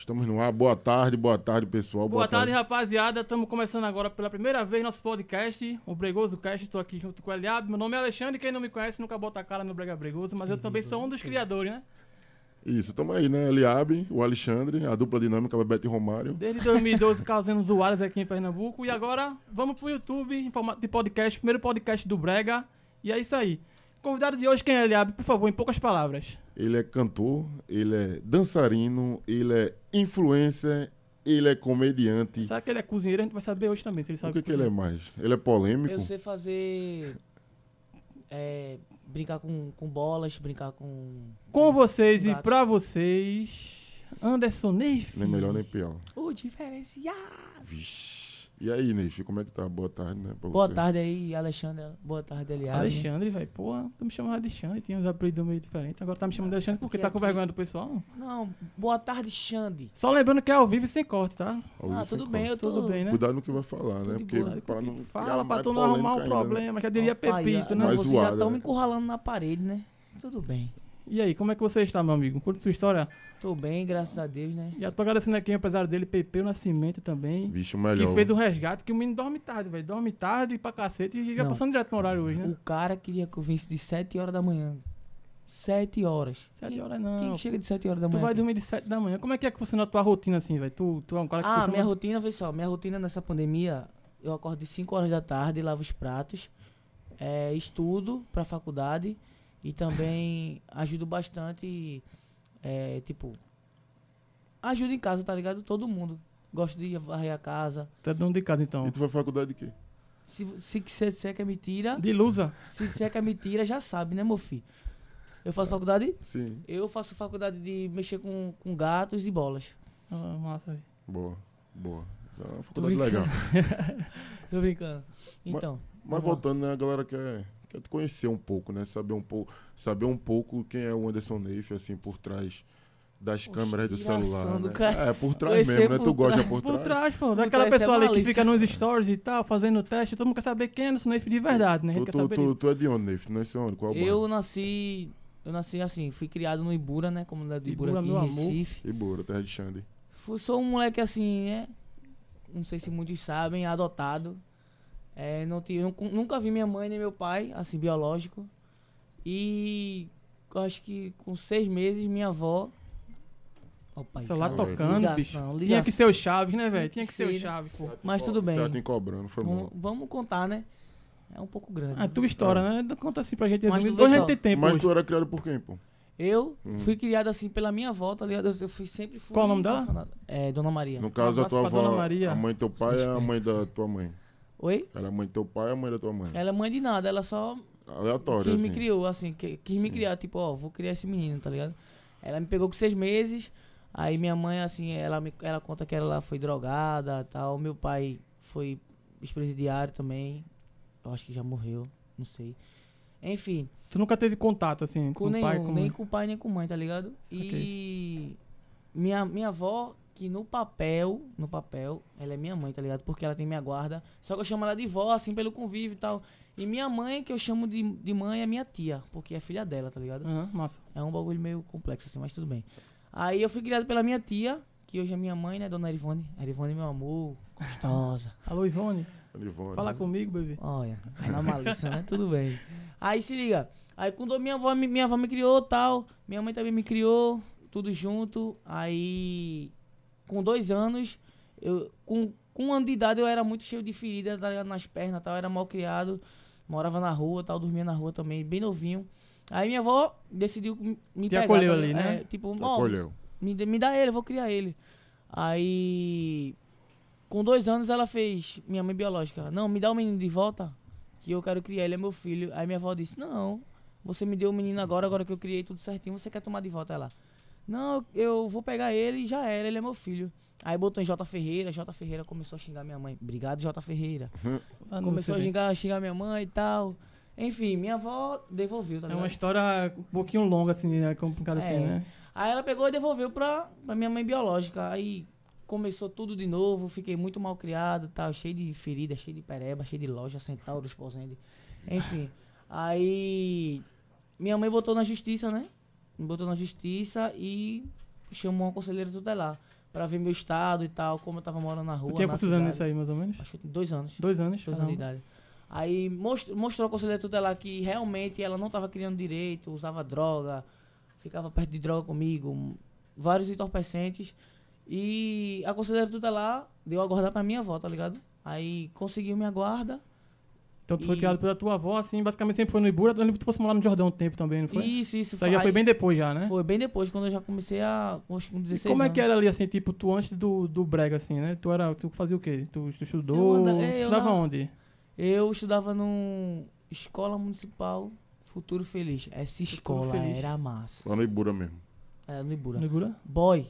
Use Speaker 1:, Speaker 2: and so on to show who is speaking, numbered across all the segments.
Speaker 1: Estamos no ar. Boa tarde, boa tarde, pessoal.
Speaker 2: Boa, tarde, rapaziada. Estamos começando agora pela primeira vez nosso podcast, o Bregoso Cast. Estou aqui junto com o Eliab. Meu nome é Alexandre. Quem não me conhece nunca bota a cara no Brega Bregoso, mas eu também sou um dos criadores, né?
Speaker 1: Isso, estamos aí, né? Eliabe, o Alexandre, a dupla dinâmica Bebeto e Romário.
Speaker 2: Desde 2012 causando zoadas aqui em Pernambuco. E agora vamos pro YouTube em formato de podcast, primeiro podcast do Brega. E é isso aí. Convidado de hoje, quem é Eliab? Por favor, em poucas palavras.
Speaker 1: Ele é cantor, ele é dançarino, ele é influencer, ele é comediante.
Speaker 2: Será que ele é cozinheiro? A gente vai saber hoje também, se ele
Speaker 1: o
Speaker 2: sabe.
Speaker 1: que, que ele é mais? Ele é polêmico?
Speaker 3: Eu sei fazer. é, brincar com, com bolas, brincar com.
Speaker 1: é?
Speaker 2: Com vocês e
Speaker 3: Gato.
Speaker 2: pra vocês, Anderson Neif.
Speaker 1: Nem é melhor nem pior.
Speaker 3: O diferencial!
Speaker 1: Vixe. E aí, Neife, como é que tá? Boa tarde, né? pra
Speaker 3: Boa
Speaker 1: você.
Speaker 3: tarde aí, Alexandre. Boa tarde, Eliade.
Speaker 2: Alexandre, velho. Porra, tu me chamava de Alexandre, tinha uns apelidos meio diferentes. Agora tá me chamando de Alexandre porque
Speaker 3: Aqui,
Speaker 2: tá com
Speaker 3: aqui.
Speaker 2: vergonha do pessoal.
Speaker 3: Não, boa tarde, Xande.
Speaker 2: Só lembrando que é ao vivo e sem corte, tá?
Speaker 1: Ao
Speaker 3: ah,
Speaker 1: vivo
Speaker 3: tudo
Speaker 1: sem
Speaker 3: bem,
Speaker 1: corte.
Speaker 3: eu tô...
Speaker 2: Tudo bem, né?
Speaker 1: Cuidado no que vai falar, né?
Speaker 3: Tudo de
Speaker 1: Porque
Speaker 3: boa.
Speaker 1: pra não criar
Speaker 2: Fala pra
Speaker 1: mais
Speaker 2: tu não arrumar
Speaker 1: polêmica
Speaker 2: um
Speaker 1: ainda, né?
Speaker 2: problema, que eu diria
Speaker 3: Papai,
Speaker 2: Pepito, né?
Speaker 3: Não,
Speaker 1: Mais
Speaker 3: vocês já
Speaker 1: zoada,
Speaker 3: estão
Speaker 1: né?
Speaker 3: me encurralando na parede, né? Tudo bem.
Speaker 2: E aí, como é que você está, meu amigo? Curte sua história.
Speaker 3: Tô bem, graças a Deus, né?
Speaker 2: Já tô agradecendo aqui o empresário dele, Pepe, o Nascimento também.
Speaker 1: Vixe, o
Speaker 2: Que
Speaker 1: melhor.
Speaker 2: fez o resgate, que o menino dorme tarde, velho. Dorme tarde pra cacete e já
Speaker 3: Não.
Speaker 2: passando direto no horário hoje,
Speaker 3: O
Speaker 2: né?
Speaker 3: cara queria que eu vinsse de 7 horas da manhã. 7 horas.
Speaker 2: Sete
Speaker 3: Quem-
Speaker 2: horas
Speaker 3: Quem
Speaker 2: não.
Speaker 3: que chega de 7 horas da
Speaker 2: Tu
Speaker 3: manhã?
Speaker 2: vai
Speaker 3: aqui?
Speaker 2: dormir de sete da manhã. Como é que é que funciona a tua rotina assim, velho? Tu, tu é um cara que
Speaker 3: Ah,
Speaker 2: costuma-
Speaker 3: minha rotina, vê só, minha rotina nessa pandemia, eu acordo de 5 horas da tarde, lavo os pratos, eh, estudo pra faculdade e também ajudo bastante, eh, tipo, ajudo em casa, tá ligado? Todo mundo. Gosto de varrer a casa.
Speaker 2: Tu é dono de casa, então.
Speaker 1: E tu vai à faculdade de quê?
Speaker 3: Se você disser que é mentira,
Speaker 2: De Lusa.
Speaker 3: se disser que é mentira, já sabe, né, meu filho? Eu faço faculdade?
Speaker 1: Sim.
Speaker 3: Eu faço faculdade de mexer com, com gatos e bolas.
Speaker 2: Ah, massa, velho.
Speaker 1: Boa, boa. Isso é uma faculdade
Speaker 3: brincando.
Speaker 1: legal.
Speaker 3: Tô brincando. Então,
Speaker 1: Mas
Speaker 3: Vamos lá.
Speaker 1: voltando, né, a galera quer, quer te conhecer um pouco, né? Saber um pouco, saber um pouco quem é o Anderson Neif, assim, por trás das
Speaker 3: Oxe,
Speaker 1: câmeras do
Speaker 3: tiração
Speaker 1: celular.
Speaker 3: do
Speaker 1: né?
Speaker 3: cara.
Speaker 1: É, por trás
Speaker 3: Vai ser
Speaker 1: mesmo, né?
Speaker 3: por
Speaker 1: Tu gosta
Speaker 3: trás.
Speaker 1: por
Speaker 2: Por
Speaker 1: trás.
Speaker 2: trás, pô.
Speaker 3: Por
Speaker 2: Daquela
Speaker 3: trás,
Speaker 2: pessoa
Speaker 3: isso é
Speaker 2: ali que
Speaker 3: malícia.
Speaker 2: fica nos stories e tal, fazendo teste. Todo mundo quer saber quem é Anderson Neif de verdade, né? A gente
Speaker 1: Tu,
Speaker 2: quer
Speaker 1: tu,
Speaker 2: saber
Speaker 1: tu,
Speaker 2: disso.
Speaker 1: tu é de onde, Neif? Não é de onde? Qual
Speaker 3: Eu nasci. Eu nasci assim, fui criado no Ibura, né? Comunidade do Ibura,
Speaker 2: Ibura, meu
Speaker 3: aqui em
Speaker 2: amor.
Speaker 3: Recife.
Speaker 1: E Ibura, terra de Xande.
Speaker 3: Fui, sou um moleque assim, né? Não sei se muitos sabem, adotado. É, não tive, nunca- nunca vi minha mãe nem meu pai, assim, biológico. E eu acho que com seis meses minha avó. Ó, pai,
Speaker 2: Celular
Speaker 3: tá
Speaker 1: Caralho.
Speaker 2: tocando,
Speaker 3: ligação,
Speaker 2: bicho. Tinha
Speaker 3: ligação.
Speaker 2: que ser o Chaves, né, velho? Tinha que ser o
Speaker 3: Sim, né?
Speaker 2: Chaves, pô.
Speaker 3: Mas tudo bem.
Speaker 1: Certo, em cobrando, foi
Speaker 3: Vamos,
Speaker 1: bom.
Speaker 3: vamos contar, né? É um pouco grande.
Speaker 2: Ah, tua história, né? Conta assim pra gente.
Speaker 3: Mas tu
Speaker 2: Hoje a
Speaker 3: vê
Speaker 2: gente
Speaker 3: só.
Speaker 2: tem tempo.
Speaker 1: Mas
Speaker 2: hoje.
Speaker 1: tu era criado por quem, pô?
Speaker 3: Eu
Speaker 1: Hum.
Speaker 3: fui criado assim pela minha avó, tá ligado? Eu eu fui sempre fui
Speaker 2: Qual o nome dela?
Speaker 3: orfanado. É, Dona Maria.
Speaker 1: No caso, a
Speaker 2: abraço
Speaker 1: tua
Speaker 2: pra Dona
Speaker 1: avó,
Speaker 2: Maria.
Speaker 1: a mãe do teu pai é a
Speaker 3: respeita,
Speaker 1: mãe da
Speaker 3: sim.
Speaker 1: tua mãe.
Speaker 3: Oi?
Speaker 1: Ela é mãe do teu pai e a mãe da tua mãe.
Speaker 3: Ela é mãe de nada, ela só
Speaker 1: Aleatório,
Speaker 3: quis me
Speaker 1: assim.
Speaker 3: criou, assim, que- quis me
Speaker 1: Sim.
Speaker 3: criar, tipo, ó, vou criar esse menino, tá ligado? Ela me pegou com seis meses, aí minha mãe, assim, ela, me, ela conta que ela foi drogada tal. Meu pai foi ex-presidiário também. Eu acho que já morreu, não sei. Enfim.
Speaker 2: Tu nunca teve contato, assim, com,
Speaker 3: com
Speaker 2: o
Speaker 3: nenhum,
Speaker 2: pai, com
Speaker 3: nem com o pai nem com mãe, tá ligado?
Speaker 2: Saquei.
Speaker 3: E minha, minha avó, que no papel, no papel, ela é minha mãe, tá ligado? Porque ela tem minha guarda. Só que eu chamo ela de vó, assim, pelo convívio e tal. E minha mãe, que eu chamo de, de mãe, é minha tia, porque é filha dela, tá ligado?
Speaker 2: Aham, massa.
Speaker 3: É um bagulho meio complexo, assim, mas tudo bem. Aí eu fui criado pela minha tia, que hoje é minha mãe, né, dona Erivone? Erivone, meu amor, gostosa.
Speaker 2: Alô, Ivone.
Speaker 1: Ivone,
Speaker 2: Fala
Speaker 1: né?
Speaker 2: comigo, bebê.
Speaker 3: Olha, aí na malícia, né? Tudo bem. Aí se liga. Aí quando minha avó, me- minha avó me criou tal, minha mãe também me criou, tudo junto. Aí com dois anos, eu, com, com um ano de idade eu era muito cheio de ferida, tá ligado? Nas pernas tal, era mal criado. Morava na rua tal, dormia na rua também, bem novinho. Aí minha avó decidiu me- me
Speaker 2: Te
Speaker 3: pegar.
Speaker 2: acolheu
Speaker 3: tá ligado?
Speaker 2: ali, né?
Speaker 3: É, tipo,
Speaker 1: Tu
Speaker 3: ó,
Speaker 1: acolheu.
Speaker 3: me, dê- me dá ele, eu vou criar ele. Aí, com dois anos, ela fez, minha mãe biológica, não, me dá o menino de volta, que eu quero criar, ele é meu filho. Aí minha avó disse, não, você me deu o menino agora, agora que eu criei tudo certinho, você quer tomar de volta ela? Não, eu vou pegar ele e já era, ele é meu filho. Aí botou em J Ferreira, J Ferreira começou a xingar minha mãe. Obrigado, J Ferreira.
Speaker 2: Ah, não
Speaker 3: Começou a
Speaker 2: sei.
Speaker 3: xingar, xingar minha mãe e tal. Enfim, minha avó devolveu, tá
Speaker 2: É
Speaker 3: ligado?
Speaker 2: uma história um pouquinho longa, assim, né? complicada assim,
Speaker 3: É.
Speaker 2: né?
Speaker 3: Aí ela pegou e devolveu pra, pra minha mãe biológica. Aí começou tudo de novo, fiquei muito mal criado, tal, cheio de ferida, cheio de pereba, cheio de loja, centauros, posende. Enfim. Aí minha mãe botou na justiça, né? Me botou na justiça e chamou uma conselheira tutelar. pra ver meu estado e tal, como eu tava morando na rua.
Speaker 2: Tu tinha
Speaker 3: na
Speaker 2: quantos anos nisso
Speaker 3: cidade.
Speaker 2: aí, mais ou menos?
Speaker 3: Acho que eu tinha dois anos.
Speaker 2: Dois anos?
Speaker 3: Dois anos de idade. Aí most- mostrou a conselheira tutelar que realmente ela não estava criando direito, usava droga, ficava perto de droga comigo, m- vários entorpecentes. E a conselheira tutelar deu a guarda pra minha avó, tá ligado? Aí conseguiu minha guarda.
Speaker 2: Então tu foi
Speaker 3: E-
Speaker 2: criado pela tua avó, assim, basicamente sempre foi no Ibura. Eu lembro que tu fosse morar no Jordão um tempo também, não foi?
Speaker 3: Isso, isso.
Speaker 2: Isso aí já
Speaker 3: Aí-
Speaker 2: foi bem depois já, né?
Speaker 3: Foi bem depois, quando eu já comecei a. Acho que com
Speaker 2: E
Speaker 3: 16
Speaker 2: como é
Speaker 3: anos.
Speaker 2: que era ali, assim, tipo, tu antes do, do brega, assim, né? Tu era, tu fazia o quê? Tu, tu estudou,
Speaker 3: Eu anda-
Speaker 2: tu
Speaker 3: é, eu
Speaker 2: estudava
Speaker 3: na-
Speaker 2: onde?
Speaker 3: Eu estudava num Escola Municipal Futuro Feliz. Essa
Speaker 2: Futuro
Speaker 3: escola
Speaker 2: Feliz.
Speaker 3: era massa.
Speaker 1: Lá no Ibura mesmo.
Speaker 3: Era no Ibura.
Speaker 2: No Ibura?
Speaker 3: Boy.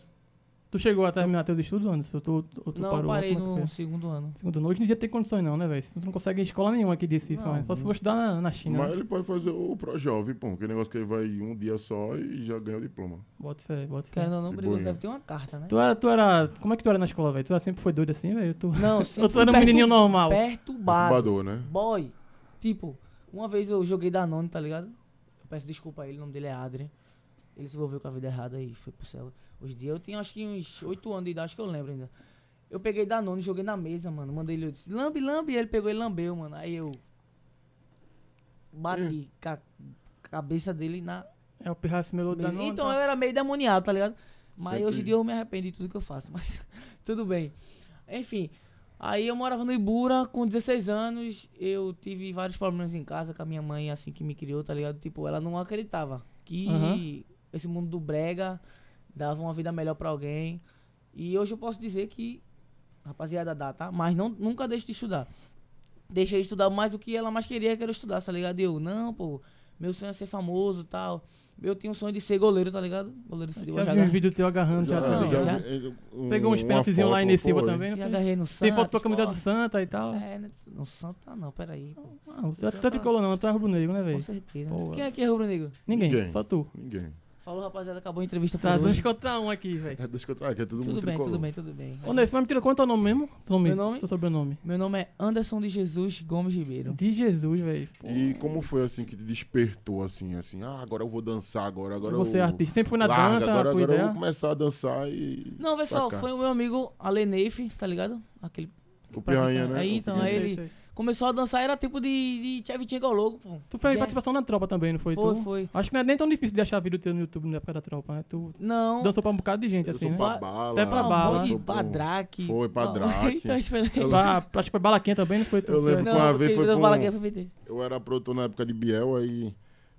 Speaker 2: Tu chegou a terminar teus estudos, Anderson? Ou tu, ou tu
Speaker 3: não,
Speaker 2: parou?
Speaker 3: parei
Speaker 2: Como é que foi?
Speaker 3: no segundo ano.
Speaker 2: Segundo noite, não devia ter condições não, né, velho? Tu não consegue escola nenhuma aqui desse,
Speaker 3: Não,
Speaker 2: só se
Speaker 3: não.
Speaker 2: for estudar na, na China.
Speaker 1: Mas
Speaker 2: né?
Speaker 1: ele pode fazer o pro jovem, pô. Que negócio que ele vai um dia só e já ganha o diploma.
Speaker 2: Bota fé, bota fé.
Speaker 3: Querendo ou não,
Speaker 1: De
Speaker 3: Brigos
Speaker 1: boinha.
Speaker 3: deve ter uma carta, né?
Speaker 2: Tu era, tu era, como é que tu era na escola, velho? Tu era- sempre foi doido assim, velho? Tu...
Speaker 3: Não,
Speaker 2: Ou
Speaker 3: sempre
Speaker 2: tu era um
Speaker 3: fui
Speaker 2: menininho
Speaker 3: pertur-
Speaker 2: normal?
Speaker 3: Perturbado.
Speaker 1: Incubador, né?
Speaker 3: Boy. Tipo, uma vez eu joguei Danone, tá ligado? Eu peço desculpa a ele, o nome dele é Adrien. Ele se envolveu com a vida errada e foi pro céu. Hoje em dia eu tinha acho que uns 8 anos de idade, acho que eu lembro ainda. Eu peguei Danone, joguei na mesa, mano. Mandei ele, eu disse, lambe, lambe. Ele pegou e lambeu, mano. Aí eu bati com a cabeça dele na...
Speaker 2: É o pirraço melodo da
Speaker 3: Então,
Speaker 2: nona,
Speaker 3: eu era meio demoniado, tá ligado? Mas
Speaker 1: Sempre.
Speaker 3: hoje em dia eu me arrependo de tudo que eu faço, mas tudo bem. Enfim, aí eu morava no Ibura com 16 anos, eu tive vários problemas em casa com a minha mãe, assim, que me criou, tá ligado? Tipo, ela não acreditava que
Speaker 2: Aham.
Speaker 3: esse mundo do brega dava uma vida melhor pra alguém. E hoje eu posso dizer que, rapaziada, dá, tá? Mas não, nunca deixe de estudar. Deixei de estudar mais o que ela mais queria que era estudar, tá ligado? E eu, não, pô, meu sonho é ser famoso e tal. Eu tinha o sonho de ser goleiro, tá ligado? Goleiro de futebol. Já,
Speaker 2: Já vi um
Speaker 3: agarrei,
Speaker 2: vídeo teu agarrando já,
Speaker 3: Já-
Speaker 2: tá
Speaker 3: não,
Speaker 2: ligado?
Speaker 3: já-
Speaker 1: um-
Speaker 2: Pegou uns
Speaker 1: uma
Speaker 2: pênaltizinhos lá
Speaker 1: foto,
Speaker 2: em Neciba
Speaker 1: pô,
Speaker 2: também, não
Speaker 3: já
Speaker 2: foi?
Speaker 3: agarrei no Santos.
Speaker 2: Tem foto com a camisa
Speaker 3: pô.
Speaker 2: do Santa e tal.
Speaker 3: É, tá- né? No Santa não, peraí. Pô.
Speaker 2: Ah, você não é
Speaker 3: Santa-
Speaker 2: tanto tricolor não, tu é rubro-negro, né,
Speaker 3: Com
Speaker 2: velho?
Speaker 3: certeza.
Speaker 2: Boa.
Speaker 3: Quem aqui é rubro negro?
Speaker 2: Ninguém,
Speaker 1: Ninguém.
Speaker 2: só tu.
Speaker 1: Ninguém.
Speaker 3: Falou, rapaziada, acabou a entrevista
Speaker 2: Tá
Speaker 3: por
Speaker 2: dois
Speaker 3: hoje.
Speaker 2: contra um aqui, velho.
Speaker 1: É dois contra ah, que é todo mundo
Speaker 3: Tudo bem,
Speaker 1: tricolor.
Speaker 3: tudo bem, tudo bem.
Speaker 2: Ô, Neif, mas me tira qual é o teu nome mesmo? Teu nome,
Speaker 3: Meu nome?
Speaker 2: Teu sobrenome.
Speaker 3: Meu nome é Anderson de Jesus Gomes Ribeiro.
Speaker 2: De Jesus, velho. Pô.
Speaker 1: E como foi assim que te despertou assim, assim, ah, agora eu vou dançar agora, agora
Speaker 2: Você é
Speaker 1: eu...
Speaker 2: artista, sempre foi na
Speaker 1: Larga,
Speaker 2: dança,
Speaker 1: agora,
Speaker 2: na tua
Speaker 1: agora eu
Speaker 2: ideia.
Speaker 1: vou começar a dançar e
Speaker 3: Não, vê só,
Speaker 1: sacar.
Speaker 3: foi o meu amigo Ale Neif, tá ligado? Aquele.
Speaker 1: o Piranha, né?
Speaker 3: Aí,
Speaker 1: O
Speaker 3: então,
Speaker 1: Piranha.
Speaker 3: aí-
Speaker 2: Sei,
Speaker 3: ele-
Speaker 2: sei.
Speaker 3: Começou a dançar, era tempo de, de Chevy louco, pô.
Speaker 2: Tu fez
Speaker 3: Já-
Speaker 2: participação na tropa também, não foi,
Speaker 3: Foi,
Speaker 2: tu?
Speaker 3: foi.
Speaker 2: Acho que não é nem tão difícil de achar vídeo teu no YouTube na época da tropa, né? Tu
Speaker 3: Não.
Speaker 2: dançou pra um bocado de gente,
Speaker 1: Eu
Speaker 2: assim,
Speaker 1: sou
Speaker 2: né?
Speaker 1: pra
Speaker 3: né?
Speaker 1: bala.
Speaker 2: Até pra
Speaker 3: Não,
Speaker 2: bala.
Speaker 3: bom
Speaker 1: Sou
Speaker 3: de
Speaker 1: Ah, bom.
Speaker 3: Padraque.
Speaker 1: Foi pra
Speaker 3: Bom,
Speaker 1: Drac.
Speaker 3: então, espera aí.
Speaker 2: Pra, acho que foi balaquinha também, não foi? Tu
Speaker 1: Eu
Speaker 2: foi
Speaker 1: lembro
Speaker 2: essa?
Speaker 1: que uma
Speaker 3: Não,
Speaker 1: vez
Speaker 3: porque
Speaker 1: foi
Speaker 3: eu
Speaker 1: pra
Speaker 3: falo
Speaker 1: um-
Speaker 3: que é FBT.
Speaker 1: Eu era produtor na época de Biel, aí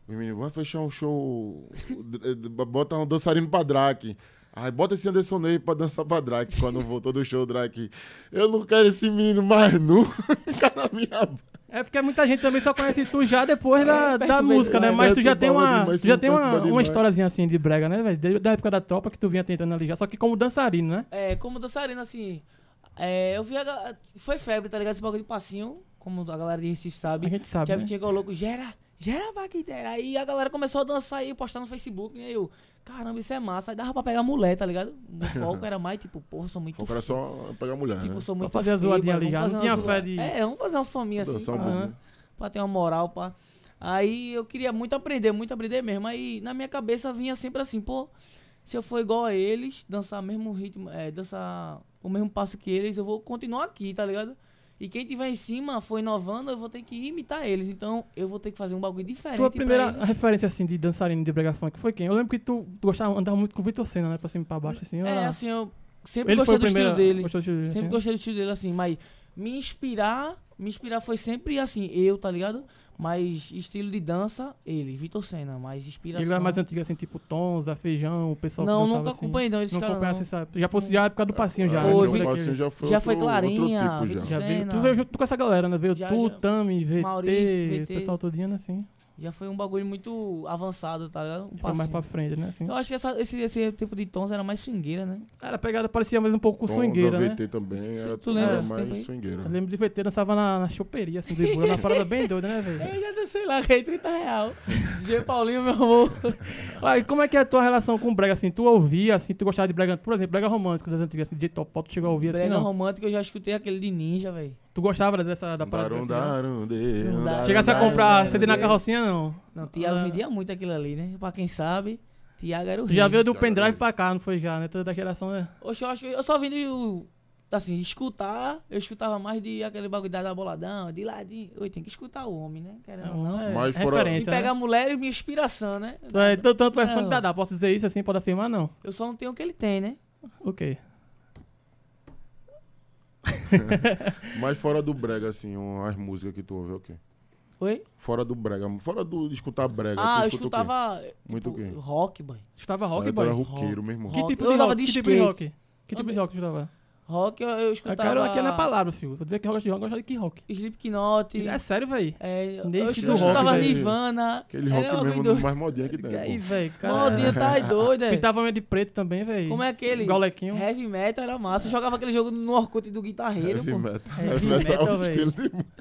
Speaker 1: o menino, vai fechar um show, d- d- bota um dançarino pra Drake. Aí bota esse Anderson Ney pra dançar pra Drake, quando voltou do show, Drake. Eu não quero esse menino mais nu, fica na minha...
Speaker 2: É porque muita gente também só conhece tu já depois da, da
Speaker 3: perto
Speaker 2: música, né?
Speaker 1: mesmo.
Speaker 2: Mas
Speaker 1: É,
Speaker 2: tu já
Speaker 1: perto
Speaker 2: tem
Speaker 1: do
Speaker 2: uma,
Speaker 1: bagulho, mas
Speaker 2: tu já
Speaker 3: um
Speaker 1: sim,
Speaker 2: tem
Speaker 1: perto do
Speaker 2: uma,
Speaker 1: bagulho,
Speaker 2: uma
Speaker 1: mas-
Speaker 2: historiazinha assim de brega, né, velho? Desde Da época da tropa que tu vinha tentando ali já, só que como dançarino, né?
Speaker 3: É, como dançarina, assim. é, eu vi a. ga- Foi febre, tá ligado? Esse bagulho de passinho, como a galera de Recife sabe.
Speaker 2: A gente sabe,
Speaker 3: Chevy
Speaker 2: né?
Speaker 3: Chegou louco, gera, gera baquiteira. Aí a galera começou a dançar e postar no Facebook, né? Eu, caramba, isso é massa. Aí dava pra pegar mulher, tá ligado? O foco era mais tipo, porra, sou muito.
Speaker 1: O cara é só pegar mulher,
Speaker 3: Tipo,
Speaker 1: né?
Speaker 3: sou
Speaker 2: Pra
Speaker 3: muito.
Speaker 2: fazer a
Speaker 3: feio,
Speaker 2: zoadinha
Speaker 3: mas
Speaker 2: ali
Speaker 3: vamos
Speaker 2: já,
Speaker 3: fazer
Speaker 2: não
Speaker 3: uma
Speaker 2: tinha
Speaker 3: zoa-
Speaker 2: fé de-
Speaker 3: É, vamos fazer uma faminha assim.
Speaker 1: Dançar um
Speaker 3: pá,
Speaker 1: pouco,
Speaker 2: aham.
Speaker 1: né?
Speaker 3: Pra ter uma moral, pá. Aí eu queria muito aprender, muito aprender mesmo. Aí na minha cabeça vinha sempre assim, pô, se eu for igual a eles, dançar o mesmo ritmo, é, dançar o mesmo passo que eles, eu vou continuar aqui, tá ligado? E quem tiver em cima for inovando, eu vou ter que imitar eles. Então eu vou ter que fazer um bagulho diferente.
Speaker 2: Tua
Speaker 3: pra
Speaker 2: primeira
Speaker 3: eles.
Speaker 2: referência assim de dançarino de brega funk foi quem? Eu lembro que tu gostava, andava muito com o Vitor Senna, né? Pra cima e pra baixo, assim.
Speaker 3: É,
Speaker 2: ó.
Speaker 3: assim, eu sempre
Speaker 2: Ele
Speaker 3: gostei
Speaker 2: o
Speaker 3: do estilo dele.
Speaker 2: Gostou do estilo dele,
Speaker 3: Sempre
Speaker 2: assim.
Speaker 3: gostei do estilo dele assim, mas me inspirar, me inspirar foi sempre assim, eu, tá ligado? Mas estilo de dança, ele, Vitor Senna, mas inspiração.
Speaker 2: Ele era mais antigo, assim, tipo Tonza, Feijão, o pessoal que
Speaker 3: Não,
Speaker 2: dançava
Speaker 3: nunca
Speaker 2: assim.
Speaker 3: acompanhei não, eles
Speaker 2: Não
Speaker 3: cara, não.
Speaker 2: acompanhasse essa. Já fosse já a
Speaker 3: um
Speaker 2: época do passinho já.
Speaker 1: Ah,
Speaker 2: né?
Speaker 3: Foi,
Speaker 1: então,
Speaker 3: foi-
Speaker 1: o
Speaker 2: Daquele-
Speaker 1: passinho já foi,
Speaker 3: já foi
Speaker 1: outro-
Speaker 3: Clarinha,
Speaker 1: outro tipo
Speaker 3: Vitor
Speaker 1: já.
Speaker 2: Já veio,
Speaker 3: Senna.
Speaker 2: tu veio junto com essa galera, né? Veio
Speaker 3: Já,
Speaker 2: tu,
Speaker 3: já.
Speaker 2: Tami, veio
Speaker 3: Maurício,
Speaker 2: T, o
Speaker 3: VT.
Speaker 2: pessoal todinho, né? Assim.
Speaker 3: Já foi um bagulho muito avançado, tá ligado? Um
Speaker 2: Foi mais
Speaker 3: passinho.
Speaker 2: pra frente, né? Assim.
Speaker 3: Eu acho que essa- esse, esse tipo de tons era mais swingueira, né?
Speaker 2: Era pegada, parecia mais um pouco com
Speaker 1: Tom,
Speaker 2: swingueira, né?
Speaker 1: VT também,
Speaker 3: Se
Speaker 1: era,
Speaker 3: tu lembra
Speaker 1: era
Speaker 3: desse tempo
Speaker 1: mais
Speaker 3: aí?
Speaker 1: swingueira.
Speaker 2: Eu lembro de VT, dançava na, na choperia, assim, do Ibura, uma parada bem doida, né, velho?
Speaker 3: Eu já dancei lá, ganhei 30 real. G Paulinho, meu amor.
Speaker 2: Aí, como é que é a tua relação com o brega, assim? Tu ouvia, assim, tu gostava de brega, por exemplo, brega romântico das antigas, assim, de Top Pop, tu chegou a ouvir, assim,
Speaker 3: Brega
Speaker 2: não?
Speaker 3: romântico, eu já escutei aquele de ninja, velho.
Speaker 2: Tu gostava dessa, da parada,
Speaker 1: um
Speaker 2: assim, não?
Speaker 1: Darundarunde,
Speaker 3: né? Não dá.
Speaker 2: Chegasse a
Speaker 3: Darundarunde,
Speaker 1: né?
Speaker 2: comprar CD na
Speaker 3: Darundarunde.
Speaker 2: carrocinha, não?
Speaker 3: Não, Tiago
Speaker 2: Ah.
Speaker 3: vendia muito aquilo ali, né? Pra quem sabe, Tiago era o
Speaker 2: Tu já
Speaker 3: rei.
Speaker 2: veio do
Speaker 4: Já
Speaker 2: pendrive
Speaker 4: gravei.
Speaker 2: pra cá, não foi já, né? Toda da geração, né?
Speaker 3: Oxe, eu acho que eu só vim do. Assim, escutar, eu escutava mais de aquele bagulho da da boladão, de ladinho. Oi, tem que escutar o homem, né? Querendo ou não.
Speaker 2: É,
Speaker 1: Mas fora-
Speaker 3: E
Speaker 2: referência,
Speaker 3: pegar
Speaker 2: né?
Speaker 3: a mulher e minha inspiração, né?
Speaker 2: Tu é, tanto, tanto é fã de
Speaker 3: Não.
Speaker 2: Dadá, posso dizer isso assim, pode afirmar? Não.
Speaker 3: Eu só não tenho o que ele tem, né?
Speaker 2: Ok.
Speaker 1: Mas fora do brega, assim, um- as músicas que tu ouve, é o quê?
Speaker 3: Oi?
Speaker 1: Fora do brega, fora do de escutar brega.
Speaker 3: ah,
Speaker 1: tu escuta
Speaker 3: eu
Speaker 1: o quê?
Speaker 3: escutava. tipo,
Speaker 1: Muito o quê?
Speaker 3: Rock, boy.
Speaker 2: Estava
Speaker 1: Sabe,
Speaker 2: rock,
Speaker 1: tu era
Speaker 2: boy.
Speaker 1: é roqueiro, meu irmão.
Speaker 3: Rock.
Speaker 2: Que tipo
Speaker 3: Eu
Speaker 2: de
Speaker 3: andava
Speaker 2: rock?
Speaker 3: de
Speaker 2: Que tipo de
Speaker 3: skate.
Speaker 2: rock? Que tipo de rock tu estava?
Speaker 3: Rock eu, eu
Speaker 2: Eu
Speaker 3: escutava.
Speaker 2: quero aqui Ah, é na palavra, filho. Vou dizer que rock de rock, eu gosto de que rock.
Speaker 3: Slipknot.
Speaker 2: É sério, véi.
Speaker 3: É, eu,
Speaker 2: Nate
Speaker 3: eu
Speaker 2: do rock,
Speaker 3: escutava
Speaker 2: velho.
Speaker 3: Nirvana.
Speaker 1: Aquele
Speaker 3: era
Speaker 1: rock
Speaker 3: uma
Speaker 1: mesmo,
Speaker 3: coisa
Speaker 1: mais modinha que
Speaker 2: E aí,
Speaker 1: tem. pô. É
Speaker 2: véi, cara.
Speaker 3: Maldinho, tá aí doido, é.
Speaker 2: Pintava unha de preto também, véi.
Speaker 3: Como é aquele?
Speaker 2: Golequinho.
Speaker 3: Heavy metal era massa. Eu jogava aquele jogo no Orkut do guitarreiro,
Speaker 1: Heavy
Speaker 3: pô.
Speaker 1: metal.
Speaker 2: Heavy
Speaker 1: Heavy metal é
Speaker 2: metal,
Speaker 1: um
Speaker 2: véi.
Speaker 1: estilo de música.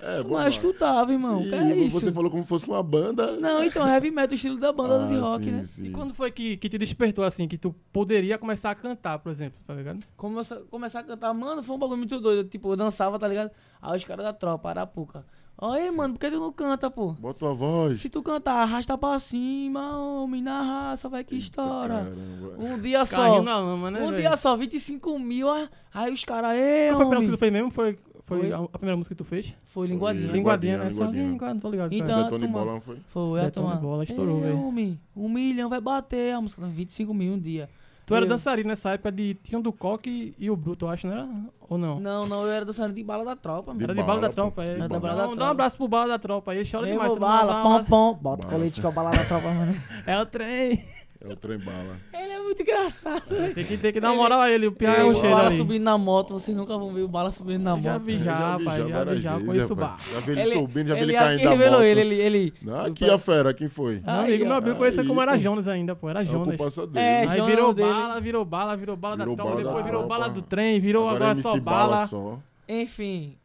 Speaker 1: É, bom.
Speaker 3: Mas eu escutava, irmão.
Speaker 1: Sim,
Speaker 3: que é isso?
Speaker 1: Você falou como fosse uma banda.
Speaker 3: Não, então, heavy metal, estilo da banda de
Speaker 1: Ah,
Speaker 3: rock,
Speaker 1: sim,
Speaker 3: né?
Speaker 1: sim.
Speaker 2: E quando foi que, que te despertou, assim, que tu poderia começar a cantar, por exemplo, tá ligado?
Speaker 3: Começa, começar a cantar, mano, foi um bagulho muito doido. Tipo, eu dançava, tá ligado? Aí os caras da tropa, Arapuca. Aí, mano, por que tu não canta, pô?
Speaker 1: Bota tua voz.
Speaker 3: Se tu cantar, arrasta pra cima, homem, na raça, vai que estoura.
Speaker 1: Caramba.
Speaker 3: Um dia
Speaker 2: Carrinho
Speaker 3: só.
Speaker 2: na lama, né,
Speaker 3: Um
Speaker 2: véi?
Speaker 3: dia só, 25 mil. ah, Aí os caras, é,
Speaker 2: Qual foi a primeira música que tu
Speaker 3: homem.
Speaker 2: fez mesmo? Foi, foi,
Speaker 3: Foi.
Speaker 2: A, a primeira música que tu fez?
Speaker 3: Foi linguadinha.
Speaker 1: Lingu-
Speaker 2: Linguadinha,
Speaker 1: Linguadinha,
Speaker 2: né? Só
Speaker 1: Linguadinha.
Speaker 2: alguém, não tô ligado.
Speaker 3: Então,
Speaker 2: cara.
Speaker 3: Ah,
Speaker 1: Detone
Speaker 3: toma.
Speaker 1: bola, não foi?
Speaker 3: Foi, a
Speaker 2: Detona
Speaker 3: turma.
Speaker 2: bola, estourou,
Speaker 3: "É,
Speaker 2: véi."
Speaker 3: homem, um milhão vai bater. A música, 25 mil um dia.
Speaker 2: Tu era
Speaker 3: Eu-
Speaker 2: dançarino nessa época de Tinha o do Coque e o Bruto, eu acho, não era? Ou não?
Speaker 3: Não, não, eu era dançarino de bala da tropa,
Speaker 1: De
Speaker 2: Era
Speaker 3: mano.
Speaker 2: de bala,
Speaker 1: bala,
Speaker 2: da
Speaker 1: pô.
Speaker 2: tropa,
Speaker 1: De
Speaker 2: é.
Speaker 1: Era
Speaker 3: da bala. bala da
Speaker 2: Dá um- Dá um
Speaker 3: tropa.
Speaker 2: abraço pro bala da tropa, ele chora
Speaker 3: Meu
Speaker 2: demais. também,
Speaker 3: bala,
Speaker 2: dá um
Speaker 3: pom,
Speaker 2: abraço.
Speaker 3: pom. Bota o
Speaker 1: Bala.
Speaker 3: colete com a bala da tropa, mano.
Speaker 2: É o trem.
Speaker 1: É o trem bala.
Speaker 3: Ele é muito engraçado. velho.
Speaker 2: Tem que, tem que dar uma moral a ele, o Pirra é
Speaker 3: Eu,
Speaker 2: um
Speaker 3: o
Speaker 2: cheiro
Speaker 3: bala
Speaker 2: ali.
Speaker 3: subindo na moto, vocês nunca vão ver o bala subindo na
Speaker 2: Eu já
Speaker 3: moto.
Speaker 2: vi já, rapaz, já vi
Speaker 1: várias
Speaker 2: já,
Speaker 1: vezes,
Speaker 2: conheço o bar.
Speaker 1: rapaz. Já vi ele subindo, já vi ele
Speaker 3: ele-
Speaker 1: caindo
Speaker 3: quem
Speaker 1: da
Speaker 3: revelou
Speaker 1: moto.
Speaker 3: ele, ele, ele.
Speaker 1: Não, aqui é a fera, quem foi?
Speaker 2: Meu
Speaker 3: Aí,
Speaker 2: amigo,
Speaker 3: ó.
Speaker 2: meu amigo conheceu
Speaker 1: Aí,
Speaker 2: como era
Speaker 1: pô.
Speaker 2: Jonas ainda, pô, era
Speaker 1: É o
Speaker 2: Ah, Jonas.
Speaker 1: comparsa dele.
Speaker 3: É,
Speaker 2: Aí
Speaker 3: Jonas
Speaker 2: virou
Speaker 3: dele.
Speaker 2: bala, virou bala, virou bala da
Speaker 1: Virou
Speaker 2: tropa,
Speaker 1: bala da
Speaker 2: depois virou
Speaker 1: tropa.
Speaker 2: bala do trem, virou agora,
Speaker 1: é
Speaker 2: só
Speaker 1: MC
Speaker 2: bala.
Speaker 1: só.
Speaker 3: Enfim,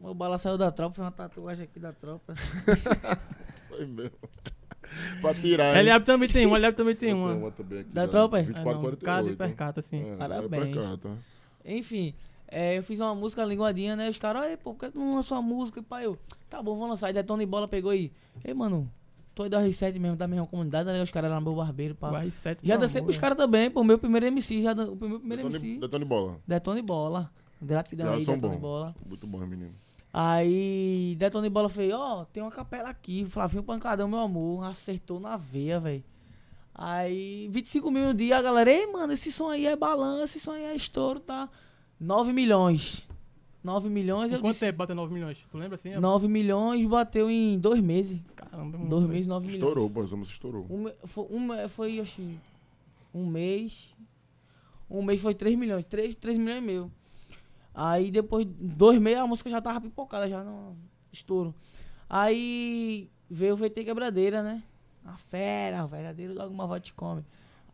Speaker 3: o bala saiu da tropa, fez uma tatuagem aqui da tropa.
Speaker 1: Foi mesmo. pra tirar. hein?
Speaker 2: LF também tem um, uma, LF também tem
Speaker 1: Eu tenho
Speaker 2: uma.
Speaker 1: também aqui,
Speaker 3: Da tropa, é?
Speaker 2: É, não,
Speaker 1: 24,
Speaker 2: cara de
Speaker 1: 48.
Speaker 2: percata, assim.
Speaker 1: É,
Speaker 3: Parabéns.
Speaker 1: cara de percata.
Speaker 3: Enfim, é, eu fiz uma música linguadinha, né? Os caras, aí, pô, por que tu não lançou a música? E pai, eu, tá bom, vou lançar. Aí Detona e Bola pegou aí. Ei, mano, tu é da R7 mesmo, da mesma comunidade, né? Os caras eram meu barbeiro, pá.
Speaker 2: Vai, sete,
Speaker 3: Já
Speaker 2: meu
Speaker 3: dancei
Speaker 2: amor,
Speaker 3: pros
Speaker 2: é.
Speaker 3: caras também, pô, meu primeiro MC, já, dan- o meu primeiro
Speaker 1: Detone,
Speaker 3: MC.
Speaker 1: Detone bola.
Speaker 3: Detona e Bola. Gratidão
Speaker 1: Já
Speaker 3: aí,
Speaker 1: são
Speaker 3: Detona e
Speaker 1: bom.
Speaker 3: Bola.
Speaker 1: Muito bom, menino.
Speaker 3: Aí, Detona e Bola fez, ó, tem uma capela aqui, Flavinho Pancadão, meu amor, acertou na veia, velho. Aí, 25 mil um dia, a galera, ei, mano, esse som aí é balanço, esse som aí é estouro, tá? 9 milhões. 9 milhões,
Speaker 2: Em
Speaker 3: eu
Speaker 2: Quanto
Speaker 3: disse,
Speaker 2: tempo bateu 9 milhões? Tu lembra assim?
Speaker 3: 9 milhões bateu em dois meses.
Speaker 2: Caramba, muito,
Speaker 3: Dois
Speaker 2: velho.
Speaker 3: meses, 9 milhões.
Speaker 1: Estourou, pô, essa música estourou.
Speaker 3: Um, me- foi, um, me- foi, oxi, um mês. Um mês foi 3 milhões, 3, 3 milhões e meio. Aí depois, dois meses, a música já tava pipocada, já no estouro. Aí veio o VT Quebradeira, né? A fera, o verdadeiro alguma voz te come.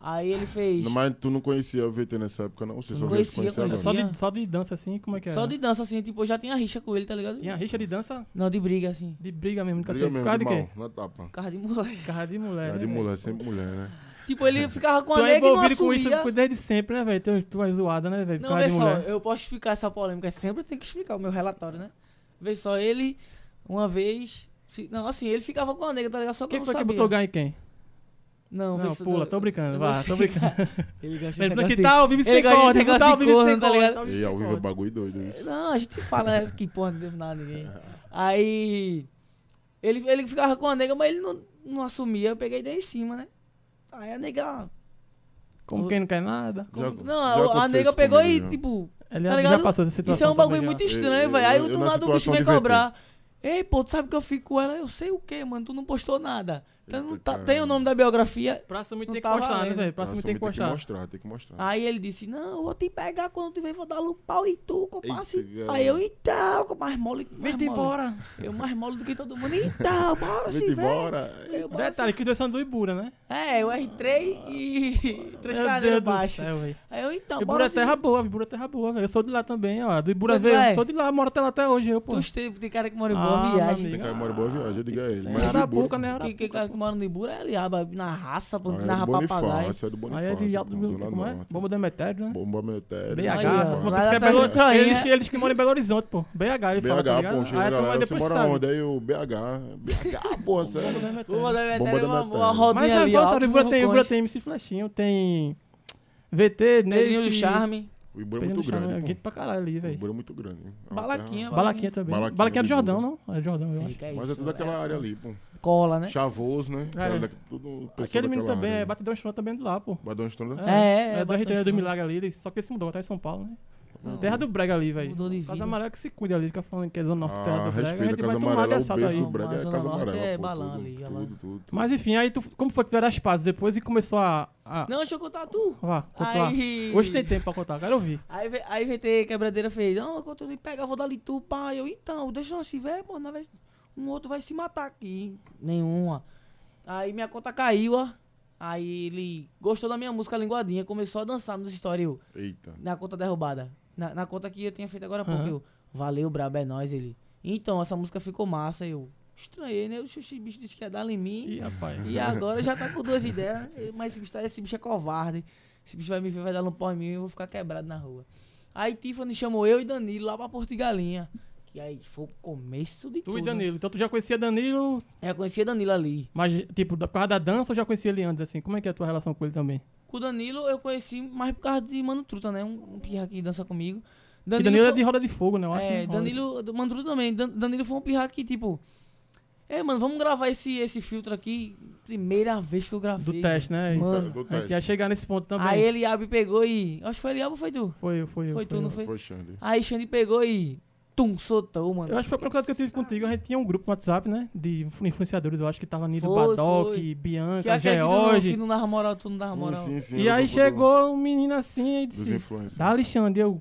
Speaker 3: Aí ele fez.
Speaker 1: Não, Mas tu não conhecia o VT nessa época, não? Você só
Speaker 3: Não
Speaker 1: veio se
Speaker 3: conhecia,
Speaker 1: conhecer
Speaker 2: É
Speaker 1: agora.
Speaker 3: conhecia.
Speaker 2: Só de, só de dança, assim, como é que é?
Speaker 3: Só de dança, assim, tipo, eu já tinha rixa com ele, tá ligado?
Speaker 2: Tinha rixa de dança
Speaker 3: Não, de briga, assim.
Speaker 2: de briga mesmo, de
Speaker 1: Briga
Speaker 2: cacete. Por
Speaker 1: mesmo,
Speaker 2: causa de
Speaker 1: de
Speaker 2: quê?
Speaker 1: mão, Na tapa.
Speaker 3: Carro de moleque.
Speaker 2: Carro de mulher,
Speaker 1: Cara
Speaker 2: né,
Speaker 1: de
Speaker 2: velho?
Speaker 1: mulher, sempre mulher, né?
Speaker 3: Tipo, ele ficava com a
Speaker 2: Tu é
Speaker 3: nega e não
Speaker 2: envolvido com isso
Speaker 3: assumia.
Speaker 2: desde sempre, né, velho? Tu, tu é zoada, né, velho?
Speaker 3: Não,
Speaker 2: Cara
Speaker 3: vê
Speaker 2: de
Speaker 3: só,
Speaker 2: mulher.
Speaker 3: eu posso explicar essa polêmica. Sempre tem que explicar o meu relatório, né? Vê só, ele, uma vez. fi- Não, assim, ele ficava com a nega, tá ligado? Só que
Speaker 2: Quem
Speaker 3: eu não
Speaker 2: foi que
Speaker 3: sabia.
Speaker 2: botou ganho em quem?
Speaker 3: Não,
Speaker 2: Não,
Speaker 3: vê só,
Speaker 2: pula,
Speaker 3: eu-
Speaker 2: tô brincando,
Speaker 3: eu
Speaker 2: vá,
Speaker 3: gosto-
Speaker 2: tô brincando.
Speaker 3: ele
Speaker 2: Mas
Speaker 3: gosta desse
Speaker 2: que tá
Speaker 3: negócio
Speaker 2: tal, vive sem
Speaker 3: Ele gosta
Speaker 2: corte,
Speaker 3: desse
Speaker 2: que
Speaker 3: negócio
Speaker 2: tal,
Speaker 3: de
Speaker 2: vive sem
Speaker 3: corno, tá
Speaker 2: corte,
Speaker 3: ligado?
Speaker 2: tal, vive
Speaker 1: E
Speaker 2: sem
Speaker 1: ao vivo é
Speaker 2: corte.
Speaker 1: bagulho doido
Speaker 3: de-
Speaker 1: isso.
Speaker 3: Não, a gente fala essa que porra, não devo nada a ninguém. Aí. Ele, ele ficava com a nega, mas ele não, não assumia. Eu peguei e dei em cima, né? Aí a nega.
Speaker 2: Como quem não quer nada.
Speaker 1: Já-
Speaker 3: como-
Speaker 1: já
Speaker 3: não, a- a
Speaker 1: aconteceu
Speaker 3: nega
Speaker 1: isso
Speaker 3: pegou e,
Speaker 1: comigo, já.
Speaker 3: tipo,
Speaker 2: Ele
Speaker 3: Tá
Speaker 2: já- já
Speaker 3: ligado?
Speaker 2: passou dessa situação.
Speaker 3: Isso é um bagulho
Speaker 2: também,
Speaker 3: muito
Speaker 2: já.
Speaker 3: estranho,
Speaker 1: né? Eu-
Speaker 3: velho. Aí
Speaker 1: eu- eu
Speaker 3: do
Speaker 1: na
Speaker 3: nada o bicho
Speaker 1: situação
Speaker 3: vem
Speaker 1: de VT.
Speaker 3: cobrar. Ei, pô, tu sabe que eu fico com ela? Eu sei o quê, mano. Tu não postou nada. Então, não
Speaker 1: Eita,
Speaker 3: tá,
Speaker 1: caramba.
Speaker 3: tem o nome da biografia.
Speaker 2: Pra assumir
Speaker 3: Não
Speaker 2: tem que
Speaker 3: tava
Speaker 2: postar, né,
Speaker 3: lendo.
Speaker 2: velho? Pra assumir
Speaker 1: Nossa,
Speaker 2: tem que postar.
Speaker 1: mostrar, tem que mostrar.
Speaker 3: Aí ele disse, não, eu vou te pegar quando tu vem, vou dar um pau em tu, compadre.
Speaker 1: Eita, cara.
Speaker 3: Aí eu, então, com mais mole que mais
Speaker 2: Vem-te
Speaker 3: mole.
Speaker 2: embora.
Speaker 3: Eu mais mole do que todo mundo. Então, bora
Speaker 1: Vem
Speaker 3: se ver.
Speaker 1: embora.
Speaker 2: Detalhe, que os dois são do Ibura, né?
Speaker 3: É, eu R3 e
Speaker 1: Ah.
Speaker 3: três
Speaker 2: Meu Deus
Speaker 3: cadeiras
Speaker 2: do
Speaker 3: baixo.
Speaker 2: céu, velho.
Speaker 3: Aí eu, então,
Speaker 2: Ibura
Speaker 3: bora
Speaker 2: é
Speaker 3: se ver.
Speaker 2: terra boa, Ibura é terra boa, velho. Eu sou de lá também, ó. Do Ibura
Speaker 3: Onde
Speaker 2: veio.
Speaker 3: vai?
Speaker 2: Sou de lá, moro até lá até hoje, eu, pô.
Speaker 3: Tu tem cara que mora em
Speaker 2: Ah,
Speaker 3: boa
Speaker 2: meu
Speaker 3: viagem.
Speaker 2: amigo.
Speaker 1: Tem cara que mora em boa viagem, eu digo a ele.
Speaker 2: É
Speaker 1: Mas
Speaker 2: Arapuca,
Speaker 1: Ibura-
Speaker 2: né?
Speaker 3: Que, que
Speaker 2: Arapuca,
Speaker 3: cara que mora no Ibura é Eliaba, na raça, pô,
Speaker 1: Ah, é
Speaker 3: narra
Speaker 1: do Bonifácio, é
Speaker 3: papagaio.
Speaker 1: do
Speaker 2: Aí
Speaker 1: Bonifácio.
Speaker 2: é de alto.
Speaker 1: do- do
Speaker 2: Como é?
Speaker 1: Norte.
Speaker 2: Bomba do Metério, né?
Speaker 1: Bomba Metério.
Speaker 2: BH,
Speaker 3: Aí,
Speaker 1: Norte.
Speaker 3: ó.
Speaker 2: uma
Speaker 3: Lá
Speaker 2: pessoa que é
Speaker 3: atrás
Speaker 2: Belo-
Speaker 3: do Troinha.
Speaker 2: eles, que, eles que moram em Belo Horizonte, pô. BH, ele fala, tá
Speaker 1: BH,
Speaker 2: ligado?
Speaker 1: pô, chega
Speaker 2: Aí a turma
Speaker 1: lá, você
Speaker 2: depois
Speaker 1: mora
Speaker 2: sabe.
Speaker 1: onde? Aí o BH, BH, pô, sério.
Speaker 2: Bomba do Metério.
Speaker 3: Bomba da
Speaker 1: Bomba
Speaker 3: Metéria,
Speaker 1: da
Speaker 3: uma,
Speaker 1: Metéria.
Speaker 3: uma rodinha
Speaker 2: Mas
Speaker 3: ali,
Speaker 2: é,
Speaker 3: ó, tipo
Speaker 2: fala sério, o
Speaker 3: ótimos
Speaker 2: Ibura tem, o Ibura
Speaker 3: vulcões.
Speaker 2: tem MC Flechinho, tem VT,
Speaker 3: Pedrinho
Speaker 2: Neve...
Speaker 3: do Charme,
Speaker 1: O Ibura é
Speaker 2: Pedrinho
Speaker 1: muito
Speaker 2: do Charme, é
Speaker 1: grande,
Speaker 2: gente pra caralho ali,
Speaker 1: pô. O
Speaker 2: velho.
Speaker 1: Ibura é muito grande. hein. É uma
Speaker 3: Balaquinha,
Speaker 2: Balaquinha também.
Speaker 1: Balaquinha
Speaker 2: Balaquinha, é do
Speaker 1: do
Speaker 2: Jordão, não? É do Jordão, eu acho.
Speaker 3: Eita,
Speaker 1: terra. Mas é
Speaker 3: isso,
Speaker 1: tudo aquela área ali, pô.
Speaker 3: Cola, né?
Speaker 1: Chavoso, né?
Speaker 2: É.
Speaker 1: Aquela- tudo- pessoal
Speaker 2: Aquele menino
Speaker 1: daquela
Speaker 2: também,
Speaker 1: área né?
Speaker 2: é
Speaker 1: ali.
Speaker 2: Batidão Estrela também de lá, pô.
Speaker 1: Badão de Estrela.
Speaker 3: É,
Speaker 2: É,
Speaker 3: é,
Speaker 2: do
Speaker 3: Batidão
Speaker 2: RT do
Speaker 3: Estrela.
Speaker 2: Milagre ali, ele- só que ele se mudou, tá em São Paulo, né?
Speaker 1: Não.
Speaker 2: Terra do Brega ali, velho.
Speaker 3: Mudou de
Speaker 2: Casa
Speaker 3: vida.
Speaker 2: Amarela que se cuida ali, fica falando que é Zona Norte, Terra
Speaker 1: Ah,
Speaker 2: do Brega. A
Speaker 1: respeita
Speaker 2: gente
Speaker 1: a Casa
Speaker 2: vai tomar de
Speaker 1: Amarela, o
Speaker 2: assado
Speaker 1: berço
Speaker 2: aí.
Speaker 1: do Brega é
Speaker 3: Mas
Speaker 1: a
Speaker 3: Zona
Speaker 1: Casa
Speaker 3: Norte
Speaker 1: Amarela,
Speaker 3: é
Speaker 1: pô,
Speaker 3: balão
Speaker 1: tudo,
Speaker 3: ali, é lá.
Speaker 1: tudo, tudo.
Speaker 2: Mas enfim, aí tu, como foi que vieram as pazes depois e começou a. a...
Speaker 3: Não, deixa eu contar tu.
Speaker 2: Vá, conta lá.
Speaker 3: Aí...
Speaker 2: Hoje tem tempo pra contar, quero ouvir.
Speaker 3: Aí, ve- aí VT quebradeira fez, não, quando eu pegar, eu vou dar ali tu, pá. Eu, então, deixa nós se ver, pô, nós vai- um outro vai se matar aqui. Nenhuma. Aí minha conta caiu, ó. Aí ele gostou da minha música Linguadinha, começou a dançar nos stories, eu,
Speaker 1: Eita.
Speaker 3: na conta derrubada. Na, na conta que eu tinha feito agora há pouco,
Speaker 2: Aham.
Speaker 3: eu, valeu, brabo, é nóis, ele. Então, essa música ficou massa, eu estranhei, né? O xuxi bicho disse que ia dar em mim.
Speaker 2: Ih, rapaz.
Speaker 3: E agora já tá com duas ideias. Mas esse bicho, tá- esse bicho é covarde. Esse bicho vai me ver, vai dar um pau em mim e eu vou ficar quebrado na rua. Aí Tiffany chamou eu e Danilo lá pra Portugalinha. Que aí foi o começo de
Speaker 2: Tu
Speaker 3: tudo.
Speaker 2: e Danilo, então tu já conhecia Danilo,
Speaker 3: Eu conhecia Danilo ali.
Speaker 2: mas tipo, da- por causa da dança ou já conhecia ele antes, assim? Como é que é a tua relação com ele também?
Speaker 3: Com o Danilo eu conheci mais por causa de Mano Truta, né? Um, um pirra que dança comigo.
Speaker 2: Danilo, Danilo é
Speaker 3: foi-
Speaker 2: de roda de fogo, né? Eu acho.
Speaker 3: É,
Speaker 2: né?
Speaker 3: Danilo, do- Mandru também. Dan- Danilo foi um pirra que, tipo. É, mano, vamos gravar esse, esse filtro aqui. Primeira vez que eu gravei.
Speaker 2: Do teste, né? Isso.
Speaker 3: Mano.
Speaker 1: Do
Speaker 2: A gente ia
Speaker 1: teste.
Speaker 2: chegar nesse ponto também.
Speaker 3: Aí ele abre e pegou e. Acho que foi ele ou foi tu?
Speaker 2: Foi, foi,
Speaker 3: Foi tu, não
Speaker 2: eu.
Speaker 3: foi?
Speaker 1: Foi Xande.
Speaker 3: Aí Xande pegou e. Tum, soltou, mano.
Speaker 2: Eu acho que foi a primeira coisa que eu tive contigo. A gente tinha um grupo no WhatsApp, né? De influ- influenciadores, eu acho que tava Nido
Speaker 3: Foi,
Speaker 2: Badoc,
Speaker 3: foi. que
Speaker 2: Bianca,
Speaker 3: aquele que não, que
Speaker 2: George.
Speaker 3: não dava moral, tu não dava
Speaker 1: Sim,
Speaker 3: moral.
Speaker 1: sim, sim,
Speaker 2: E
Speaker 1: era o
Speaker 2: aí
Speaker 1: grupo do-
Speaker 2: chegou um menino assim e
Speaker 1: Dos
Speaker 2: disse:
Speaker 1: influencers.
Speaker 2: Dá, Alexandre, eu.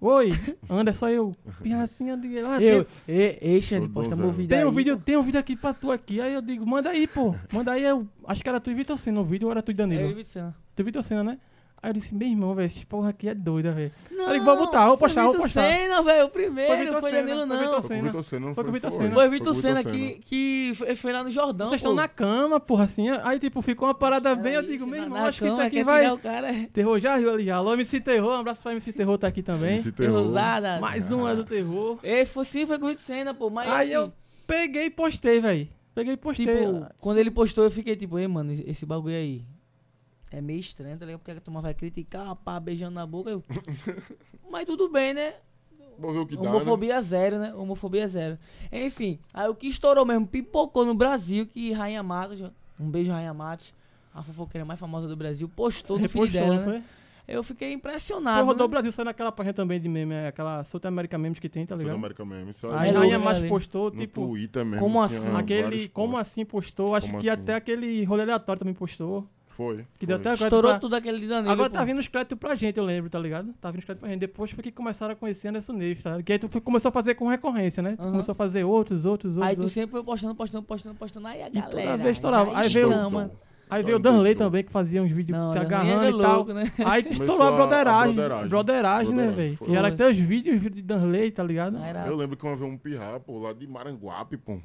Speaker 2: Oi, Anderson, eu. Pirracinha de. Ah, tem-
Speaker 3: Eu, ei, ei, Xande,
Speaker 1: Todo
Speaker 3: posta
Speaker 1: zero.
Speaker 3: meu vídeo
Speaker 2: Tem
Speaker 3: aí. É,
Speaker 2: um vídeo, tem um vídeo aqui pra tu aqui. Aí eu digo, manda aí, pô. Manda aí. Eu, acho que era tu e Vitor Senna o vídeo, ou era tu e
Speaker 3: É, ele
Speaker 2: Danilo?
Speaker 3: vídeo cena.
Speaker 2: Tu e Vitor Senna, né? Aí eu disse, meu irmão, velho, essa porra aqui é doida, velho.
Speaker 3: Não,
Speaker 2: digo, vou botar, vou postar, vou
Speaker 3: Vitor
Speaker 2: postar.
Speaker 3: Senna, velho, o primeiro,
Speaker 2: Foi Vitor
Speaker 3: não foi
Speaker 2: Senna,
Speaker 3: Danilo,
Speaker 2: foi
Speaker 3: não.
Speaker 2: Vitor
Speaker 3: Foi
Speaker 2: Senna.
Speaker 1: Foi
Speaker 3: Senna,
Speaker 1: com o Vitor Senna, não
Speaker 2: Foi com o Vitor Senna.
Speaker 1: Foi
Speaker 3: que, que foi, foi lá no Jordão.
Speaker 2: Vocês estão
Speaker 3: pô.
Speaker 2: na cama, porra, assim. Aí, tipo, ficou uma parada
Speaker 3: Peraí,
Speaker 2: bem. Eu digo,
Speaker 3: vocês
Speaker 2: meu
Speaker 3: na-
Speaker 2: irmão,
Speaker 3: tá na
Speaker 2: acho que isso
Speaker 3: cama,
Speaker 2: aqui
Speaker 3: quer
Speaker 2: vai.
Speaker 3: tirar O cara é
Speaker 2: Terror já riu ali já. Alô, MC Terror, um abraço pra MC Terror tá aqui também.
Speaker 1: Esse terror.
Speaker 3: terrorzada.
Speaker 2: Mais uma do terror.
Speaker 3: Ei, É, foi sim, foi com o Vitor Senna, pô. Mas
Speaker 2: Aí
Speaker 3: assim,
Speaker 2: eu peguei e postei, velho. Peguei e postei.
Speaker 3: Tipo, quando ele postou, eu fiquei tipo, ei, mano, esse bagulho aí é meio estranho, tá ligado? Porque a turma vai criticar, pá, beijando na boca. Eu... Mas tudo bem, né?
Speaker 1: Vou ver o que dá, né?
Speaker 3: Homofobia zero, né? Homofobia zero. Enfim, aí o que estourou mesmo, pipocou no Brasil, que Rainha Matos, um beijo Rainha Matos, a fofoqueira mais famosa do Brasil, postou no feed
Speaker 2: repostou,
Speaker 3: dela,
Speaker 2: não
Speaker 3: né?
Speaker 2: foi?
Speaker 3: Eu fiquei impressionado.
Speaker 2: Foi rodou o
Speaker 3: né?
Speaker 2: Brasil, saiu naquela página também de meme, é, aquela South America Memes que tem, tá
Speaker 1: Sou da
Speaker 2: ligado?
Speaker 1: América mesmo. Isso
Speaker 2: Aí
Speaker 1: aí.
Speaker 3: Hello,
Speaker 2: não ia
Speaker 3: né,
Speaker 2: mais
Speaker 3: ali?
Speaker 2: postou,
Speaker 1: No
Speaker 2: tipo,
Speaker 1: Twitter mesmo.
Speaker 3: Como
Speaker 1: tinha
Speaker 3: assim?
Speaker 2: aquele
Speaker 1: vários
Speaker 2: como
Speaker 1: pontos.
Speaker 2: assim postou, acho
Speaker 1: Como
Speaker 2: que
Speaker 1: assim?
Speaker 2: até aquele rolê aleatório também postou,
Speaker 1: Foi.
Speaker 2: que deu
Speaker 1: foi.
Speaker 2: até agora.
Speaker 3: Estourou
Speaker 2: pra-
Speaker 3: tudo aquele de Danilo.
Speaker 2: Agora
Speaker 3: pô.
Speaker 2: tá vindo os créditos pra gente, eu lembro, tá ligado? Tá vindo os créditos pra gente. Depois foi que começaram a conhecer Anderson Neves, tá ligado? Que aí tu começou a fazer com recorrência, né? Tu
Speaker 3: Aham.
Speaker 2: começou a fazer outros, outros, outros.
Speaker 3: Aí tu
Speaker 2: outros.
Speaker 3: sempre foi postando, postando, postando, postando. Aí a
Speaker 2: toda
Speaker 3: galera.
Speaker 2: vez estourava.
Speaker 3: já
Speaker 2: Aí veio-
Speaker 3: chama.
Speaker 2: Aí veio o Danley também, que fazia uns vídeos
Speaker 3: Não,
Speaker 2: se
Speaker 3: Danley
Speaker 2: agarrando
Speaker 3: era
Speaker 2: e tal.
Speaker 3: louco, né?
Speaker 2: Aí que estourou a
Speaker 1: a- a
Speaker 2: broderagem.
Speaker 1: broderagem.
Speaker 2: Broderagem, né,
Speaker 1: Broderagem,
Speaker 2: velho?
Speaker 1: foi.
Speaker 2: E era até os vídeos, os vídeos de Danley, tá ligado?
Speaker 3: Era-
Speaker 1: Eu lembro que uma vez um pirra, pô, lá de Maranguape, pô.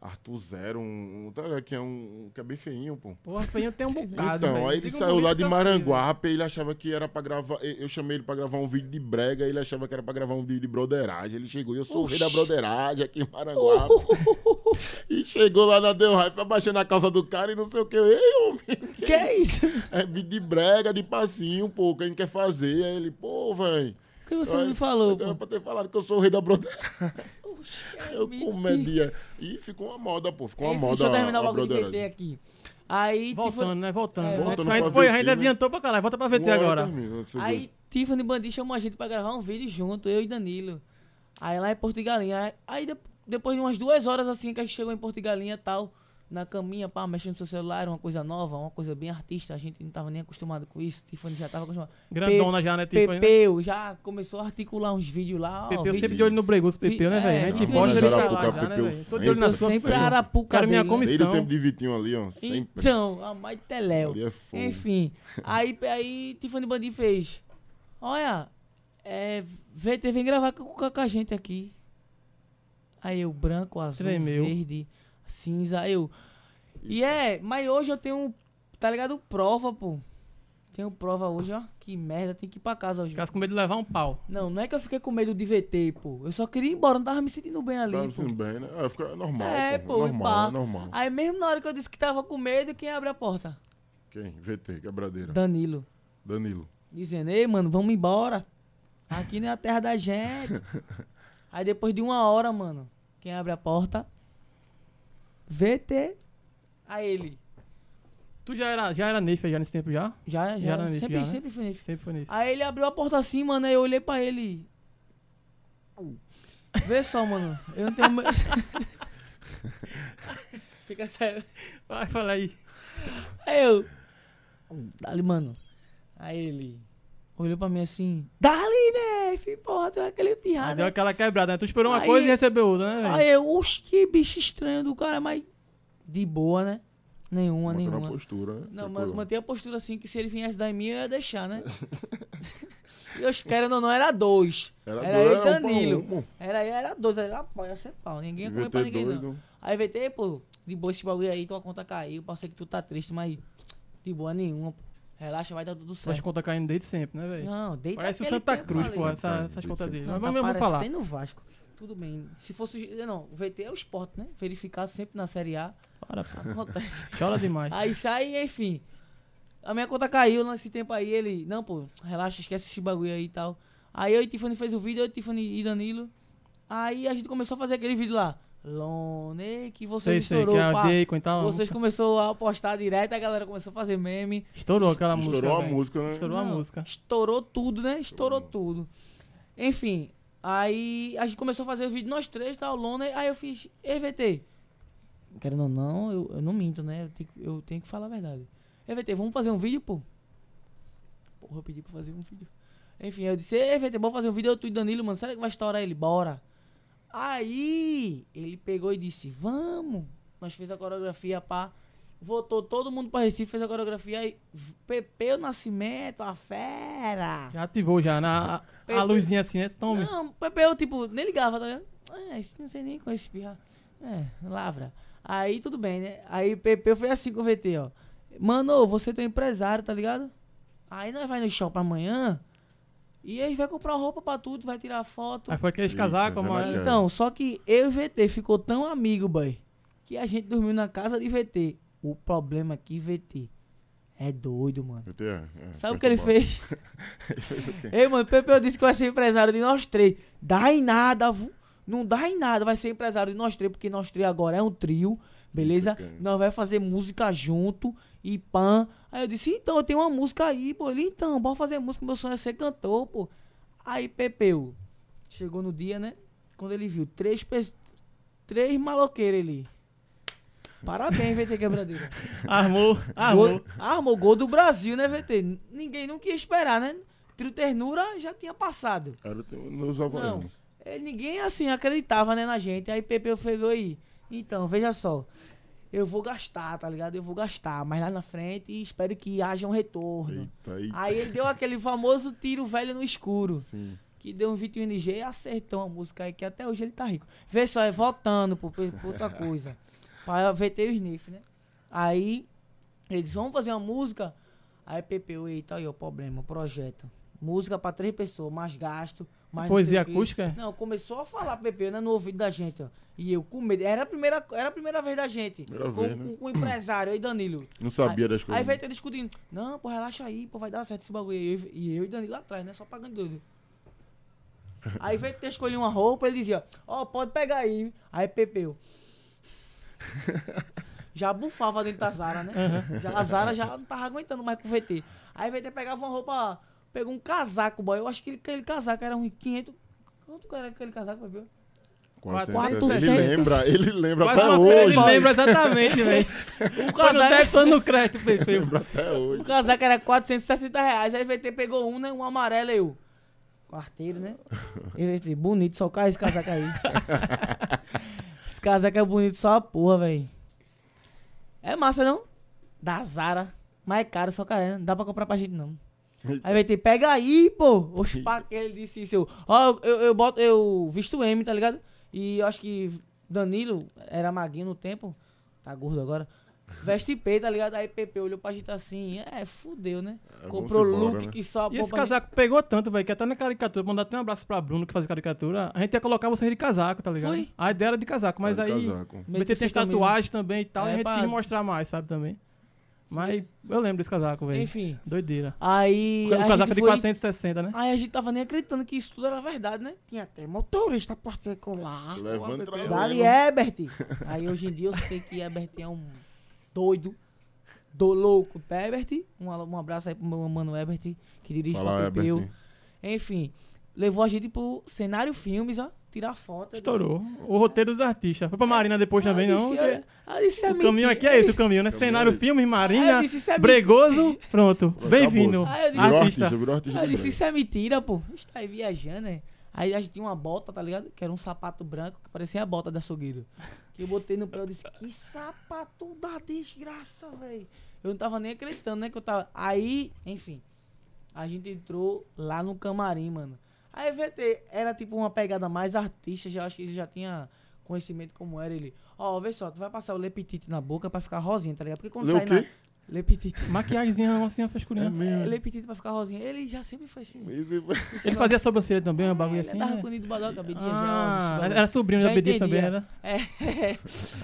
Speaker 1: Arthur Zero, um. um tá ligado? que é um. que é bem feinho, pô.
Speaker 2: Porra, feinho tem um bocado,
Speaker 1: Então,
Speaker 2: velho.
Speaker 1: aí ele
Speaker 2: Digo
Speaker 1: saiu
Speaker 2: bonito
Speaker 1: lá de
Speaker 2: que eu sei, velho.
Speaker 1: Maranguape, ele achava que era pra gravar. Eu eu chamei ele pra gravar um vídeo de brega, ele achava que era pra gravar um vídeo de broderagem. Ele chegou, eu sou o rei da broderagem aqui em Maranguape.
Speaker 2: Oh.
Speaker 1: E chegou lá na Deu Hype, abaixando a calça do cara e não sei o que. Ei, homem,
Speaker 3: Que é isso?
Speaker 1: é vídeo de brega, de passinho, pô, que a gente quer fazer. Aí ele, pô, velho.
Speaker 3: O que você não
Speaker 1: Aí,
Speaker 3: me falou,
Speaker 1: Era
Speaker 3: pô?
Speaker 1: pra ter falado que eu sou o rei da broderagem.
Speaker 3: Oxe,
Speaker 1: Eu
Speaker 3: me-
Speaker 1: comédia. E ficou uma moda, pô. Ficou uma
Speaker 3: Enfim,
Speaker 1: moda.
Speaker 3: Deixa eu terminar
Speaker 1: a
Speaker 3: o bagulho de
Speaker 1: broderagem.
Speaker 3: VT aqui. Aí,
Speaker 2: Voltando, né? Voltando.
Speaker 3: É,
Speaker 2: A gente-
Speaker 1: voltando
Speaker 2: a gente
Speaker 1: pra
Speaker 2: foi,
Speaker 1: VT,
Speaker 2: ainda
Speaker 1: né?
Speaker 2: adiantou pra caralho. Volta pra VT
Speaker 1: Uma hora
Speaker 2: agora.
Speaker 1: termina, você
Speaker 3: Tiffany, aí Tiffany Bandi chamou a gente pra gravar um vídeo junto, eu e Danilo. Aí lá em Portugalinha. Aí, aí de- depois de umas duas horas assim que a gente chegou em Portugalinha e tal, na caminha, pá, mexendo no seu celular, uma coisa nova, uma coisa bem artista. A gente não tava nem acostumado com isso. Tiffany já tava acostumada.
Speaker 2: Grandona já, né, Tiffany?
Speaker 3: Pepeu já começou a articular uns vídeos lá. ó,
Speaker 2: Pepeu
Speaker 3: vídeo-
Speaker 2: sempre de olho no Bregoso,
Speaker 3: vi-
Speaker 2: Pepeu, né,
Speaker 3: é,
Speaker 2: velho? A gente
Speaker 3: vi-
Speaker 2: bosta ele
Speaker 3: vi-
Speaker 2: tá lá
Speaker 1: Arapuca,
Speaker 2: já, né,
Speaker 1: Pepeu
Speaker 2: velho? Tô de olho na
Speaker 1: sempre-
Speaker 2: sua
Speaker 3: Sempre a
Speaker 2: filha.
Speaker 3: Arapuca
Speaker 2: Cara, minha
Speaker 3: dele, né?
Speaker 1: viu? Desde o
Speaker 2: comissão.
Speaker 1: tempo de Vitinho ali, ó. Sempre.
Speaker 3: Então, a mãe Teléu.
Speaker 1: Ali é fogo.
Speaker 3: Enfim, aí, aí Tiffany Bandi fez. Olha, é, VT vem gravar com, com- com a gente aqui. Aí eu, branco, azul,
Speaker 2: Tremeu.
Speaker 3: verde, cinza, aí eu. E é, mas hoje eu tenho, tá ligado? Prova, pô. Tenho prova hoje, ó. Que merda, tem que ir pra casa hoje.
Speaker 2: Ficasse com medo de levar um pau.
Speaker 3: Não, não é que eu fiquei com medo de VT, pô. Eu só queria ir embora, não tava me sentindo bem ali,
Speaker 1: Tá
Speaker 3: pô.
Speaker 1: me sentindo bem, né? É, fica é normal.
Speaker 3: É, pô,
Speaker 1: É
Speaker 3: e
Speaker 1: normal,
Speaker 3: pá.
Speaker 1: é normal.
Speaker 3: Aí mesmo na hora que eu disse que tava com medo, quem abre a porta?
Speaker 1: Quem? VT, quebradeira.
Speaker 3: Danilo.
Speaker 1: Danilo.
Speaker 3: Dizendo, ei, mano, vamos embora. Aqui não é a terra da gente. Aí depois de uma hora, mano, quem abre a porta? VT. Aí ele.
Speaker 2: Tu já era, já era Neif já nesse tempo já?
Speaker 3: Já,
Speaker 2: Já
Speaker 3: já.
Speaker 2: era nesse,
Speaker 3: sempre,
Speaker 2: já, né?
Speaker 3: sempre foi nesse.
Speaker 2: Sempre foi Neif.
Speaker 3: Aí ele abriu a porta assim, mano, aí eu olhei pra ele. Vê só, mano. Eu não tenho medo. Fica sério.
Speaker 2: Vai, fala aí.
Speaker 3: Aí eu. Dali, mano. Aí ele olhou pra mim assim. Dali, né? Fih, Porra, tu é aquele
Speaker 2: Aí
Speaker 3: pirralho.
Speaker 2: deu aquela quebrada, né? Tu esperou uma
Speaker 3: Aí-
Speaker 2: coisa e recebeu outra, né, velho?
Speaker 3: Aí eu, oxe, que bicho estranho do cara, mas de boa, né? Nenhuma,
Speaker 1: Mantendo a
Speaker 3: nenhuma.
Speaker 1: postura, né?
Speaker 3: Não,
Speaker 1: Tranquilão.
Speaker 3: mano, manter a postura assim, que se ele viesse dar em mim, eu ia deixar, né? e os caras não, não, era dois. Era,
Speaker 1: dois,
Speaker 3: eu e
Speaker 1: um pra
Speaker 3: Danilo.
Speaker 1: um, pô.
Speaker 3: Era eu, era dois, era pau, ia ser pau. Ninguém ia comer pra
Speaker 1: VT
Speaker 3: ninguém, não.
Speaker 1: doido.
Speaker 3: Aí VT, pô, de boa esse bagulho aí, tua conta caiu, pode ser que tu tá triste, mas de boa nenhuma, pô. Relaxa, vai dar tudo
Speaker 2: As
Speaker 3: certo.
Speaker 2: contas caindo desde sempre, né, velho?
Speaker 3: Não, deita
Speaker 2: Parece o
Speaker 3: aquele
Speaker 2: Santa
Speaker 3: tempo
Speaker 2: Cruz,
Speaker 3: ali.
Speaker 2: pô,
Speaker 3: né?
Speaker 1: Sempre
Speaker 2: essa-
Speaker 1: caindo,
Speaker 2: essas
Speaker 1: desde
Speaker 2: contas dele.
Speaker 3: Não,
Speaker 2: Mas
Speaker 3: tá
Speaker 2: vamos vamos falar.
Speaker 3: parecendo o Vasco. Tudo bem. Se fosse. Não, o VT é o esporte, né? Verificar sempre na Série A.
Speaker 2: Para, pô.
Speaker 3: Acontece.
Speaker 2: Chora demais.
Speaker 3: aí sai, enfim. A minha conta caiu nesse tempo aí. Ele, não, pô, relaxa, esquece esse bagulho aí e tal. Aí eu e Tiffany fez o vídeo, eu, Tiffany e Danilo. Aí a gente começou a fazer aquele vídeo lá. Lone, que
Speaker 2: Sei,
Speaker 3: vocês
Speaker 2: sei,
Speaker 3: estourou,
Speaker 2: que é
Speaker 3: pá.
Speaker 2: a Deacon e tal.
Speaker 3: Vocês começou a postar direto, a galera começou a fazer meme.
Speaker 2: Estourou aquela música.
Speaker 1: Estourou a
Speaker 2: velho.
Speaker 1: música, né?
Speaker 2: Estourou a
Speaker 3: Não,
Speaker 2: música.
Speaker 3: Estourou tudo, né? Estourou tudo. Enfim, aí a gente começou a fazer o vídeo nós três, tá? O Lona, aí eu fiz, EVT. Querendo ou não, eu, eu não minto, né? Eu tenho, que- eu tenho que falar a verdade. EVT, vamos fazer um vídeo, pô? Porra, eu pedi pra fazer um vídeo. Enfim, eu disse, EVT, bora fazer um vídeo, eu, tu e Danilo, mano, será que vai estourar ele? Bora. Aí, ele pegou e disse, vamos. Nós fez a coreografia, pá. Votou todo mundo pra Recife, fez a coreografia e Pepeu Nascimento, a fera.
Speaker 2: Já ativou já, na, a, a luzinha assim, né? Tome.
Speaker 3: Não, Pepeu, tipo, nem ligava, tá ligado? É, isso não sei nem com esse pirra. É, lavra. Aí tudo bem, né? Aí Pepeu foi assim com o VT, ó. Mano, você tem empresário, tá ligado? Aí nós vai no shopping amanhã e aí vai comprar roupa pra tudo, vai tirar foto.
Speaker 2: Aí foi aqueles
Speaker 1: Eita,
Speaker 2: casacos,
Speaker 1: já
Speaker 2: uma
Speaker 1: vai
Speaker 2: hora.
Speaker 1: quebrar.
Speaker 3: Então, só que eu e VT ficou tão amigo, boy, que a gente dormiu na casa de VT. O problema é que VT é doido, mano.
Speaker 1: VT, é, é,
Speaker 3: Sabe o que ele
Speaker 1: perturbado.
Speaker 3: fez? Ei, mano, Pepeu disse que vai ser empresário de nós três. Dá em nada, vu. não dá em nada, vai ser empresário de nós três, porque nós três agora é um trio, beleza?
Speaker 1: Isso, cara.
Speaker 3: Nós vai fazer música junto e pã. Aí eu disse, então, eu tenho uma música aí, pô. Ele, então, bora fazer música, meu sonho é ser cantor, pô. Aí Pepeu chegou no dia, né? Quando ele viu três, pes- três maloqueiros ali. Parabéns, VT Quebradeira.
Speaker 2: Armou,
Speaker 3: Gol,
Speaker 2: armou.
Speaker 3: armou gol do Brasil, né, VT? Ninguém nunca ia esperar, né? Trio Ternura já tinha passado.
Speaker 1: Era o teu- nos alvarões.
Speaker 3: É, ninguém, assim, acreditava, né, na gente. Aí Pepe pegou aí. Então, veja só. Eu vou gastar, tá ligado? Eu vou gastar, mas lá na frente espero que haja um retorno.
Speaker 1: Eita, aí
Speaker 3: Aí ele deu aquele famoso tiro velho no escuro,
Speaker 1: sim.
Speaker 3: que deu um 21 NG e acertou a música aí, que até hoje ele tá rico. Vê só, é voltando pro, pro, pra outra coisa. Pra VT o Sniff, né? Aí eles vão fazer uma música. Aí PPU, eita, aí o problema, o projeto. Música pra três pessoas, mais gasto, mais. não
Speaker 2: Poesia
Speaker 3: sei o quê.
Speaker 2: acústica? é?
Speaker 3: Não, começou a falar PPU, né, no ouvido da gente, ó. E eu com medo. Era a primeira, era a primeira vez da gente.
Speaker 1: Primeira
Speaker 3: com,
Speaker 1: vez, né?
Speaker 3: com- com o empresário, eu e Danilo.
Speaker 1: Não sabia das coisas.
Speaker 3: Aí vai ter discutindo. Não, pô, relaxa aí, pô, vai dar certo esse bagulho. aí. E eu e Danilo lá atrás, né? Só pagando doido. Aí veio ter escolhido uma roupa, ele dizia, ó, pode pegar aí. Aí pepeu. Já bufava dentro da Zara, né? Já, a Zara já não tava aguentando mais com o VT. Aí veio ter pegava uma roupa, pegou um casaco, boy. Eu acho que ele- aquele casaco era uns 500... Quanto era aquele casaco, pepeu?
Speaker 1: Quatrocentos.
Speaker 3: 400.
Speaker 1: Ele lembra, ele lembra
Speaker 2: Quase
Speaker 1: até
Speaker 2: uma feira
Speaker 1: hoje.
Speaker 2: ele lembra exatamente, velho. Quando
Speaker 3: O casaco...
Speaker 2: der plano no crédito, Pepeu.
Speaker 1: Lembra até
Speaker 3: O
Speaker 1: hoje.
Speaker 3: casaco era 460 reais. Aí o VT pegou um, né? Um amarelo aí eu. Quarteiro, né? Eu VT, bonito, só cai esse casaco aí. esse casaco é bonito só a porra, velho. É massa, não? Da Zara. Mas é caro, só caro, né? Não dá pra comprar pra gente, não. Aí vai ter, pega aí, pô. Oxe, pá, que ele disse isso. Eu, ó, eu, eu boto, eu visto M, tá ligado? E eu acho que Danilo era maguinho no tempo. Tá gordo agora. Veste P, tá ligado? Aí PP olhou pra gente assim, é, fudeu, né?
Speaker 1: vamos
Speaker 3: Comprou
Speaker 1: embora,
Speaker 3: look
Speaker 1: né?
Speaker 3: que só...
Speaker 2: E
Speaker 3: pô,
Speaker 2: esse
Speaker 3: pra gente-
Speaker 2: casaco pegou tanto, velho, que até na caricatura, mandar até um abraço pra Bruno que faz caricatura, a gente ia colocar vocês de casaco, tá ligado?
Speaker 3: Foi.
Speaker 2: A ideia era de casaco, mas
Speaker 1: Tá de
Speaker 2: aí.
Speaker 1: casaco.
Speaker 3: Meio
Speaker 2: BT
Speaker 3: que
Speaker 2: tem
Speaker 3: você também-
Speaker 2: tatuagem também e tal, e
Speaker 3: É,
Speaker 2: a gente
Speaker 3: pá.
Speaker 2: quis mostrar mais, sabe, também. Mas eu lembro desse casaco, velho.
Speaker 3: Enfim,
Speaker 2: Doideira.
Speaker 3: aí...
Speaker 2: O
Speaker 3: a
Speaker 2: casaco
Speaker 3: gente
Speaker 2: é de
Speaker 3: foi-
Speaker 2: 460, né?
Speaker 3: Aí a gente tava nem acreditando que isso tudo era verdade, né? Tinha até motorista particular.
Speaker 1: Levando e
Speaker 3: Dali
Speaker 1: trazendo.
Speaker 3: Ebert. Aí hoje em dia eu sei que Ebert é um doido, do louco. pra Ebert, um, al- um abraço aí pro meu mano Ebert, que dirige
Speaker 1: Fala,
Speaker 3: pra Pepeu.
Speaker 1: Herbert.
Speaker 3: Enfim, levou a gente pro cenário filmes, ó, tirar foto. Eu
Speaker 2: Estourou. O roteiro dos artistas. Foi pra Marina depois
Speaker 3: disse,
Speaker 2: também,
Speaker 3: ah,
Speaker 2: não?
Speaker 3: disse,
Speaker 2: porque
Speaker 3: ah, disse,
Speaker 2: O caminho aqui é esse, o caminho, né?
Speaker 1: Caminho
Speaker 2: Cenário,
Speaker 1: aí.
Speaker 2: filme,
Speaker 3: Ah,
Speaker 2: Marina,
Speaker 3: eu disse, isso é
Speaker 2: Bregoso. Pronto.
Speaker 1: Acabou.
Speaker 2: Bem-vindo.
Speaker 3: Ah, eu disse-
Speaker 1: Virou
Speaker 2: Artista.
Speaker 1: artista, virou artista.
Speaker 3: Aí eu
Speaker 1: do
Speaker 3: disse,
Speaker 1: Brasil.
Speaker 3: isso é mentira, pô. A gente tá aí viajando, né? Aí a gente tinha uma bota, tá ligado? Que era um sapato branco, que parecia a bota da açougueiro. Que eu botei no pé, eu disse, que sapato da desgraça, velho. Eu não tava nem acreditando, né? Que eu tava... Aí, enfim, a gente entrou lá no camarim, mano. Aí, VT, era tipo uma pegada mais artista, já acho que ele já tinha conhecimento como era ele. Ó, vê só, tu vai passar o lepitite na boca pra ficar rosinha, tá ligado? Porque quando
Speaker 1: Lê o
Speaker 3: sai na...
Speaker 1: quê?
Speaker 3: Lepitite.
Speaker 2: Maquiagemzinha, rosinha, frescurinha.
Speaker 1: É mesmo.
Speaker 3: Lepitite pra ficar rosinha. Ele já sempre foi assim.
Speaker 1: Isso-
Speaker 2: Ele fazia sobrancelha também, um bagulho
Speaker 3: É,
Speaker 2: assim.
Speaker 3: Ele andava
Speaker 2: né?
Speaker 3: com o Nido Badoca, Abidinha
Speaker 2: Ah,
Speaker 3: já.
Speaker 2: era sobrinho da
Speaker 3: Já
Speaker 2: Bidia
Speaker 3: entendi,
Speaker 2: também,
Speaker 3: é.
Speaker 2: era.
Speaker 3: É.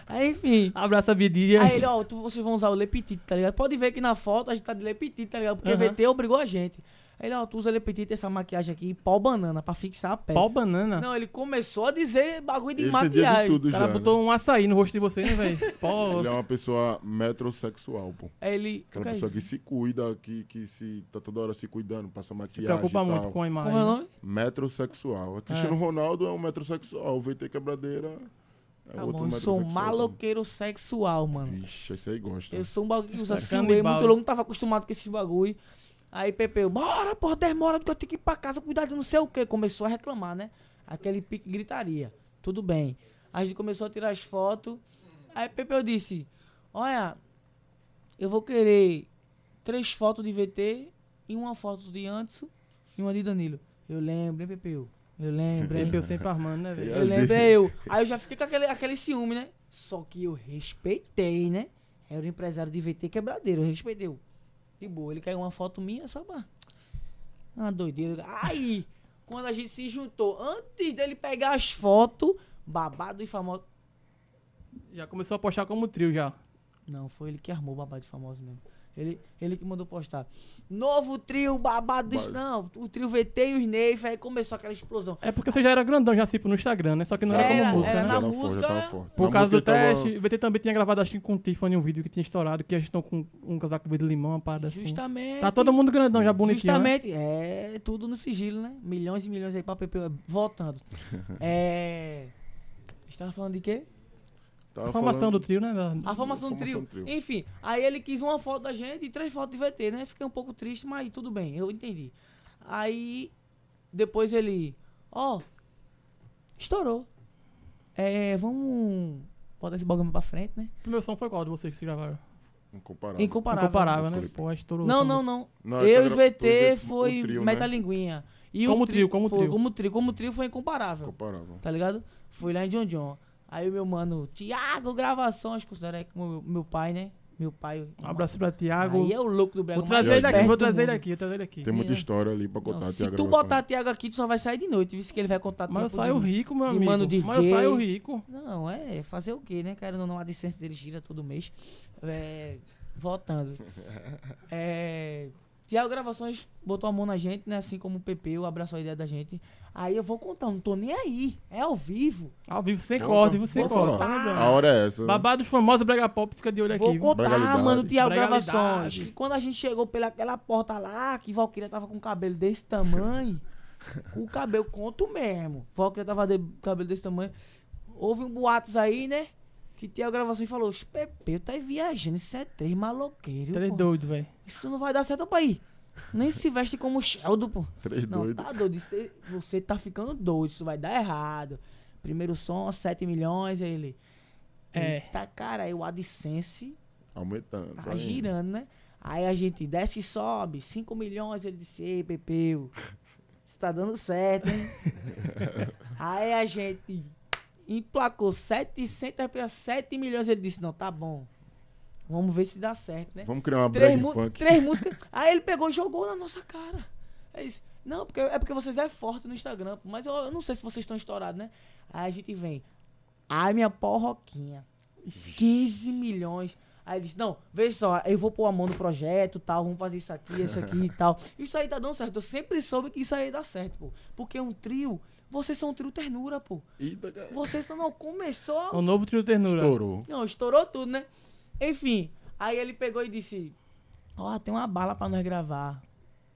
Speaker 3: Aí, enfim.
Speaker 2: Abraça a Bidia.
Speaker 3: Aí Ah, ele, é um ó, tu- vocês vão usar o Lepetite, tá ligado? Pode ver que na foto a gente tá de Lepetite, tá ligado? Porque
Speaker 2: Aham.
Speaker 3: o VT obrigou a gente. Aí ele, ó, tu usa Lepetite, essa maquiagem aqui, pau banana, pra fixar a pele.
Speaker 2: Pau banana.
Speaker 3: Não, ele começou a dizer bagulho de
Speaker 1: Ele entendia de
Speaker 3: maquiagem.
Speaker 1: tudo
Speaker 2: o
Speaker 1: já.
Speaker 2: cara
Speaker 1: né?
Speaker 2: botou um açaí no rosto de vocês, né, velho? Pó.
Speaker 1: Ele é uma pessoa metrosexual, pô.
Speaker 3: Aí ele. é
Speaker 1: Aquela
Speaker 3: "Cara,
Speaker 1: pessoa que se cuida, que, que se, tá toda hora se cuidando, passa
Speaker 2: Se
Speaker 1: maquiagem.
Speaker 2: preocupa
Speaker 1: e tal.
Speaker 2: muito com a imagem.
Speaker 3: Como é o
Speaker 2: né?
Speaker 3: nome?
Speaker 1: Metrosexual. O Cristiano Ronaldo é um metrosexual. O VT Quebradeira é
Speaker 3: Tá
Speaker 1: outro
Speaker 3: bom, eu sou um
Speaker 1: metrosexual.
Speaker 3: maloqueiro sexual, mano.
Speaker 1: Ixi, esse aí gosta.
Speaker 3: Eu sou um bagulho que usa
Speaker 2: Isso é
Speaker 3: ciúme,
Speaker 2: canibal.
Speaker 3: muito louco, não tava acostumado com esses bagulho. Aí Pepe, eu, bora, porra, demora, porque eu tenho que ir pra casa cuidar de não sei o quê. Começou a reclamar, né? Aquele pique gritaria. Tudo bem. Aí a gente começou a tirar as fotos. Aí Pepe eu disse, olha, eu vou querer três fotos de VT e uma foto de Antso e uma de Danilo. Eu lembro, hein, Pepeu? Eu lembro, hein?
Speaker 2: Eu sempre armando, né, velho?
Speaker 3: Eu lembrei eu. Aí eu já fiquei com aquele, aquele ciúme, né? Só que eu respeitei, né? Era o empresário de VT quebradeiro, eu respeitei. eu. De boa, ele caiu uma foto minha, sabe? Uma doideira. Aí, quando a gente se juntou, antes dele pegar as fotos, babado e famoso.
Speaker 1: é.
Speaker 2: Já começou a postar como trio já.
Speaker 3: Não, foi ele que armou o babado e famoso mesmo. Ele, ele que mandou postar. Novo trio, babado. Dos... Não, o trio VT e os Neif. Aí começou aquela explosão.
Speaker 2: É porque você já era grandão, já tipo, no Instagram, né? Só que não era,
Speaker 3: É, Era,
Speaker 2: como música,
Speaker 3: um era
Speaker 2: né?
Speaker 3: na
Speaker 1: Já tava forte,
Speaker 3: música-
Speaker 1: já tava forte.
Speaker 2: Por
Speaker 1: Na
Speaker 2: causa do
Speaker 1: música ele tava-
Speaker 2: teste, o VT também tinha gravado, acho que com o Tiffany, um vídeo que tinha estourado, que eles estão com um casaco de limão, uma parada assim.
Speaker 3: Justamente.
Speaker 2: Tá todo mundo grandão, já bonitinho. né?
Speaker 3: Justamente, é tudo no sigilo, né? Milhões e milhões aí pra PP voltando. é. Estava falando de quê?
Speaker 1: tava
Speaker 2: A formação
Speaker 1: falando-
Speaker 2: do trio, né? da-
Speaker 3: A formação do
Speaker 1: Formação
Speaker 3: trio.
Speaker 1: do trio.
Speaker 3: Enfim, aí ele quis uma foto da gente e três fotos de VT, né? Fiquei um pouco triste, mas tudo bem, eu entendi. Aí depois ele, ó, estourou. É, vamos botar esse bagulho pra frente, né?
Speaker 2: O meu som foi qual de vocês que gravaram?
Speaker 1: Incomparável.
Speaker 3: Incomparável.
Speaker 2: Incomparável, né?
Speaker 1: Foi.
Speaker 2: Pô, estourou.
Speaker 3: Não,
Speaker 2: essa
Speaker 3: não,
Speaker 2: música.
Speaker 3: não.
Speaker 1: Não,
Speaker 3: eu e
Speaker 1: então era-
Speaker 3: VT
Speaker 1: o trio,
Speaker 3: foi
Speaker 1: né?
Speaker 3: Metalinguinha. E o
Speaker 2: Como trio, como
Speaker 3: foi,
Speaker 2: trio.
Speaker 3: Como trio, como trio foi incomparável.
Speaker 1: Incomparável.
Speaker 3: Tá ligado? Fui lá em John John. Aí o meu mano, Tiago Gravações, considera que meu, meu pai, né? Meu pai.
Speaker 2: Um abraço pra Thiago.
Speaker 3: Aí é o louco do Brega.
Speaker 2: Vou
Speaker 3: mais
Speaker 2: trazer ele
Speaker 1: perto
Speaker 2: aqui, vou
Speaker 3: do
Speaker 2: trazer ele
Speaker 3: mundo.
Speaker 2: aqui, vou trazer ele aqui.
Speaker 1: Tem muita
Speaker 3: É.
Speaker 1: história ali pra
Speaker 3: Não,
Speaker 1: contar,
Speaker 3: se
Speaker 1: Tiago.
Speaker 3: tu botar Tiago aqui, tu só vai sair de noite, viu? Que ele vai contar
Speaker 2: Mas eu
Speaker 3: tempo
Speaker 2: saio
Speaker 1: né?
Speaker 3: de-
Speaker 2: rico, meu
Speaker 3: de
Speaker 2: amigo.
Speaker 3: mano DJ.
Speaker 2: Mas eu saio rico.
Speaker 3: Não, é fazer o quê, né? Cara, não, não a licença dele gira todo mês. É, voltando. É, Tiago Gravações botou a mão na gente, né? Assim como o PP, abraçou a ideia da gente. Aí eu vou contar, não tô nem aí. É ao vivo.
Speaker 2: Ao vivo, sem
Speaker 1: Vou
Speaker 2: corte, tá
Speaker 1: falar,
Speaker 2: você
Speaker 1: vou
Speaker 2: corta.
Speaker 1: falar.
Speaker 2: sabe, Bruno?
Speaker 1: A hora é essa.
Speaker 2: Babados famosos Brega Pop, fica de olho aqui.
Speaker 3: Vou
Speaker 2: viu?
Speaker 3: contar,
Speaker 1: Bregalidade.
Speaker 3: mano, Tiago
Speaker 2: Bregalidade.
Speaker 3: Gravações. Que quando a gente chegou pelaquela porta lá, que Valkyria tava com o cabelo desse tamanho. com o cabelo, conto mesmo. Valkyria tava de cabelo desse tamanho. Houve um boatos aí, né? Que Tiago Gravações falou: "Oxe, Pepe, tá viajando, isso é três maloqueiros.
Speaker 2: Tá de
Speaker 3: pô.
Speaker 2: doido, velho.
Speaker 3: Isso não vai dar certo pra ir. Nem se veste como Sheldon, pô.
Speaker 1: Três
Speaker 3: Não,
Speaker 1: doidos.
Speaker 3: tá doido. Isso, aí- você tá ficando doido, isso vai dar errado. Primeiro som, 7 milhões, aí ele.
Speaker 2: É.
Speaker 3: Eita, cara, aí o AdSense
Speaker 1: Aumentando.
Speaker 3: tá
Speaker 1: só indo.
Speaker 3: girando, né? Aí a gente desce e sobe, 5 milhões, ele disse, ei, Pepeu, você tá dando certo, hein? Aí a gente emplacou 700 para 7 milhões, ele disse, não, tá bom. Vamos ver se dá certo, né?
Speaker 1: Vamos criar uma
Speaker 3: Três,
Speaker 1: brag
Speaker 3: mu-
Speaker 1: funk.
Speaker 3: três músicas. Aí ele pegou e jogou na nossa cara. É isso. Não, porque, é porque vocês é forte no Instagram, pô, mas eu, eu não sei se vocês estão estourados, né? Aí a gente vem. Ai, minha porroquinha. 15 milhões. Aí ele disse, não, veja só, eu vou pôr a mão no projeto, tal, vamos fazer isso aqui, isso aqui e tal. Isso aí tá dando certo. Eu sempre soube que isso aí dá certo, pô. Porque um trio, vocês são um trio ternura, pô.
Speaker 1: Eita, cara.
Speaker 3: Vocês só não começou a
Speaker 2: É o novo trio ternura.
Speaker 1: Estourou.
Speaker 3: não, estourou tudo, né? Enfim, aí ele pegou e disse: Ó, tem uma bala pra nós gravar.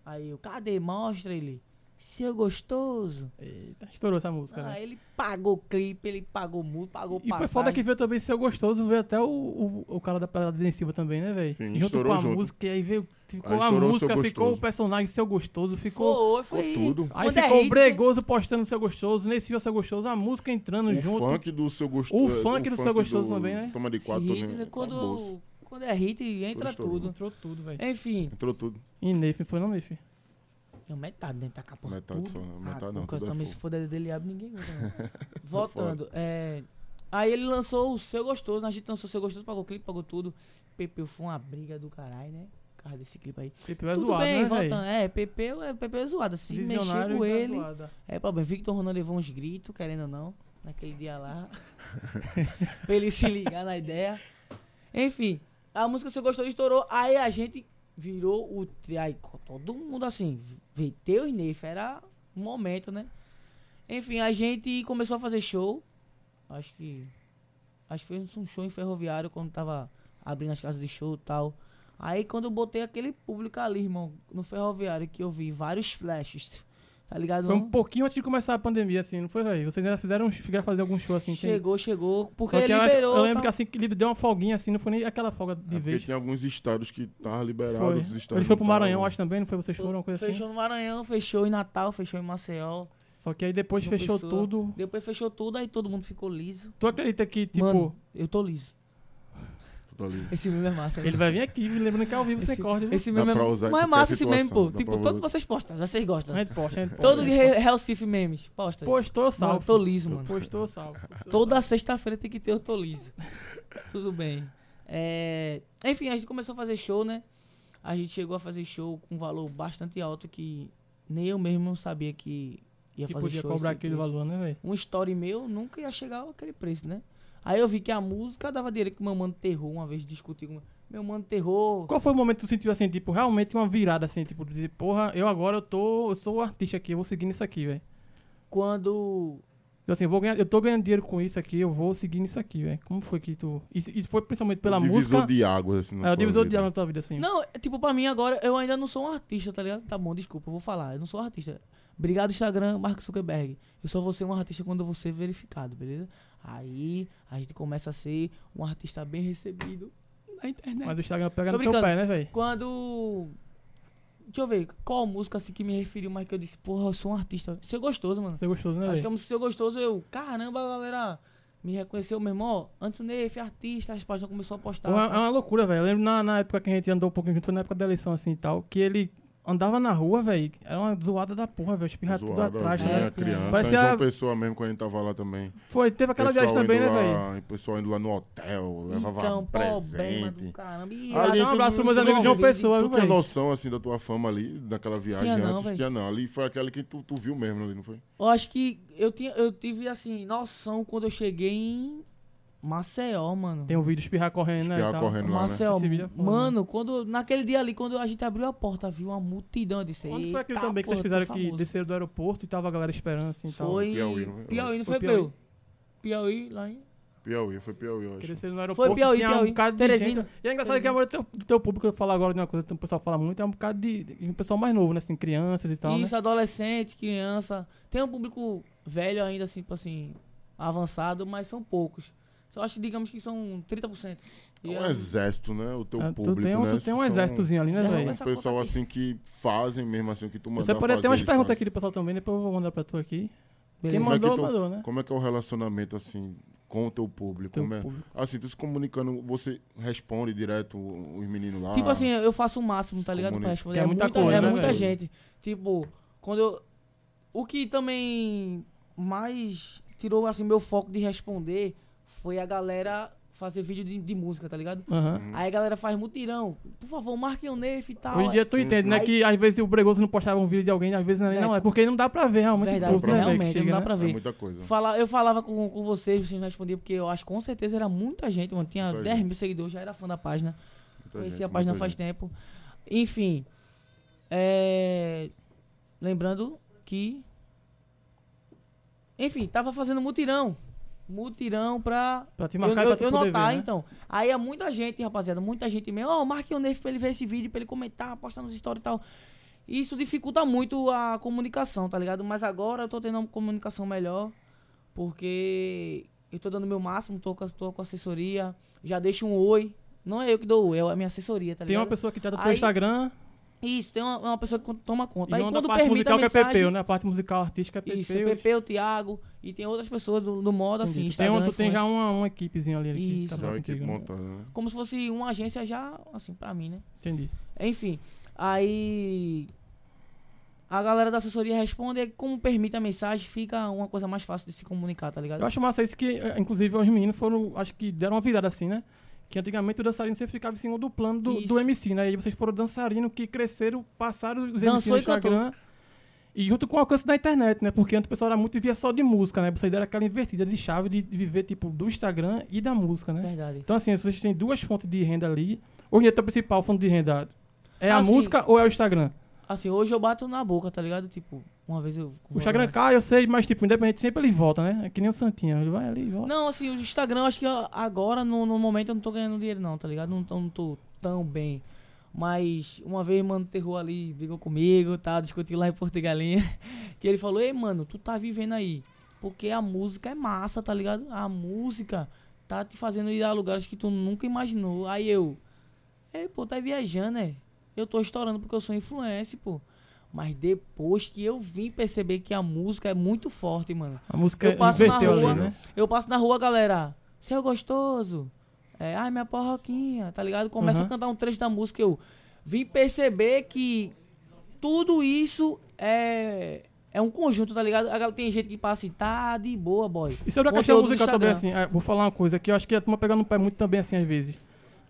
Speaker 3: Aí eu, cadê? Mostra ele. Seu gostoso.
Speaker 2: Eita, estourou essa música,
Speaker 3: Ah,
Speaker 2: né?
Speaker 3: ele pagou clipe, ele pagou música, pagou
Speaker 2: E foi
Speaker 3: passagem.
Speaker 2: foda que veio também Seu Gostoso, veio até o, o, o cara da Pelada Densiva também, né, velho?
Speaker 1: Sim,
Speaker 2: Junto com
Speaker 1: estourou
Speaker 2: a
Speaker 1: junto.
Speaker 2: música, e aí veio,
Speaker 1: Aí
Speaker 2: ficou a
Speaker 1: estourou o Seu
Speaker 2: música, ficou o
Speaker 1: Gostoso.
Speaker 2: personagem Seu Gostoso, ficou...
Speaker 3: Foi, foi.
Speaker 1: Ficou tudo.
Speaker 2: Aí
Speaker 3: Quando é
Speaker 2: ficou
Speaker 3: hit,
Speaker 2: o Bregoso postando Seu Gostoso, nesse viu Seu Gostoso, a música entrando
Speaker 1: O
Speaker 2: junto.
Speaker 1: funk do seu é, gostoso.
Speaker 2: O funk do seu gostoso também, né?
Speaker 1: Toma de
Speaker 3: tem
Speaker 1: quatro
Speaker 3: hit,
Speaker 1: também.
Speaker 3: né?
Speaker 1: acabou-se.
Speaker 3: Quando, quando é hit, entra
Speaker 1: estourou.
Speaker 3: tudo.
Speaker 2: Entrou tudo, velho.
Speaker 3: Enfim,
Speaker 1: Entrou tudo. É
Speaker 2: E Neif, foi não, Neif?
Speaker 3: não, metade dentro da capa.
Speaker 1: Metade
Speaker 3: tudo.
Speaker 1: só, né? Metade
Speaker 3: Ah,
Speaker 1: não,
Speaker 3: porque
Speaker 1: tudo é
Speaker 3: também
Speaker 1: fogo.
Speaker 3: se for dele, dele abre ninguém. aguenta, não. Voltando, é, Aí ele lançou o Seu Gostoso, né? a gente lançou o Seu Gostoso, pagou clipe, pagou tudo. Pepeu foi uma briga do caralho, né? Por causa desse clipe aí.
Speaker 2: Tipo, é
Speaker 3: Tudo
Speaker 2: zoado,
Speaker 3: bem,
Speaker 2: né,
Speaker 3: voltando.
Speaker 2: velho?
Speaker 3: É, Pepeu é, Pepeu é zoado. Se mexer
Speaker 2: Visionário
Speaker 3: com
Speaker 2: e tá
Speaker 3: ele,
Speaker 2: zoado.
Speaker 3: é problema. Victor Ronan levou uns gritos, querendo ou não, naquele dia lá. pra ele se ligar na ideia. Enfim, a música Seu Gostoso estourou, aí a gente virou o... tri- Aí todo mundo assim, VT e Neif, era um momento, né? Enfim, a gente começou a fazer show. Acho que. Acho que fez um show em ferroviário quando tava abrindo as casas de show e tal. Aí quando eu botei aquele público ali, irmão, no ferroviário, que eu vi vários flashes. Tá ligado?
Speaker 2: Foi
Speaker 3: não?
Speaker 2: um pouquinho antes de começar a pandemia, assim, não foi, velho? Vocês ainda fizeram, fizeram fazer algum show, assim, tem-
Speaker 3: chegou, chegou. Porque
Speaker 2: Só que
Speaker 3: ele
Speaker 2: eu-
Speaker 3: liberou.
Speaker 2: Eu, lembro
Speaker 3: tal.
Speaker 2: que assim que ele deu uma folguinha, assim, não foi nem aquela folga
Speaker 1: É
Speaker 2: de
Speaker 1: porque
Speaker 2: vez.
Speaker 1: tinha alguns estados que tava liberado,
Speaker 2: Foi.
Speaker 1: outros estados.
Speaker 2: Ele foi
Speaker 1: não
Speaker 2: pro Maranhão,
Speaker 1: tavam.
Speaker 2: acho também, não foi? Vocês foram, uma coisa
Speaker 3: Fechou
Speaker 2: assim.
Speaker 3: no Maranhão, fechou em Natal, fechou em Maceió.
Speaker 2: Só que aí depois
Speaker 3: João
Speaker 2: fechou
Speaker 3: Pessoa.
Speaker 2: tudo.
Speaker 3: Depois fechou tudo, aí todo mundo ficou liso.
Speaker 2: Tu acredita que, tipo,
Speaker 3: Mano, eu tô liso.
Speaker 1: Tudo ali.
Speaker 3: Esse meme é massa. né?
Speaker 2: ele vai vir aqui, lembrando que ao vivo você
Speaker 3: Esse-
Speaker 2: corta. né? viu?
Speaker 3: Esse
Speaker 1: Dá
Speaker 3: meme é
Speaker 1: pra usar em
Speaker 3: Mas é
Speaker 1: qualquer
Speaker 3: massa esse meme,
Speaker 1: situação,
Speaker 3: pô.
Speaker 1: dá
Speaker 3: Tipo,
Speaker 1: pra
Speaker 3: todo
Speaker 1: usar.
Speaker 3: vocês postam, vocês
Speaker 2: A
Speaker 3: gostam.
Speaker 2: gente posta, a gente posta.
Speaker 3: Todo
Speaker 2: a
Speaker 3: de
Speaker 2: gente posta.
Speaker 3: Hell Sif memes, posta.
Speaker 2: Postou,
Speaker 3: Não, eu
Speaker 2: salvo.
Speaker 3: tô liso, mano.
Speaker 2: Postou, salvo.
Speaker 3: Toda sexta-feira tem que ter eu tô liso. Tudo bem. É, Enfim, a gente começou a fazer show, né? A gente chegou a fazer show com um valor bastante alto que nem eu mesmo não sabia que ia
Speaker 2: Que
Speaker 3: fazer
Speaker 2: podia
Speaker 3: show.
Speaker 2: cobrar
Speaker 3: esse
Speaker 2: aquele
Speaker 3: preço.
Speaker 2: valor, né, velho?
Speaker 3: Um story meu nunca ia chegar àquele preço, né? Aí eu vi que a música dava dinheiro que meu mano terror uma vez discutiu com meu mano terror.
Speaker 2: Qual foi o momento que tu sentiu, assim, tipo, realmente uma virada, assim, tipo, de dizer, porra, eu agora eu tô, eu sou o artista aqui, eu vou seguir nisso aqui, velho.
Speaker 3: Quando
Speaker 2: Eu, assim, eu vou ganhar, eu tô ganhando dinheiro com isso aqui, eu vou seguir nisso aqui, velho. Como foi que tu... Isso, isso foi principalmente pela
Speaker 1: O
Speaker 2: música...
Speaker 1: Divisor de águas, assim. na
Speaker 2: É, o
Speaker 1: tua
Speaker 2: divisor de
Speaker 1: vida.
Speaker 2: água na tua vida, assim.
Speaker 3: Não, é, tipo, pra mim agora, eu ainda não sou um artista, tá ligado? Tá bom, desculpa, eu vou falar. Eu não sou um artista. Obrigado, Instagram, Mark Zuckerberg. Eu só vou ser um artista quando você ser verificado, beleza? Aí a gente começa a ser um artista bem recebido na internet.
Speaker 2: Mas o Instagram pega
Speaker 3: Tô
Speaker 2: no teu
Speaker 3: brincando.
Speaker 2: pé, né, velho?
Speaker 3: Quando. Deixa eu ver, qual música assim que me referiu mais que eu disse, porra, eu sou um artista. Você é gostoso, mano.
Speaker 2: Você gostou, né,
Speaker 3: Acho que é a
Speaker 2: velho?
Speaker 3: música Seu Gostoso, eu, caramba, a galera me reconheceu mesmo, ó. Antes o Neif, artista, as páginas começou a
Speaker 2: Pô,
Speaker 3: postar.
Speaker 2: É é uma loucura, velho. Eu lembro na, na época que a gente andou um pouquinho junto, foi na época da eleição, assim, e tal, que ele andava na rua, velho. Era uma zoada da porra, velho. Espirra tudo
Speaker 1: Zoado,
Speaker 2: atrás,
Speaker 1: vinha
Speaker 2: né?
Speaker 3: é.
Speaker 1: criança.
Speaker 2: Parecia-
Speaker 1: Parecia... João Pessoa mesmo, quando a gente tava lá também.
Speaker 2: Foi, teve aquela
Speaker 1: Pessoal
Speaker 2: viagem também, né,
Speaker 1: indo
Speaker 2: velho?
Speaker 1: lá, e O pessoal indo lá no hotel, levava
Speaker 3: então, problema
Speaker 1: presente.
Speaker 3: do caramba. E
Speaker 2: Ah,
Speaker 3: a-
Speaker 2: dá um
Speaker 1: tu-
Speaker 2: abraço pros meus
Speaker 1: tu-
Speaker 2: amigos de João
Speaker 1: tu-
Speaker 2: Pessoa,
Speaker 1: Tu
Speaker 2: viu,
Speaker 1: tinha
Speaker 2: velho?
Speaker 1: noção, assim, da tua fama ali, daquela viagem
Speaker 3: Tinha não,
Speaker 1: antes?
Speaker 3: velho.
Speaker 1: tinha não. Ali foi aquela que tu, tu viu mesmo ali, não foi?
Speaker 3: Eu acho que eu, tinha, eu tive, assim, noção quando eu cheguei em Maceió, mano.
Speaker 2: Tem um vídeo espirrar correndo, né? e
Speaker 1: Ficava
Speaker 2: tal.
Speaker 1: correndo lá, né?
Speaker 3: Maceió,
Speaker 2: Esse vídeo é foda,
Speaker 3: mano, quando, naquele dia ali, quando a gente abriu a porta, viu uma multidão de
Speaker 2: Quando foi aquilo também que vocês fizeram que
Speaker 3: aqui?
Speaker 2: desceram do aeroporto e tava a galera esperando, assim, e tal?
Speaker 3: Foi em
Speaker 1: Piauí, não foi?
Speaker 3: Piauí,
Speaker 1: Eu
Speaker 3: não
Speaker 2: acho.
Speaker 3: foi
Speaker 2: Foi Piauí.
Speaker 3: Piauí? Piauí, lá em...
Speaker 1: Piauí, foi Piauí, eu
Speaker 2: Que
Speaker 1: acho. É
Speaker 2: desceram no aeroporto,
Speaker 3: Piauí,
Speaker 2: tinha
Speaker 3: Piauí.
Speaker 2: um bocado de
Speaker 3: Teresina.
Speaker 2: gente. E é engraçado que a maioria do teu, do teu público, eu falo agora de uma coisa que o pessoal fala muito, é um bocado de, de um pessoal mais novo, né? Assim, crianças e tal, né?
Speaker 3: Isso, adolescente, criança. Tem um público velho ainda, assim, tipo assim, avançado, mas são poucos. Só acho que digamos que são 30%.
Speaker 1: É
Speaker 3: E
Speaker 1: um exército, né? O teu
Speaker 2: Ah,
Speaker 1: público,
Speaker 2: tu tem um,
Speaker 1: né?
Speaker 2: tu tem um
Speaker 1: São-
Speaker 2: exércitozinho ali, né,
Speaker 3: São-
Speaker 2: velho?
Speaker 3: Essa
Speaker 1: Um pessoal
Speaker 3: conta aqui.
Speaker 1: assim que fazem mesmo assim o que tu mandar
Speaker 2: Você pode ter umas
Speaker 1: fazer, eles
Speaker 2: perguntas
Speaker 1: fazem.
Speaker 2: aqui do pessoal também, depois eu vou mandar pra tu aqui.
Speaker 3: Beleza.
Speaker 2: Quem
Speaker 1: Como é que
Speaker 2: mandou,
Speaker 1: tu-
Speaker 2: mandou, né?
Speaker 1: Como é que é o relacionamento assim com o teu público?
Speaker 2: Teu
Speaker 1: Como é-
Speaker 2: público.
Speaker 1: Assim, tu se comunicando, você responde direto os meninos lá. É
Speaker 3: Tipo assim, eu faço o máximo, tá ligado? Pra
Speaker 1: Comunica.
Speaker 3: responder.
Speaker 2: É
Speaker 3: É
Speaker 2: muita
Speaker 3: muita,
Speaker 2: coisa,
Speaker 3: é
Speaker 2: né,
Speaker 3: muita
Speaker 2: velho?
Speaker 3: gente. Tipo, quando eu. O que também mais tirou assim, meu foco de responder foi a galera fazer vídeo de, de música, tá ligado?
Speaker 2: Aham.
Speaker 3: Aí a galera faz mutirão. Por favor, marquem o Neif e tal.
Speaker 2: Hoje em dia tu entende, né?
Speaker 3: Aí-
Speaker 2: Que às vezes o Bregoso não postava um vídeo de alguém, às vezes não é,
Speaker 3: Verdade.
Speaker 2: não é porque não dá pra ver realmente
Speaker 3: Verdade,
Speaker 2: tudo, né? velho, que
Speaker 3: realmente,
Speaker 2: chega,
Speaker 3: não dá
Speaker 2: né?
Speaker 3: pra
Speaker 1: É
Speaker 3: ver.
Speaker 1: muita coisa.
Speaker 3: Fala, eu falava com, com vocês, vocês não respondiam, porque eu acho que com certeza era muita gente, mano. Tinha
Speaker 1: Muita
Speaker 3: 10
Speaker 1: gente.
Speaker 3: mil seguidores, já era fã da página.
Speaker 1: Muita
Speaker 3: Conhecia
Speaker 1: gente,
Speaker 3: a página
Speaker 1: muita
Speaker 3: faz
Speaker 1: gente.
Speaker 3: tempo. Enfim. é, Lembrando que. Enfim, tava fazendo mutirão. Mutirão pra.
Speaker 2: Pra te
Speaker 3: eu-
Speaker 2: marcar e
Speaker 3: eu,
Speaker 2: pra tu
Speaker 3: eu
Speaker 2: poder
Speaker 3: notar,
Speaker 2: ver, né?
Speaker 3: então. Aí é muita gente, rapaziada, muita gente mesmo. Ó, marque o Nerf pra ele ver esse vídeo, pra ele comentar, postar nos stories e tal. Isso dificulta muito a comunicação, tá ligado? Mas agora eu tô tendo uma comunicação melhor, porque eu tô dando meu máximo, tô com, a- tô com assessoria, já deixo um oi. Não é eu que dou, oi, é a minha assessoria, tá
Speaker 2: Tem uma
Speaker 3: ligado?
Speaker 2: pessoa que trata do teu
Speaker 3: Aí-
Speaker 2: Instagram
Speaker 3: Isso, tem uma, uma pessoa que con- toma conta.
Speaker 2: e
Speaker 3: Aí
Speaker 2: uma da
Speaker 3: quando
Speaker 2: parte
Speaker 3: permite a
Speaker 2: musical que é
Speaker 3: mensagem,
Speaker 2: Pepeu, né? A parte musical artística é Pepeu.
Speaker 3: Isso, é Pepeu, Thiago, e tem outras pessoas do, do modo assim,
Speaker 2: Entendi. Tu tem,
Speaker 3: Instagram,
Speaker 2: um- tu tem já
Speaker 3: influencer.
Speaker 2: uma, uma equipezinha ali que
Speaker 3: Isso.
Speaker 2: tá
Speaker 1: Já é uma
Speaker 2: contigo,
Speaker 1: equipe
Speaker 2: né?
Speaker 1: montada, né?
Speaker 3: Como se fosse uma agência já, assim, pra mim, né?
Speaker 2: Entendi.
Speaker 3: Enfim, aí a galera da assessoria responde, e como permite a mensagem, fica uma coisa mais fácil de se comunicar, tá ligado?
Speaker 2: Eu acho massa isso que, eh, inclusive, os meninos foram, acho que deram uma virada assim, né? Que antigamente o dançarino sempre ficava em cima do plano do, do
Speaker 3: Isso.
Speaker 2: MC, né? E vocês foram dançarino que cresceram, passaram os MC
Speaker 3: Dançou
Speaker 2: no
Speaker 3: e cantou.
Speaker 2: Instagram. E junto com o alcance da internet, né? Porque antes o pessoal era muito via só de música, né? Vocês deram aquela invertida de chave de, de viver, tipo, do Instagram e da música, né?
Speaker 3: Verdade.
Speaker 2: Então, assim, vocês têm duas fontes de renda ali. Hoje em dia, a principal fonte de renda é a
Speaker 3: Ah, sim.
Speaker 2: música ou é o Instagram?
Speaker 3: Assim, hoje eu bato na boca, tá ligado? Tipo, uma vez eu.
Speaker 2: O Instagram cai, eu sei, mas, tipo, independente, sempre ele volta, né? É que nem o Santinho, ele vai ali e volta.
Speaker 3: Não, assim, o Instagram, eu acho que ó, agora, no, no momento, eu não tô ganhando dinheiro, não, tá ligado? Não tô, não tô tão bem. Mas uma vez, mano, terror ali, brigou comigo, tá? Discutiu lá em Portugalinha. Que ele falou, ei, mano, tu tá vivendo aí. Porque a música é massa, tá ligado? A música tá te fazendo ir a lugares que tu nunca imaginou. Aí eu. Ei, pô, tá viajando, né? Eu tô estourando porque eu sou influencer, pô. Mas depois que eu vim perceber que a música é muito forte, mano.
Speaker 2: A música
Speaker 3: Eu passo na
Speaker 2: inverteu
Speaker 3: rua,
Speaker 2: ali, né?
Speaker 3: Eu passo na rua, galera. Seu gostoso. É, ai, minha porroquinha, tá ligado? Começa
Speaker 2: Uhum.
Speaker 3: a cantar um trecho da música. Eu vim perceber que tudo isso é, é um conjunto, tá ligado? A galera tem gente que passa e tá de boa, boy.
Speaker 2: E sobre a questão
Speaker 3: Conteúdo do
Speaker 2: musical também, assim,
Speaker 3: Instagram.
Speaker 2: é, vou falar uma coisa que eu acho que a turma pega no pé muito também, assim, às vezes.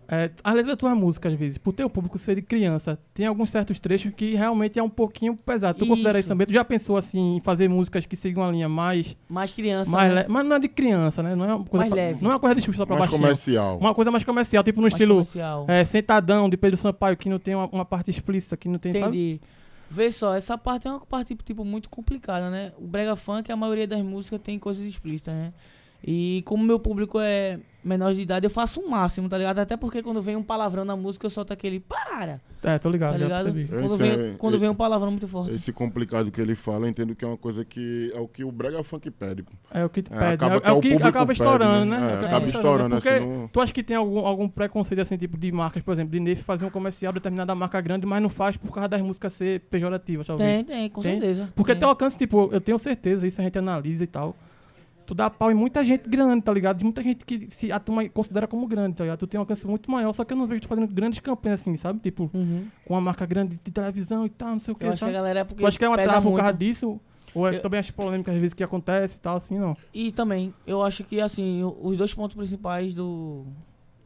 Speaker 2: É, a letra da tua música, às vezes, pro teu público ser de criança, tem alguns certos trechos que realmente é um pouquinho pesado. Tu considera isso
Speaker 3: Isso.
Speaker 2: também? Tu já pensou, assim, em fazer músicas que sigam uma linha mais...
Speaker 3: Mais criança.
Speaker 2: mais
Speaker 3: né?
Speaker 2: le- Mas não é de criança, né? Não é uma coisa,
Speaker 3: Mais
Speaker 2: pra-
Speaker 3: leve.
Speaker 2: Não é uma coisa de chuva só pra
Speaker 1: Mais
Speaker 2: baixinho.
Speaker 1: comercial.
Speaker 2: Uma coisa mais comercial, tipo no
Speaker 3: Mais
Speaker 2: estilo
Speaker 3: comercial.
Speaker 2: é, Sentadão, de Pedro Sampaio, que não tem uma, uma parte explícita, que não tem, sabe?
Speaker 3: Entendi. Vê só, essa parte é uma parte, tipo, muito complicada, né? O brega funk, a maioria das músicas tem coisas explícitas, né? E como meu público é menor de idade, eu faço o máximo, tá ligado? Até porque quando vem um palavrão na música, eu solto aquele para,
Speaker 2: É, tô ligado,
Speaker 3: tá
Speaker 2: já
Speaker 3: ligado?
Speaker 2: percebi.
Speaker 3: Quando
Speaker 1: Esse
Speaker 3: vem,
Speaker 1: é-
Speaker 3: quando vem um palavrão muito forte.
Speaker 1: Esse complicado que ele fala, eu entendo que é uma coisa que é o que o Brega Funk pede. pô.
Speaker 2: É o que perde,
Speaker 1: É,
Speaker 2: né?
Speaker 1: acaba
Speaker 2: É
Speaker 1: que é
Speaker 2: o
Speaker 1: o
Speaker 2: que
Speaker 1: público
Speaker 2: acaba
Speaker 1: pede,
Speaker 2: estourando, né?
Speaker 1: né? É,
Speaker 2: o que
Speaker 1: acaba estourando,
Speaker 2: Porque
Speaker 1: assim, não-
Speaker 2: tu acha que tem algum, algum preconceito, assim, tipo, de marcas, por exemplo, de Nef fazer um comercial de determinada marca grande, mas não faz por causa das músicas ser pejorativas, talvez.
Speaker 3: Tem, tem, com
Speaker 2: é Tem?
Speaker 3: certeza.
Speaker 2: Porque
Speaker 3: tem.
Speaker 2: teu alcance, tipo, eu tenho certeza, isso a gente analisa e tal. Tu dá pau em muita gente grande, tá ligado? De muita gente que se a turma considera como grande, tá ligado? Tu tem um alcance muito maior, só que eu não vejo tu fazendo grandes campanhas assim, sabe? Tipo,
Speaker 3: Uhum.
Speaker 2: com uma marca grande de televisão e tal, não sei o que,
Speaker 3: Eu acho que a
Speaker 2: sabe?
Speaker 3: galera é porque
Speaker 2: Tu acha que é uma
Speaker 3: pesa
Speaker 2: trava por
Speaker 3: muito.
Speaker 2: causa disso? Ou é
Speaker 3: Eu-
Speaker 2: também as polêmicas às vezes que acontece e tal, assim, não?
Speaker 3: E também, eu acho que assim, o- os dois pontos principais do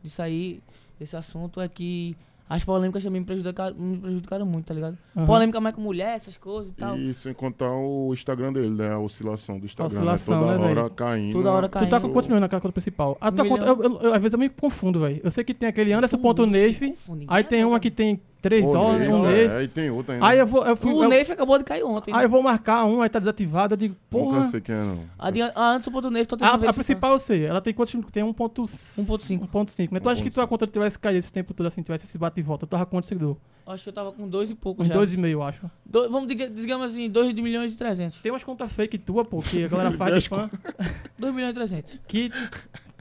Speaker 3: disso aí, desse assunto, é que as polêmicas também me prejudicaram, me prejudicaram muito, tá ligado?
Speaker 2: Aham.
Speaker 3: Polêmica mais com mulher, essas coisas e tal.
Speaker 1: E sem contar o Instagram dele, né? A oscilação do Instagram. né?
Speaker 2: oscilação,
Speaker 1: Toda
Speaker 2: né,
Speaker 1: hora
Speaker 2: velho?
Speaker 1: caindo.
Speaker 3: Toda hora
Speaker 2: Tu tá
Speaker 3: caindo.
Speaker 2: com quantos milhões na conta principal? Ah, A tua
Speaker 3: Um
Speaker 2: conta, eu, eu- eu- às vezes eu me confundo, velho. Eu sei que tem aquele Anderson ponto
Speaker 3: Tudo Hum, se
Speaker 2: Neif,
Speaker 3: confunde. né?
Speaker 2: aí tem uma que tem três
Speaker 1: Ô,
Speaker 2: horas,
Speaker 1: Neif,
Speaker 2: um
Speaker 1: é,
Speaker 2: Neif.
Speaker 1: Aí tem outra ainda.
Speaker 2: Aí é eu vou, eu fui,
Speaker 3: O
Speaker 2: eu-
Speaker 3: Neif acabou de cair ontem.
Speaker 2: aí
Speaker 3: né?
Speaker 2: eu vou marcar um, aí tá desativado, eu digo, porra.
Speaker 1: Nunca sei quem é, não.
Speaker 3: A, de, a ah, antes do ponto Neif, tô
Speaker 2: A,
Speaker 3: tentando
Speaker 2: a
Speaker 3: verificar.
Speaker 2: principal eu sei, ela tem quantos milhões? Tem 1.5.
Speaker 3: 1.5.
Speaker 2: 1.5, né? Tu acha que
Speaker 1: Um
Speaker 2: tua conta tivesse caído esse tempo todo assim, tivesse esse bate e volta? Tu tava com quanto seguidor? Um
Speaker 3: Acho que eu tava com dois e pouco
Speaker 2: Uns
Speaker 3: já.
Speaker 2: 2,5, eu acho.
Speaker 3: Do- vamos diga- digamos assim, 2 milhões e 300.
Speaker 2: Tem umas contas fake tua, pô, que a galera faz de fã,
Speaker 3: 2 milhões e 300.
Speaker 2: que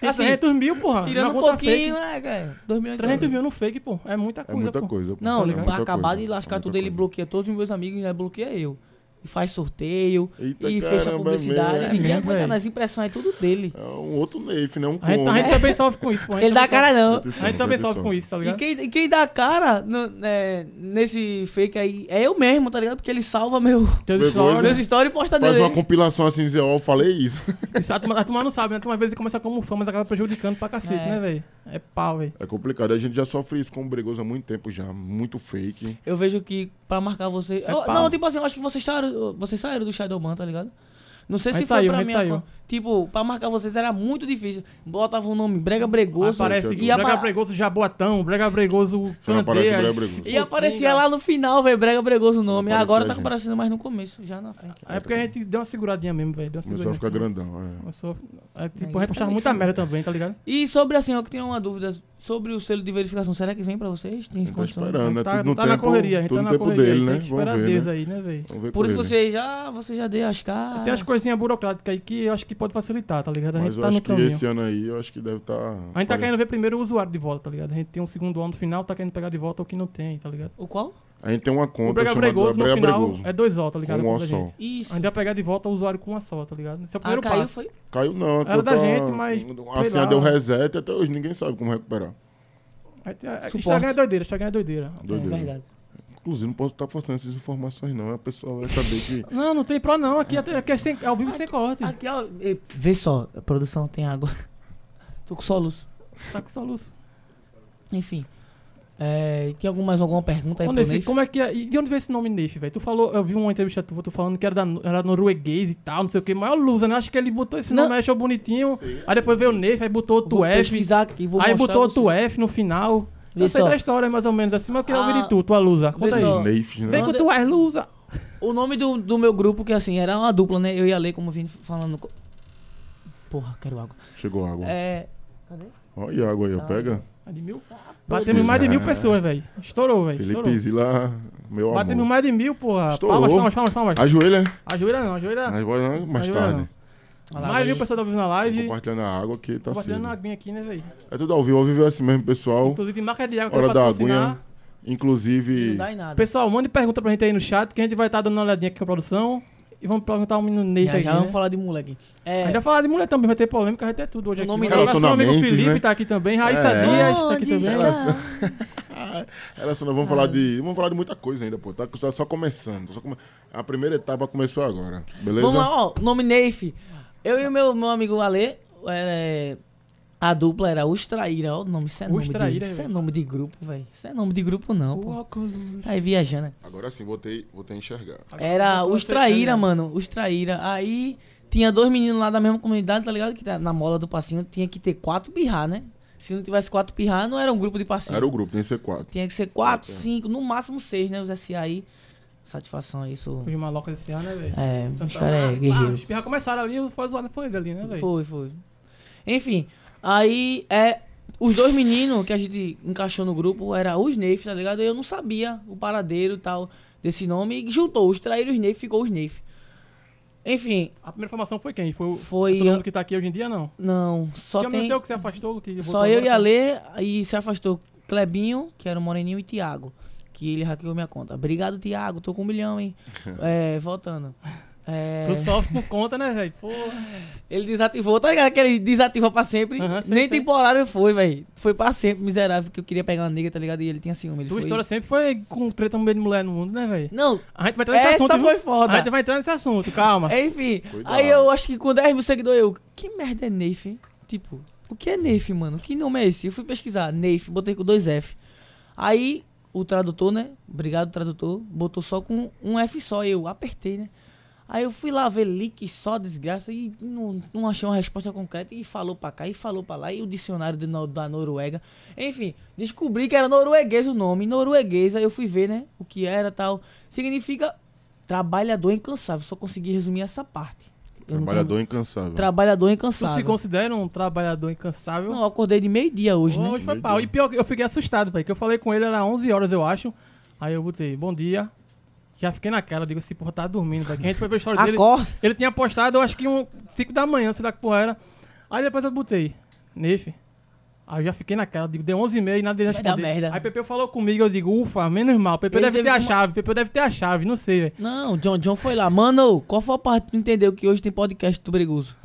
Speaker 2: tem
Speaker 3: Assim,
Speaker 2: 300 mil, porra.
Speaker 3: Tirando
Speaker 2: Ah, na
Speaker 3: um
Speaker 2: conta
Speaker 3: pouquinho,
Speaker 2: fake.
Speaker 3: né, cara? 2 milhões e
Speaker 2: 300
Speaker 3: 300.
Speaker 2: mil no fake, pô. É muita
Speaker 1: É
Speaker 2: coisa,
Speaker 1: muita
Speaker 2: pô.
Speaker 1: coisa. pô.
Speaker 3: Não,
Speaker 1: É
Speaker 3: ele
Speaker 1: muita
Speaker 3: vai acabar
Speaker 1: coisa.
Speaker 3: de
Speaker 1: É
Speaker 3: lascar
Speaker 1: muita
Speaker 3: tudo, ele
Speaker 1: coisa.
Speaker 3: bloqueia todos os meus amigos, né? Bloqueia eu. e faz sorteio
Speaker 1: Eita,
Speaker 3: e fecha a
Speaker 1: caramba, é
Speaker 3: publicidade.
Speaker 1: mesmo, é
Speaker 3: ninguém
Speaker 2: mesmo,
Speaker 3: aguenta
Speaker 2: velho.
Speaker 3: nas impressões, é tudo dele.
Speaker 1: É um outro Neif, né? Um
Speaker 2: A gente,
Speaker 1: combo.
Speaker 2: tá- a gente também sofre com isso, pô.
Speaker 3: Ele dá a cara não.
Speaker 2: A gente também sofre com isso, tá
Speaker 3: E
Speaker 2: ligado?
Speaker 3: quem, e quem dá a cara no- né, nesse fake aí é eu mesmo, tá ligado? Porque ele salva meu,
Speaker 1: Vergonha.
Speaker 2: Teus
Speaker 3: meus
Speaker 2: stories.
Speaker 3: stories e posta
Speaker 1: é. Faz
Speaker 3: nele.
Speaker 1: uma compilação assim, dizer, ó, eu falei isso.
Speaker 2: isso A turma, a turma não sabe, né? A turma às vezes começa como fã, mas acaba prejudicando pra cacete,
Speaker 3: É.
Speaker 2: né, velho? É pau, velho.
Speaker 1: É complicado. A gente já sofre isso com o Bregoso há muito tempo já. Muito fake.
Speaker 3: Eu vejo que pra marcar você.
Speaker 2: É
Speaker 3: Eu-
Speaker 2: pau.
Speaker 3: não, tipo assim, eu acho que vocês saíram, vocês saíram do Shadowman, tá ligado? Não sei
Speaker 2: A
Speaker 3: se
Speaker 2: gente
Speaker 3: foi
Speaker 2: saiu,
Speaker 3: pra
Speaker 2: a gente
Speaker 3: mim.
Speaker 2: saiu.
Speaker 3: Tipo, pra marcar vocês era muito difícil. Botava o nome Brega Bregoso.
Speaker 2: Aparece
Speaker 1: sei
Speaker 2: aqui,
Speaker 1: que-
Speaker 2: Brega
Speaker 3: apa-
Speaker 2: Bregoso Jaboatão, Brega Bregoso
Speaker 1: Só não aparece o Brega
Speaker 2: Candeia.
Speaker 1: Bregoso.
Speaker 3: E aparecia lá no final, velho, Brega Bregoso o nome.
Speaker 1: apareceu,
Speaker 3: Agora tá
Speaker 1: gente.
Speaker 3: aparecendo mais no começo, já na frente.
Speaker 2: É porque a gente deu uma seguradinha mesmo, velho. Deu uma
Speaker 1: Começou a
Speaker 2: seguradinha.
Speaker 1: ficar grandão. É.
Speaker 2: Começou a- é, tipo,
Speaker 3: Aí né?
Speaker 2: a gente postava muita merda também, tá ligado?
Speaker 3: E sobre assim, ó, que tem uma dúvida sobre o selo de verificação, será que vem pra vocês? Tem
Speaker 1: A gente tá
Speaker 3: condição?
Speaker 1: esperando, né?
Speaker 2: tá
Speaker 1: tudo no
Speaker 2: tá
Speaker 1: tempo,
Speaker 2: na correria, a gente
Speaker 1: tudo
Speaker 2: tá
Speaker 1: no
Speaker 2: na
Speaker 1: tempo
Speaker 2: correria.
Speaker 1: dele,
Speaker 2: tem
Speaker 1: né?
Speaker 2: que
Speaker 1: Vamos
Speaker 2: esperar
Speaker 1: ver,
Speaker 2: Deus
Speaker 1: né?
Speaker 2: aí, né, velho?
Speaker 1: Vamos ver com
Speaker 3: Por isso que
Speaker 1: ele.
Speaker 3: você já, você já deu as caras.
Speaker 2: Tem as coisinhas burocráticas aí que eu acho que pode facilitar, tá ligado? A
Speaker 1: Mas
Speaker 2: gente
Speaker 1: eu
Speaker 2: tá
Speaker 1: acho
Speaker 2: no
Speaker 1: que
Speaker 2: caminho.
Speaker 1: esse ano aí, eu acho que deve estar...
Speaker 2: A gente tá querendo ver primeiro o usuário de volta, tá ligado? A gente tem um segundo ano no final, tá querendo pegar de volta o que não tem, tá ligado?
Speaker 3: O qual?
Speaker 1: A gente tem uma conta
Speaker 2: o Brega
Speaker 1: chamada
Speaker 2: Bregoso no
Speaker 1: Um Brega
Speaker 2: final
Speaker 1: Bregoso.
Speaker 2: é dois O, tá ligado?
Speaker 1: Com um
Speaker 2: A conta da
Speaker 1: só.
Speaker 2: gente.
Speaker 3: Isso.
Speaker 2: A gente vai pegar de volta o usuário com uma só, tá ligado? Esse é o
Speaker 3: Ah,
Speaker 2: primeiro
Speaker 3: caiu,
Speaker 2: passo.
Speaker 3: foi?
Speaker 1: Caiu não. tá a
Speaker 2: Era da
Speaker 1: conta-
Speaker 2: gente,
Speaker 1: A
Speaker 2: mas, sei
Speaker 1: senha
Speaker 2: lá.
Speaker 1: um- assim, deu reset e até hoje ninguém sabe como recuperar.
Speaker 2: Aí tem- é,
Speaker 3: Suporte.
Speaker 2: Instagram é doideira, Instagram é doideira.
Speaker 1: Doideira.
Speaker 3: É verdade.
Speaker 1: Inclusive, não posso estar postando essas informações, não. A pessoa vai saber que.
Speaker 2: Não, não tem pró não. Aqui é, aqui é sem, é ao vivo e sem corte.
Speaker 3: Aqui, ó, e- vê só, a produção tem água. Tô com soluço.
Speaker 2: Tá com soluço.
Speaker 3: Enfim. É, tem algum, mais alguma pergunta aí
Speaker 2: Ô,
Speaker 3: pro
Speaker 2: Neif,
Speaker 3: Neif?
Speaker 2: como é que é? E de onde veio esse nome Neif, velho? Tu falou, eu vi uma entrevista tua, tu falando que era, da, no- era norueguês e tal, não sei o que, maior lusa, né? Acho que ele botou esse
Speaker 3: Não.
Speaker 2: nome, aí achou bonitinho. Aí depois veio é o Neif, aí botou
Speaker 3: Vou
Speaker 2: outro F.
Speaker 3: pesquisar aqui, vou
Speaker 2: Aí
Speaker 3: mostrar
Speaker 2: botou outro
Speaker 3: a
Speaker 2: F no final.
Speaker 3: Vê
Speaker 2: Eu sei
Speaker 3: só.
Speaker 2: da história mais ou menos assim, mas eu queria
Speaker 3: Ah,
Speaker 2: ouvir de tu, tua lusa. Conta
Speaker 3: vê só.
Speaker 2: aí.
Speaker 1: Snape, né?
Speaker 2: Vem com tu és lusa.
Speaker 3: O nome do, do meu grupo, que assim, era uma dupla, né? Eu ia ler, como eu vim falando. co- Porra, quero água.
Speaker 1: Chegou água.
Speaker 3: É.
Speaker 1: Olha a água aí, ó.
Speaker 3: Tá.
Speaker 1: pega.
Speaker 2: De mil? Batemos mais de mil pessoas, velho. Estourou, velho. Estourou.
Speaker 1: Felipe Zila, meu
Speaker 2: Batemos
Speaker 1: amor.
Speaker 2: mais de mil, porra.
Speaker 1: Estourou.
Speaker 2: Palmas, palmas, palmas, palmas.
Speaker 1: Ajoelha.
Speaker 2: Ajoelha não, ajoelha.
Speaker 1: Ajoelha mais
Speaker 2: Ajoelha
Speaker 1: tarde.
Speaker 3: olha lá,
Speaker 2: Mais de mil
Speaker 3: aí.
Speaker 2: pessoas tá ouvindo na live.
Speaker 1: Compartilhando a água que tá
Speaker 2: Compartilhando
Speaker 1: cedo.
Speaker 2: uma aguinha aqui, né, velho?
Speaker 1: É tudo ao vivo. Ao vivo é assim mesmo, pessoal.
Speaker 2: Inclusive, marca de água que
Speaker 1: Hora
Speaker 2: eu
Speaker 1: da
Speaker 2: patrocinar.
Speaker 1: aguinha. Inclusive,
Speaker 3: Não dá em nada.
Speaker 2: Pessoal, mande pergunta pra gente aí no chat, que a gente vai estar dando uma olhadinha aqui com a produção. E vamos perguntar um menino Ney
Speaker 3: Já,
Speaker 2: aí.
Speaker 3: já vamos falar de moleque. É,
Speaker 2: Ainda falar de mulher também, vai ter polêmica, vai ter tudo hoje
Speaker 3: O
Speaker 2: aqui.
Speaker 3: nome
Speaker 2: Um abraço pro meu amigo
Speaker 1: Relacionamentos,
Speaker 2: Felipe
Speaker 1: né?
Speaker 2: tá aqui também, Raíssa
Speaker 1: É.
Speaker 2: Dias tá aqui
Speaker 3: Onde
Speaker 2: também.
Speaker 3: está?
Speaker 1: Ah, ela só não vamos falar de. Vamos falar de muita coisa ainda, pô. Tá só- só começando. Só come- A primeira etapa começou agora. Beleza?
Speaker 3: Vamos lá, ó, nome Neif. Eu e o meu, meu amigo Ale, é, a dupla era Os Traíra, ó, o nome, isso é nome,
Speaker 2: Traíra,
Speaker 3: de, isso é
Speaker 2: velho.
Speaker 3: nome de grupo, velho. Isso é nome de grupo não,
Speaker 2: O
Speaker 3: pô. Tá
Speaker 2: óculos.
Speaker 3: Aí viajando. né?
Speaker 1: Agora sim, voltei, voltei a enxergar.
Speaker 3: Era
Speaker 2: Eu tô
Speaker 3: Os Traíra,
Speaker 2: aceitando.
Speaker 3: mano, Os Traíra. Aí tinha dois meninos lá da mesma comunidade, tá ligado? Que tá na mola do passinho tinha que ter quatro pirrar, né? Se não tivesse quatro pirrar, não era um grupo de passinho.
Speaker 1: Era o grupo, tem que ser quatro.
Speaker 3: Tinha que ser quatro, cinco, no máximo seis, né? Os SA aí. Satisfação aí, isso.
Speaker 2: Os malocas desse ano, né, velho?
Speaker 3: É,
Speaker 2: Santa-
Speaker 3: história é
Speaker 2: Ah,
Speaker 3: guerreiro.
Speaker 2: ah, Os pirra começaram ali, os foi zoado foi ele ali, né, velho?
Speaker 3: Foi, foi. Enfim, aí é. Os dois meninos que a gente encaixou no grupo era os Neif, tá ligado? Eu não sabia o paradeiro e tal desse nome. E juntou os traíros Neif, ficou os Neif. Enfim,
Speaker 2: A primeira formação foi quem? Foi, o-
Speaker 3: Foi
Speaker 2: todo
Speaker 3: eu-
Speaker 2: mundo que tá aqui hoje em dia, não?
Speaker 3: não, só
Speaker 2: Tinha
Speaker 3: tem.
Speaker 2: teu que se afastou, que voltou
Speaker 3: Só eu
Speaker 2: agora,
Speaker 3: e
Speaker 2: né?
Speaker 3: a Lê, e se afastou Clebinho, que era o Moreninho, e Thiago, que ele hackeou minha conta. Obrigado, Thiago, tô com um milhão, hein? É, voltando. É,
Speaker 2: Tu sofre por conta, né, velho? Porra.
Speaker 3: Ele desativou, tá ligado? Que ele desativa pra sempre.
Speaker 2: Aham, sei,
Speaker 3: Nem
Speaker 2: sei.
Speaker 3: temporário foi, velho. Foi pra sempre, miserável, que eu queria pegar uma nega, tá ligado? E ele tinha ciúme. Ele
Speaker 2: Tua
Speaker 3: foi...
Speaker 2: história sempre foi com treta no meio de mulher no mundo, né, velho?
Speaker 3: Não,
Speaker 2: A gente vai entrar nesse
Speaker 3: essa
Speaker 2: assunto. viu?
Speaker 3: foi foda. É
Speaker 2: A gente vai entrar nesse assunto, calma.
Speaker 3: Enfim,
Speaker 1: Cuidado.
Speaker 3: aí eu acho que com 10 mil seguidores eu... Que merda é Neif, hein? Tipo, o que é Neif, mano? Que nome é esse? Eu fui pesquisar, Neif, botei com dois F. Aí o tradutor, né? Obrigado, tradutor. Botou só com um F só, eu apertei, né? Aí eu fui lá ver leak só desgraça e não, não achei uma resposta concreta e falou pra cá e falou pra lá e o dicionário de no- da Noruega. Enfim, descobri que era norueguês o nome, norueguês, aí eu fui ver, né, o que era tal. Significa trabalhador incansável, só consegui resumir essa parte. Eu não
Speaker 1: Trabalhador incansável.
Speaker 3: tenho- Trabalhador
Speaker 2: Tu se
Speaker 3: incansável.
Speaker 2: considera um trabalhador incansável?
Speaker 3: Não, eu acordei de meio-dia hoje, né?
Speaker 2: Hoje foi pau. E pior que eu fiquei assustado, velho. Que eu falei com ele, era 11 horas, eu acho. Aí eu botei, bom dia. Já fiquei naquela, digo, esse porra tá dormindo, velho. Que a gente foi ver a história dele.
Speaker 3: Acorda.
Speaker 2: Ele tinha postado, eu acho que um 5 da manhã, sei lá que porra era. Aí depois eu botei, Neif, Aí eu já fiquei naquela, digo, deu 11 e meia e nada de
Speaker 3: Vai dar
Speaker 2: responder.
Speaker 3: merda.
Speaker 2: Aí Pepeu falou comigo, eu digo, ufa, menos mal. Pepeu
Speaker 3: Ele
Speaker 2: deve
Speaker 3: teve
Speaker 2: ter a
Speaker 3: uma-
Speaker 2: chave, Pepeu deve ter a chave, não sei, velho.
Speaker 3: Não, John, John foi lá. Mano, qual foi a parte que tu entendeu que hoje tem podcast do Bregoso?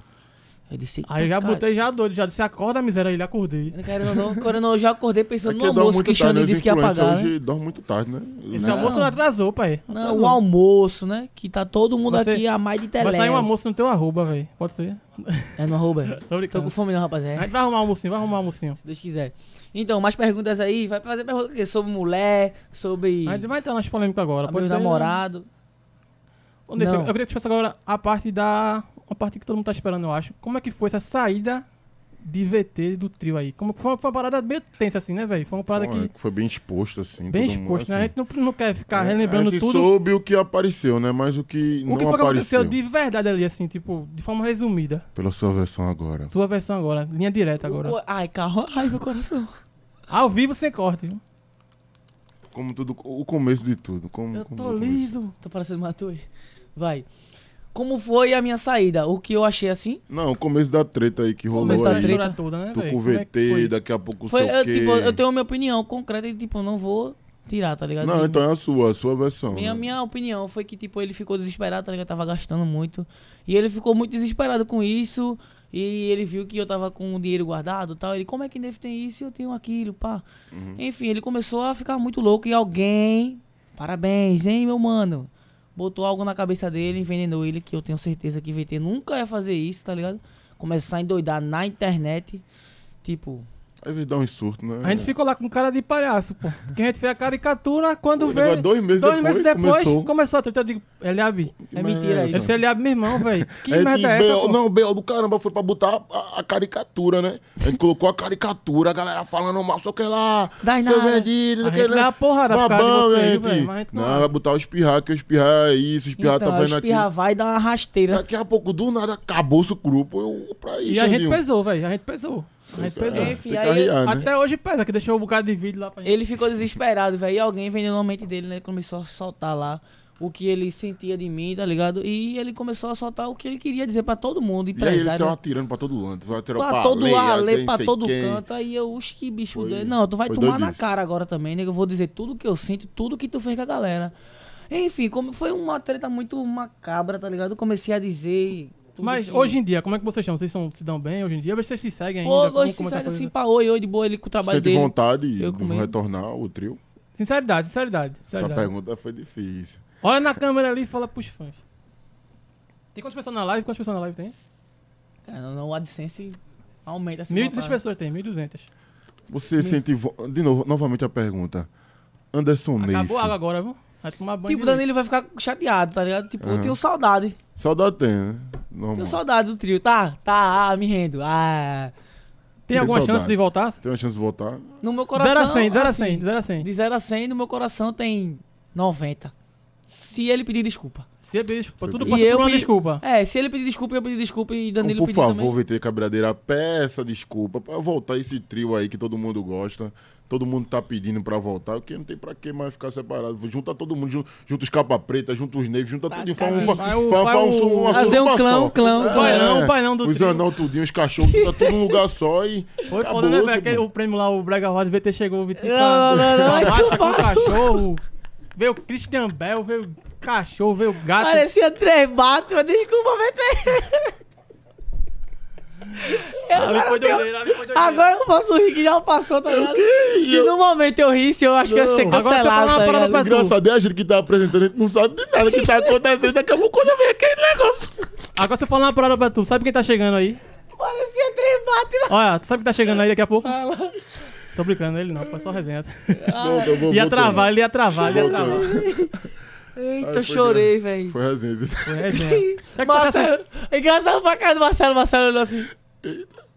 Speaker 3: Eu disse,
Speaker 2: Aí eu já botei já doido, já disse, acorda, miséria, ele acordei.
Speaker 3: Querendo ou não, querendo ou não, eu já acordei pensando
Speaker 1: Aqui
Speaker 3: no
Speaker 1: É dorme
Speaker 3: almoço
Speaker 1: muito
Speaker 3: que o Xande
Speaker 1: tarde, né? Os
Speaker 3: disse que ia
Speaker 1: influencers
Speaker 3: pagar, né?
Speaker 1: Hoje dorme muito tarde, né?
Speaker 2: Esse
Speaker 1: Né?
Speaker 2: almoço não atrasou, pai.
Speaker 3: Não,
Speaker 2: Atrasou.
Speaker 3: o almoço, é né? Que tá todo mundo
Speaker 2: Tá Vai ser-
Speaker 3: aqui a mais de
Speaker 2: Vai
Speaker 3: telé.
Speaker 2: sair um almoço no teu arroba, velho. Pode ser.
Speaker 3: É no arroba.
Speaker 2: Tô
Speaker 3: Tô
Speaker 2: brincando.
Speaker 3: com fome não, rapaz.
Speaker 2: A
Speaker 3: É,
Speaker 2: gente vai arrumar um almocinho, vai arrumar um almocinho.
Speaker 3: se Deus quiser. Então, mais perguntas aí. Vai fazer pergunta o quê? Sobre mulher, sobre
Speaker 2: A gente vai entrar nas polêmicas agora.
Speaker 3: a
Speaker 2: Pode
Speaker 3: meu
Speaker 2: ser. né?
Speaker 3: namorado.
Speaker 2: Ô, Ney,
Speaker 3: Não.
Speaker 2: Eu queria que tu tivesse agora a parte da. Uma parte que todo mundo tá esperando, eu acho. Como é que foi essa saída de VT do trio aí? Como, foi, uma, foi uma parada bem tensa, assim, né, velho? Foi uma parada
Speaker 1: Pô,
Speaker 2: que.
Speaker 1: é, Foi bem exposto, assim.
Speaker 2: Bem
Speaker 1: todo mundo,
Speaker 2: exposto, né? A
Speaker 1: assim.
Speaker 2: gente não, não quer ficar
Speaker 1: a
Speaker 2: relembrando
Speaker 1: gente
Speaker 2: tudo.
Speaker 1: soube o que apareceu, né? Mas o que não
Speaker 2: O que foi que
Speaker 1: apareceu.
Speaker 2: aconteceu de verdade ali, assim, tipo, de forma resumida.
Speaker 1: Pela sua versão agora.
Speaker 2: Sua versão agora, linha direta Tá agora.
Speaker 3: O co- Ai, calma. Ai, meu coração.
Speaker 2: Ao vivo sem corte.
Speaker 1: Como tudo, o começo de tudo. Como,
Speaker 2: Eu
Speaker 1: como
Speaker 2: tô
Speaker 1: o começo.
Speaker 2: liso.
Speaker 3: Tô parecendo Matui. Vai. Como foi a minha saída? O que eu achei assim?
Speaker 1: Não, o começo da treta aí que rolou
Speaker 2: Começou a
Speaker 1: aí.
Speaker 3: treta.
Speaker 2: história toda, né,
Speaker 1: Tô
Speaker 2: velho?
Speaker 1: com o
Speaker 2: Como é que
Speaker 1: VT,
Speaker 2: foi?
Speaker 1: daqui a pouco
Speaker 3: Foi,
Speaker 1: sei o
Speaker 3: eu,
Speaker 1: quê.
Speaker 3: tipo, eu tenho minha opinião concreta e, tipo, eu não vou tirar, tá ligado?
Speaker 2: um-
Speaker 1: Não,
Speaker 3: Tipo,
Speaker 1: então é a sua, a sua versão.
Speaker 3: Minha,
Speaker 1: né?
Speaker 3: minha opinião foi que, tipo, ele ficou desesperado, tá ligado? Tava gastando muito. E ele ficou muito desesperado com isso. E ele viu que eu tava com o dinheiro guardado e tal. Ele, como é que Neve tem isso e eu tenho aquilo, pá? Enfim, ele começou a ficar muito louco. E alguém, parabéns, hein, meu mano? Botou algo na cabeça dele, envenenou ele, que eu tenho certeza que VT nunca ia fazer isso, tá ligado? Começar a endoidar na internet. Tipo,
Speaker 1: Aí veio dar um surto, né?
Speaker 2: A gente ficou lá com cara de palhaço, pô. Porque a gente fez a caricatura quando
Speaker 1: Pô,
Speaker 2: veio.
Speaker 1: negócio, dois meses depois, começou.
Speaker 2: começou. a treta. Eu digo, Eliabe,
Speaker 3: é mentira isso.
Speaker 2: esse Eliabe, meu irmão, velho. Que
Speaker 1: A gente
Speaker 2: merda é essa?
Speaker 1: BO
Speaker 2: pô?
Speaker 1: Não, o BO do caramba foi pra botar a, a caricatura, né? A gente colocou a caricatura, a galera falando mal, só que lá.
Speaker 3: Dá
Speaker 1: seu
Speaker 3: nada.
Speaker 1: vendido,
Speaker 2: A
Speaker 1: não
Speaker 2: gente
Speaker 1: sei lá,
Speaker 2: dá uma porrada por causa de
Speaker 1: é babão,
Speaker 2: vocês,
Speaker 1: gente.
Speaker 2: velho, mas a gente não
Speaker 1: Não, é
Speaker 2: dá.
Speaker 1: vai botar o espirrar, que o espirrar é isso, o espirrar tá
Speaker 3: então,
Speaker 1: fazendo aquilo.
Speaker 3: espirra vai dar uma rasteira.
Speaker 1: Daqui a pouco, do nada, acabou-se o grupo. Eu, pra isso,
Speaker 2: E a gente pesou, velho. A gente pesou. A gente pesou.
Speaker 3: Enfim,
Speaker 1: Tem que
Speaker 3: aí-
Speaker 1: arriar, um. né?
Speaker 2: Até hoje pesa, que deixou um bocado de vídeo lá pra gente.
Speaker 3: Ele ficou desesperado, velho. E alguém vendeu na mente dele, né? Ele Começou a soltar lá o que ele sentia de mim, tá ligado? E ele começou a soltar o que ele queria dizer pra todo
Speaker 1: E aí
Speaker 3: mundo,
Speaker 1: eles
Speaker 2: né?
Speaker 3: empresário. né?
Speaker 1: saiu atirando pra todo lado. Vai atirar
Speaker 3: Pra todo
Speaker 1: Ale,
Speaker 3: lado,
Speaker 1: Alen,
Speaker 3: pra
Speaker 1: sei
Speaker 3: todo
Speaker 1: quem.
Speaker 3: canto. Aí eu, "Oxe, que bicho
Speaker 1: Foi-
Speaker 3: doido. Não, tu vai
Speaker 1: foi
Speaker 3: tomar na
Speaker 1: doidice.
Speaker 3: cara agora também, nego. Eu vou dizer tudo que eu sinto, tudo que tu fez com a galera. Enfim, como foi uma treta muito macabra, tá ligado? Eu comecei a dizer. tudo
Speaker 2: Mas
Speaker 3: que-
Speaker 2: hoje em dia, como é que vocês estão? Vocês são- se dão bem hoje em dia? Vocês se seguem
Speaker 3: Pô,
Speaker 2: ainda? Como- como é
Speaker 3: hoje
Speaker 2: que
Speaker 3: se
Speaker 2: a
Speaker 3: segue
Speaker 2: coisa-
Speaker 3: assim, pra oi, oi, de boa, ele com o trabalho
Speaker 1: Sente
Speaker 3: dele.
Speaker 1: vontade
Speaker 3: Eu Tá
Speaker 1: de
Speaker 3: comigo.
Speaker 1: retornar o trio?
Speaker 2: Sinceridade, sinceridade.
Speaker 1: Essa
Speaker 2: sinceridade.
Speaker 1: pergunta foi difícil.
Speaker 2: Olha na câmera ali e fala pros fãs. Tem quantas pessoas na live? Quantas pessoas na live tem?
Speaker 3: Cara, É, não, não, o AdSense aumenta assim.
Speaker 2: 1.200
Speaker 3: papai.
Speaker 2: pessoas tem, 1.200.
Speaker 1: Você sente... vo- De novo, novamente a pergunta. Anderson Neif.
Speaker 2: Acabou a água agora, viu? Vai tomar banho.
Speaker 3: Tipo, o
Speaker 2: direito.
Speaker 3: Danilo vai ficar chateado, tá ligado? Tipo, eu
Speaker 1: Aham.
Speaker 3: tenho saudade.
Speaker 1: Saudade tem, né? Normal.
Speaker 3: Tenho saudade do trio. Tá, tá, ah, me rendo. Ah.
Speaker 2: Tem alguma
Speaker 1: saudade.
Speaker 2: chance de voltar?
Speaker 1: Tem uma chance de voltar?
Speaker 3: No meu coração.
Speaker 2: 0 a 100, 0 a
Speaker 3: assim,
Speaker 2: 100, 0 a 100.
Speaker 3: De 0 a 100, no meu coração tem 90. Se ele pedir desculpa.
Speaker 2: Se é desculpa, tudo
Speaker 1: E
Speaker 2: passa por
Speaker 3: eu
Speaker 2: uma
Speaker 3: me-
Speaker 2: desculpa.
Speaker 3: É, se ele pedir desculpa, eu pedir desculpa e
Speaker 1: Então,
Speaker 3: Danilo
Speaker 1: por
Speaker 3: pedir
Speaker 1: favor,
Speaker 3: também.
Speaker 1: VT Cabradeira, peça desculpa pra voltar esse trio aí que todo mundo gosta. Todo mundo tá pedindo pra voltar, porque não tem pra que mais ficar separado. Junta todo mundo, junto, junta os capa preta, junta os negros, junta
Speaker 3: Tá,
Speaker 1: tudo. e Faz um,
Speaker 3: caralho.
Speaker 1: fa-
Speaker 2: Vai o-
Speaker 1: fa-
Speaker 2: vai
Speaker 1: fa-
Speaker 2: o-
Speaker 1: uma
Speaker 3: fazer um
Speaker 1: surpa
Speaker 3: clã,
Speaker 1: só.
Speaker 3: um clã, um
Speaker 2: O bailão, o bailão do
Speaker 1: Os
Speaker 2: trio.
Speaker 1: anão tudinho, os cachorros, tá tudo num lugar só e.
Speaker 2: Foi foda, né,
Speaker 1: acabou-se,
Speaker 2: velho? Aquele-
Speaker 1: pô.
Speaker 2: O prêmio lá, o Brega Rod, VT chegou, o VT
Speaker 3: Não, não, não, não,
Speaker 2: com a
Speaker 3: não,
Speaker 2: vaca, com o
Speaker 3: não.
Speaker 2: cachorro. Veio o Christian Bell, veio o cachorro, veio o gato.
Speaker 3: Parecia três batos, mas desculpa, VT.
Speaker 2: Ali foi doideira, ali foi doideira.
Speaker 3: Agora eu posso rir que já passou, tá ligado? Se
Speaker 1: Eu-
Speaker 3: no momento eu risse, eu acho que eu ia ser
Speaker 2: Agora você
Speaker 3: cancelado.
Speaker 2: fala uma
Speaker 3: tá
Speaker 2: parada pra
Speaker 3: ligado?
Speaker 1: Graças a Deus, a gente que tá apresentando, a gente não sabe de nada que tá acontecendo. Daqui a pouco quando vem aquele negócio.
Speaker 2: Agora você fala uma parada pra tu, sabe quem tá chegando aí?
Speaker 3: Parecia três batos.
Speaker 2: Olha, tu sabe quem tá chegando aí daqui a pouco? Tô brincando, ele não, foi só resenha.
Speaker 1: Não, eu vou-
Speaker 2: Ia
Speaker 1: voltando.
Speaker 2: travar, ele ia travar, ele ia
Speaker 1: Voltando.
Speaker 2: travar.
Speaker 3: Eita,
Speaker 1: Ai, foi
Speaker 3: eu chorei, velho.
Speaker 1: Foi resenha.
Speaker 2: Foi resenha. Será que tu tá assim?
Speaker 3: Marcelo, é engraçado pra cara do Marcelo, Marcelo olhou assim.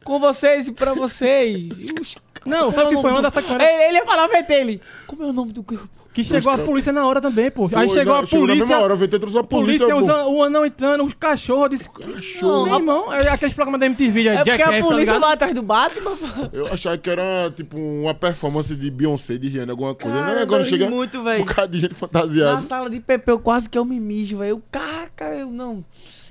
Speaker 3: Com vocês e pra vocês. Ux,
Speaker 2: Não, sabe o que foi uma dessa
Speaker 3: Ele,
Speaker 2: cara?
Speaker 3: ele ia falar VT ele. Como é o nome do grupo?
Speaker 2: Que chegou a polícia na hora também, pô. Aí
Speaker 1: Foi,
Speaker 2: chegou
Speaker 1: na-
Speaker 2: a
Speaker 1: Na mesma
Speaker 2: polícia.
Speaker 1: hora, o VT trouxe a polícia.
Speaker 2: Polícia, os
Speaker 1: pô.
Speaker 2: an- o anão entrando, os cachorros. eu Disse,
Speaker 1: Cachorro.
Speaker 2: Meu irmão, é aqueles programas da MTV, é
Speaker 3: É porque a
Speaker 2: Jackass, tá
Speaker 3: polícia
Speaker 2: ligado?
Speaker 3: vai atrás do Batman. pô.
Speaker 1: Eu achava que era tipo uma performance de Beyoncé, de Rihanna, alguma coisa.
Speaker 3: Cara,
Speaker 1: não é quando
Speaker 3: eu ri
Speaker 1: chega
Speaker 3: muito,
Speaker 1: um
Speaker 3: velho.
Speaker 1: bocado de gente
Speaker 3: Na
Speaker 1: fantasiada.
Speaker 3: sala de PP, eu quase que eu me mijo, velho. Eu, Caca, eu não.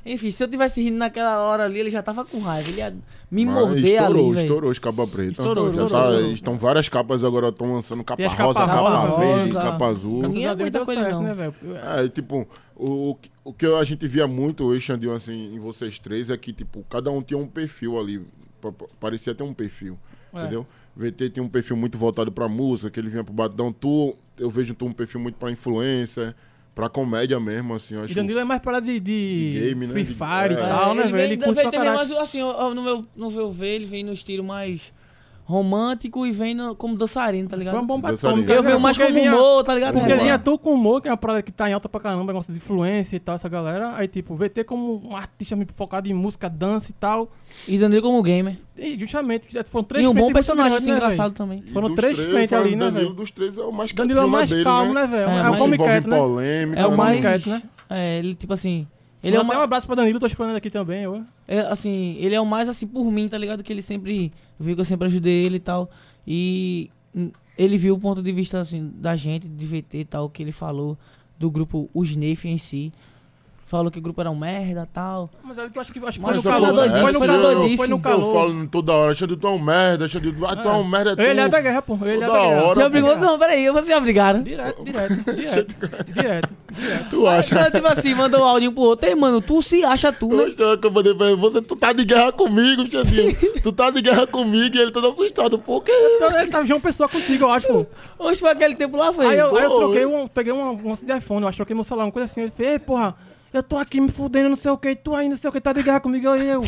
Speaker 3: Enfim, se eu tivesse rindo naquela hora ali, ele já tava com raiva. Ele ia me
Speaker 1: Mas
Speaker 3: morder
Speaker 1: estourou,
Speaker 3: ali, velho.
Speaker 1: estourou os capa preta.
Speaker 2: Estourou,
Speaker 1: Já
Speaker 2: estourou,
Speaker 1: tá-
Speaker 2: estourou.
Speaker 1: Estão várias capas agora, estão lançando capa
Speaker 2: Tem as
Speaker 1: rosa,
Speaker 2: capa
Speaker 1: capa,
Speaker 2: rosa,
Speaker 1: verde,
Speaker 3: rosa.
Speaker 1: capa azul.
Speaker 3: Não
Speaker 2: Graças
Speaker 3: ia
Speaker 2: a Deus
Speaker 3: muita
Speaker 2: deu
Speaker 3: coisa,
Speaker 2: certo,
Speaker 3: não.
Speaker 2: né, velho? Eu-
Speaker 1: É, e, tipo, o, o que- o que a gente via muito, eu e Xandion, assim, em vocês três, é que, tipo, cada um tinha um perfil ali. pa- pa- Parecia ter um perfil,
Speaker 2: É.
Speaker 1: entendeu? VT tinha um perfil muito voltado pra música, que ele vinha pro Batidão. Tu, eu vejo tu um perfil muito pra influência, pra comédia mesmo, assim. Eu
Speaker 2: E
Speaker 1: acho
Speaker 2: Danilo é mais parada de, de
Speaker 1: Game, né?
Speaker 2: Free
Speaker 1: De- é.
Speaker 2: Fire e tal, né,
Speaker 3: ele
Speaker 2: velho? Ele,
Speaker 3: vem-
Speaker 2: curte
Speaker 3: vem
Speaker 2: pra
Speaker 3: também,
Speaker 2: caralho.
Speaker 3: mas assim, ó, ó, no meu, no meu ver, ele vem no estilo mais romântico e vem no- como dançarino, tá ligado?
Speaker 2: Foi um uma bomba
Speaker 1: Dançarino.
Speaker 2: atômica.
Speaker 1: Eu
Speaker 3: eu
Speaker 2: velho,
Speaker 3: venho mais
Speaker 2: né? porque
Speaker 3: como
Speaker 2: vinha-
Speaker 3: humor, tá ligado?
Speaker 2: Porque
Speaker 1: Vamos lá.
Speaker 2: vinha tu com humor, que é uma parada que tá em alta pra caramba, negócio de influência e tal, essa galera. Aí, tipo, VT como um artista muito focado em música, dança e tal.
Speaker 3: E Danilo como gamer.
Speaker 2: E justamente, que já foram três
Speaker 3: E um bom
Speaker 2: frentes muito
Speaker 3: personagem,
Speaker 2: grandes,
Speaker 3: assim,
Speaker 2: né, velho?
Speaker 3: engraçado também.
Speaker 1: E
Speaker 2: foram
Speaker 1: dos
Speaker 2: três frente
Speaker 1: fora,
Speaker 2: ali, né,
Speaker 1: Danilo
Speaker 2: velho?
Speaker 1: dos três é o mais
Speaker 2: Danilo é o
Speaker 1: cativa
Speaker 2: mais
Speaker 1: dele,
Speaker 2: calmo, né, velho?
Speaker 3: É,
Speaker 2: É,
Speaker 1: Não
Speaker 2: o
Speaker 3: mas
Speaker 1: se
Speaker 2: Home
Speaker 1: envolve em
Speaker 2: Cat, né?
Speaker 1: polêmica,
Speaker 3: É o
Speaker 1: não-
Speaker 3: mais-
Speaker 2: Cat, né?
Speaker 3: É, ele, tipo assim. Ele
Speaker 2: Ele
Speaker 3: é,
Speaker 2: um
Speaker 3: uma,
Speaker 2: abraço pra Danilo, tô esperando ele aqui também, eu.
Speaker 3: é, assim, ele é o mais assim por mim, tá ligado? Que ele sempre viu que eu sempre ajudei ele e tal. E hum, ele viu o ponto de vista assim da gente, de VT e tal, que ele falou do grupo Os Neif em si. Falou que o grupo era um merda tal.
Speaker 2: Mas ali tu acha que, acho que
Speaker 1: eu
Speaker 2: foi
Speaker 3: Mas
Speaker 2: no
Speaker 1: falo-
Speaker 2: calor. né?
Speaker 3: doidice,
Speaker 1: essa
Speaker 2: Foi no
Speaker 3: foi
Speaker 1: eu-
Speaker 3: na
Speaker 2: calor,
Speaker 3: doidice.
Speaker 2: foi no
Speaker 1: Eu
Speaker 2: calor.
Speaker 1: falo toda hora, Xandion, tu é um merda, Xandion, ah, tu é um merda, é tu.
Speaker 2: Ele é da guerra, pô. Ele é da
Speaker 1: Toda
Speaker 2: guerra.
Speaker 1: hora,
Speaker 3: Já
Speaker 1: pô.
Speaker 3: brigou? Não, peraí, vocês já brigaram.
Speaker 2: Direto, direto, direto. Direto.
Speaker 1: Tu acha?
Speaker 3: Não, tipo assim, mandou um áudio pro outro. Ei, mano, tu se acha tu, né?
Speaker 1: Hoje eu mandei pra ele, você, tu tá de guerra comigo, Xandinho. tu tá de guerra comigo e ele todo assustado. Pô, que é isso?
Speaker 2: Então ele tava já uma pessoa contigo, eu acho, pô.
Speaker 3: Hoje foi aquele tempo lá, foi.
Speaker 2: Aí eu, aí eu
Speaker 1: Pô,
Speaker 2: troquei,
Speaker 1: eu-
Speaker 2: um, peguei um, um lance de iPhone, eu acho, troquei meu celular, uma coisa assim. Ele fez, ei, porra, eu tô aqui me fudendo, não sei o que, e tu aí, não sei o que, tá de guerra comigo, eu e eu.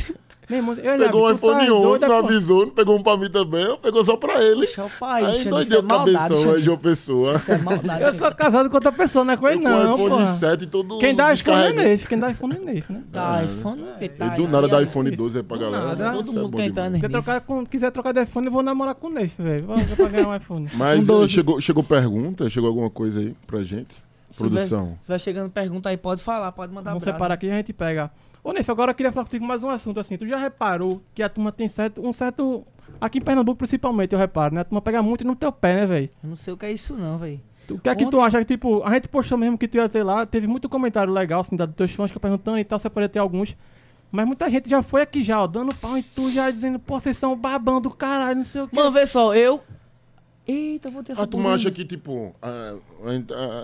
Speaker 2: Meu irmão, eu
Speaker 1: Pegou
Speaker 2: o
Speaker 3: tá
Speaker 1: um iPhone 11,
Speaker 2: é,
Speaker 1: não avisou, não pegou um pra mim também, ó, pegou só pra ele.
Speaker 3: Deixa o pai,
Speaker 1: Aí
Speaker 3: Xande,
Speaker 1: doideu
Speaker 3: isso é
Speaker 1: o
Speaker 3: maldade,
Speaker 1: cabeção,
Speaker 3: Xande.
Speaker 1: aí de uma pessoa.
Speaker 3: Isso é maldade.
Speaker 2: Eu
Speaker 3: Xande.
Speaker 2: sou casado com outra pessoa, não é com ele,
Speaker 1: Eu com
Speaker 2: não,
Speaker 1: o
Speaker 2: porra.
Speaker 1: um iPhone 7 todo
Speaker 2: Quem dá iPhone é
Speaker 1: descarregado.
Speaker 2: Neif, quem dá iPhone é Neif, né?
Speaker 3: Tá, iPhone, é, tá,
Speaker 1: E do
Speaker 3: aí,
Speaker 1: nada dá
Speaker 3: aí,
Speaker 1: iPhone 12 aí pra
Speaker 2: Do
Speaker 1: galera.
Speaker 2: nada.
Speaker 1: Nossa,
Speaker 3: Todo
Speaker 1: é
Speaker 3: mundo
Speaker 1: bom
Speaker 3: quer
Speaker 1: demais.
Speaker 3: entrar
Speaker 2: Quer
Speaker 3: nesse
Speaker 2: trocar com, quiser trocar de iPhone, eu vou namorar com o Neif, velho. Vou já pra ganhar um iPhone.
Speaker 1: Mas
Speaker 3: Um
Speaker 1: eh,
Speaker 3: 12.
Speaker 1: chegou, chegou pergunta, chegou alguma coisa aí pra gente?
Speaker 3: Se
Speaker 1: Produção.
Speaker 3: Se vai chegando pergunta aí, pode falar, pode mandar
Speaker 2: Vamos
Speaker 3: abraço.
Speaker 2: separar aqui e a gente pega. Ô, Neif, agora eu queria falar contigo mais um assunto, assim. Tu já reparou que a turma tem certo, um certo... Aqui em Pernambuco, principalmente, eu reparo, né? A turma pega muito no teu pé, né, velho?
Speaker 3: Eu não sei o que é isso não, velho.
Speaker 2: O que é que tu acha? Que, tipo, a gente postou mesmo que tu ia ter lá, teve muito comentário legal, assim, da- dos teus fãs que eu perguntando e tal, separei até alguns. Mas muita gente já foi aqui já, ó, dando pau em tu, já dizendo, pô, vocês são um babão do caralho, não sei o quê.
Speaker 3: Mano, vê só, eu... Eita, vou ter essa
Speaker 1: A turma acha Ah, que, tipo, ah,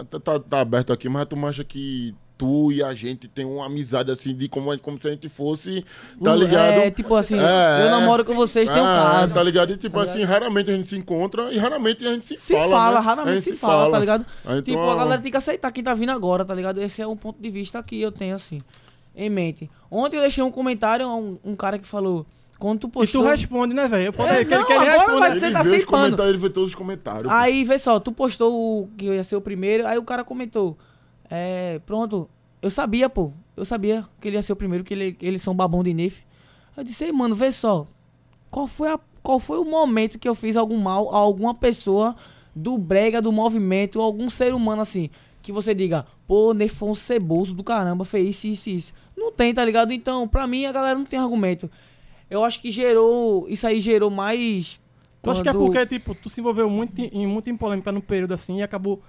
Speaker 1: ah, tá- tá, tá aberto aqui, mas a turma acha que tu e a gente tem uma amizade assim, de como, como se a gente fosse, tá ligado?
Speaker 3: É, tipo assim,
Speaker 1: É,
Speaker 3: eu
Speaker 1: é.
Speaker 3: namoro com vocês, tem um
Speaker 1: Ah,
Speaker 3: caso.
Speaker 1: Tá ligado? E tipo assim, raramente a gente se encontra e raramente a gente se,
Speaker 3: Se fala,
Speaker 1: né? A gente
Speaker 3: raramente se fala, tá ligado?
Speaker 1: Ah, então,
Speaker 3: tipo, a galera tem que aceitar quem tá vindo agora, tá ligado? Esse é um ponto de vista que eu tenho, assim, em mente. Ontem eu deixei um comentário, um, um cara que falou, quando tu
Speaker 2: E tu
Speaker 3: postou...
Speaker 2: responde, né, velho? Eu falei
Speaker 3: É,
Speaker 2: que ele
Speaker 3: não,
Speaker 2: quer ele
Speaker 3: agora
Speaker 2: responde. né?
Speaker 3: vai
Speaker 1: Ele
Speaker 3: Você tá
Speaker 1: vê
Speaker 3: sem
Speaker 1: os
Speaker 3: pano.
Speaker 1: comentários, ele vê todos os comentários. pô.
Speaker 3: Aí, vê só, tu postou o que eu ia ser o primeiro, aí o cara comentou. É, pronto, eu sabia, pô. Eu sabia que ele ia ser o primeiro, que ele- eles são babão de Nif. Eu disse, ei, mano, vê só. Qual foi, a- qual foi o momento que eu fiz algum mal a alguma pessoa do brega, do movimento, ou algum ser humano assim? Que você diga, pô, Nef foi um ceboso do caramba, fez isso, isso, isso. Não tem, tá ligado? Então, pra mim, a galera não tem argumento. Eu acho que gerou. Isso aí gerou mais.
Speaker 2: Tu acha que é
Speaker 3: quando-
Speaker 2: porque, tipo, tu se envolveu muito em, em- muito em polêmica num período assim e acabou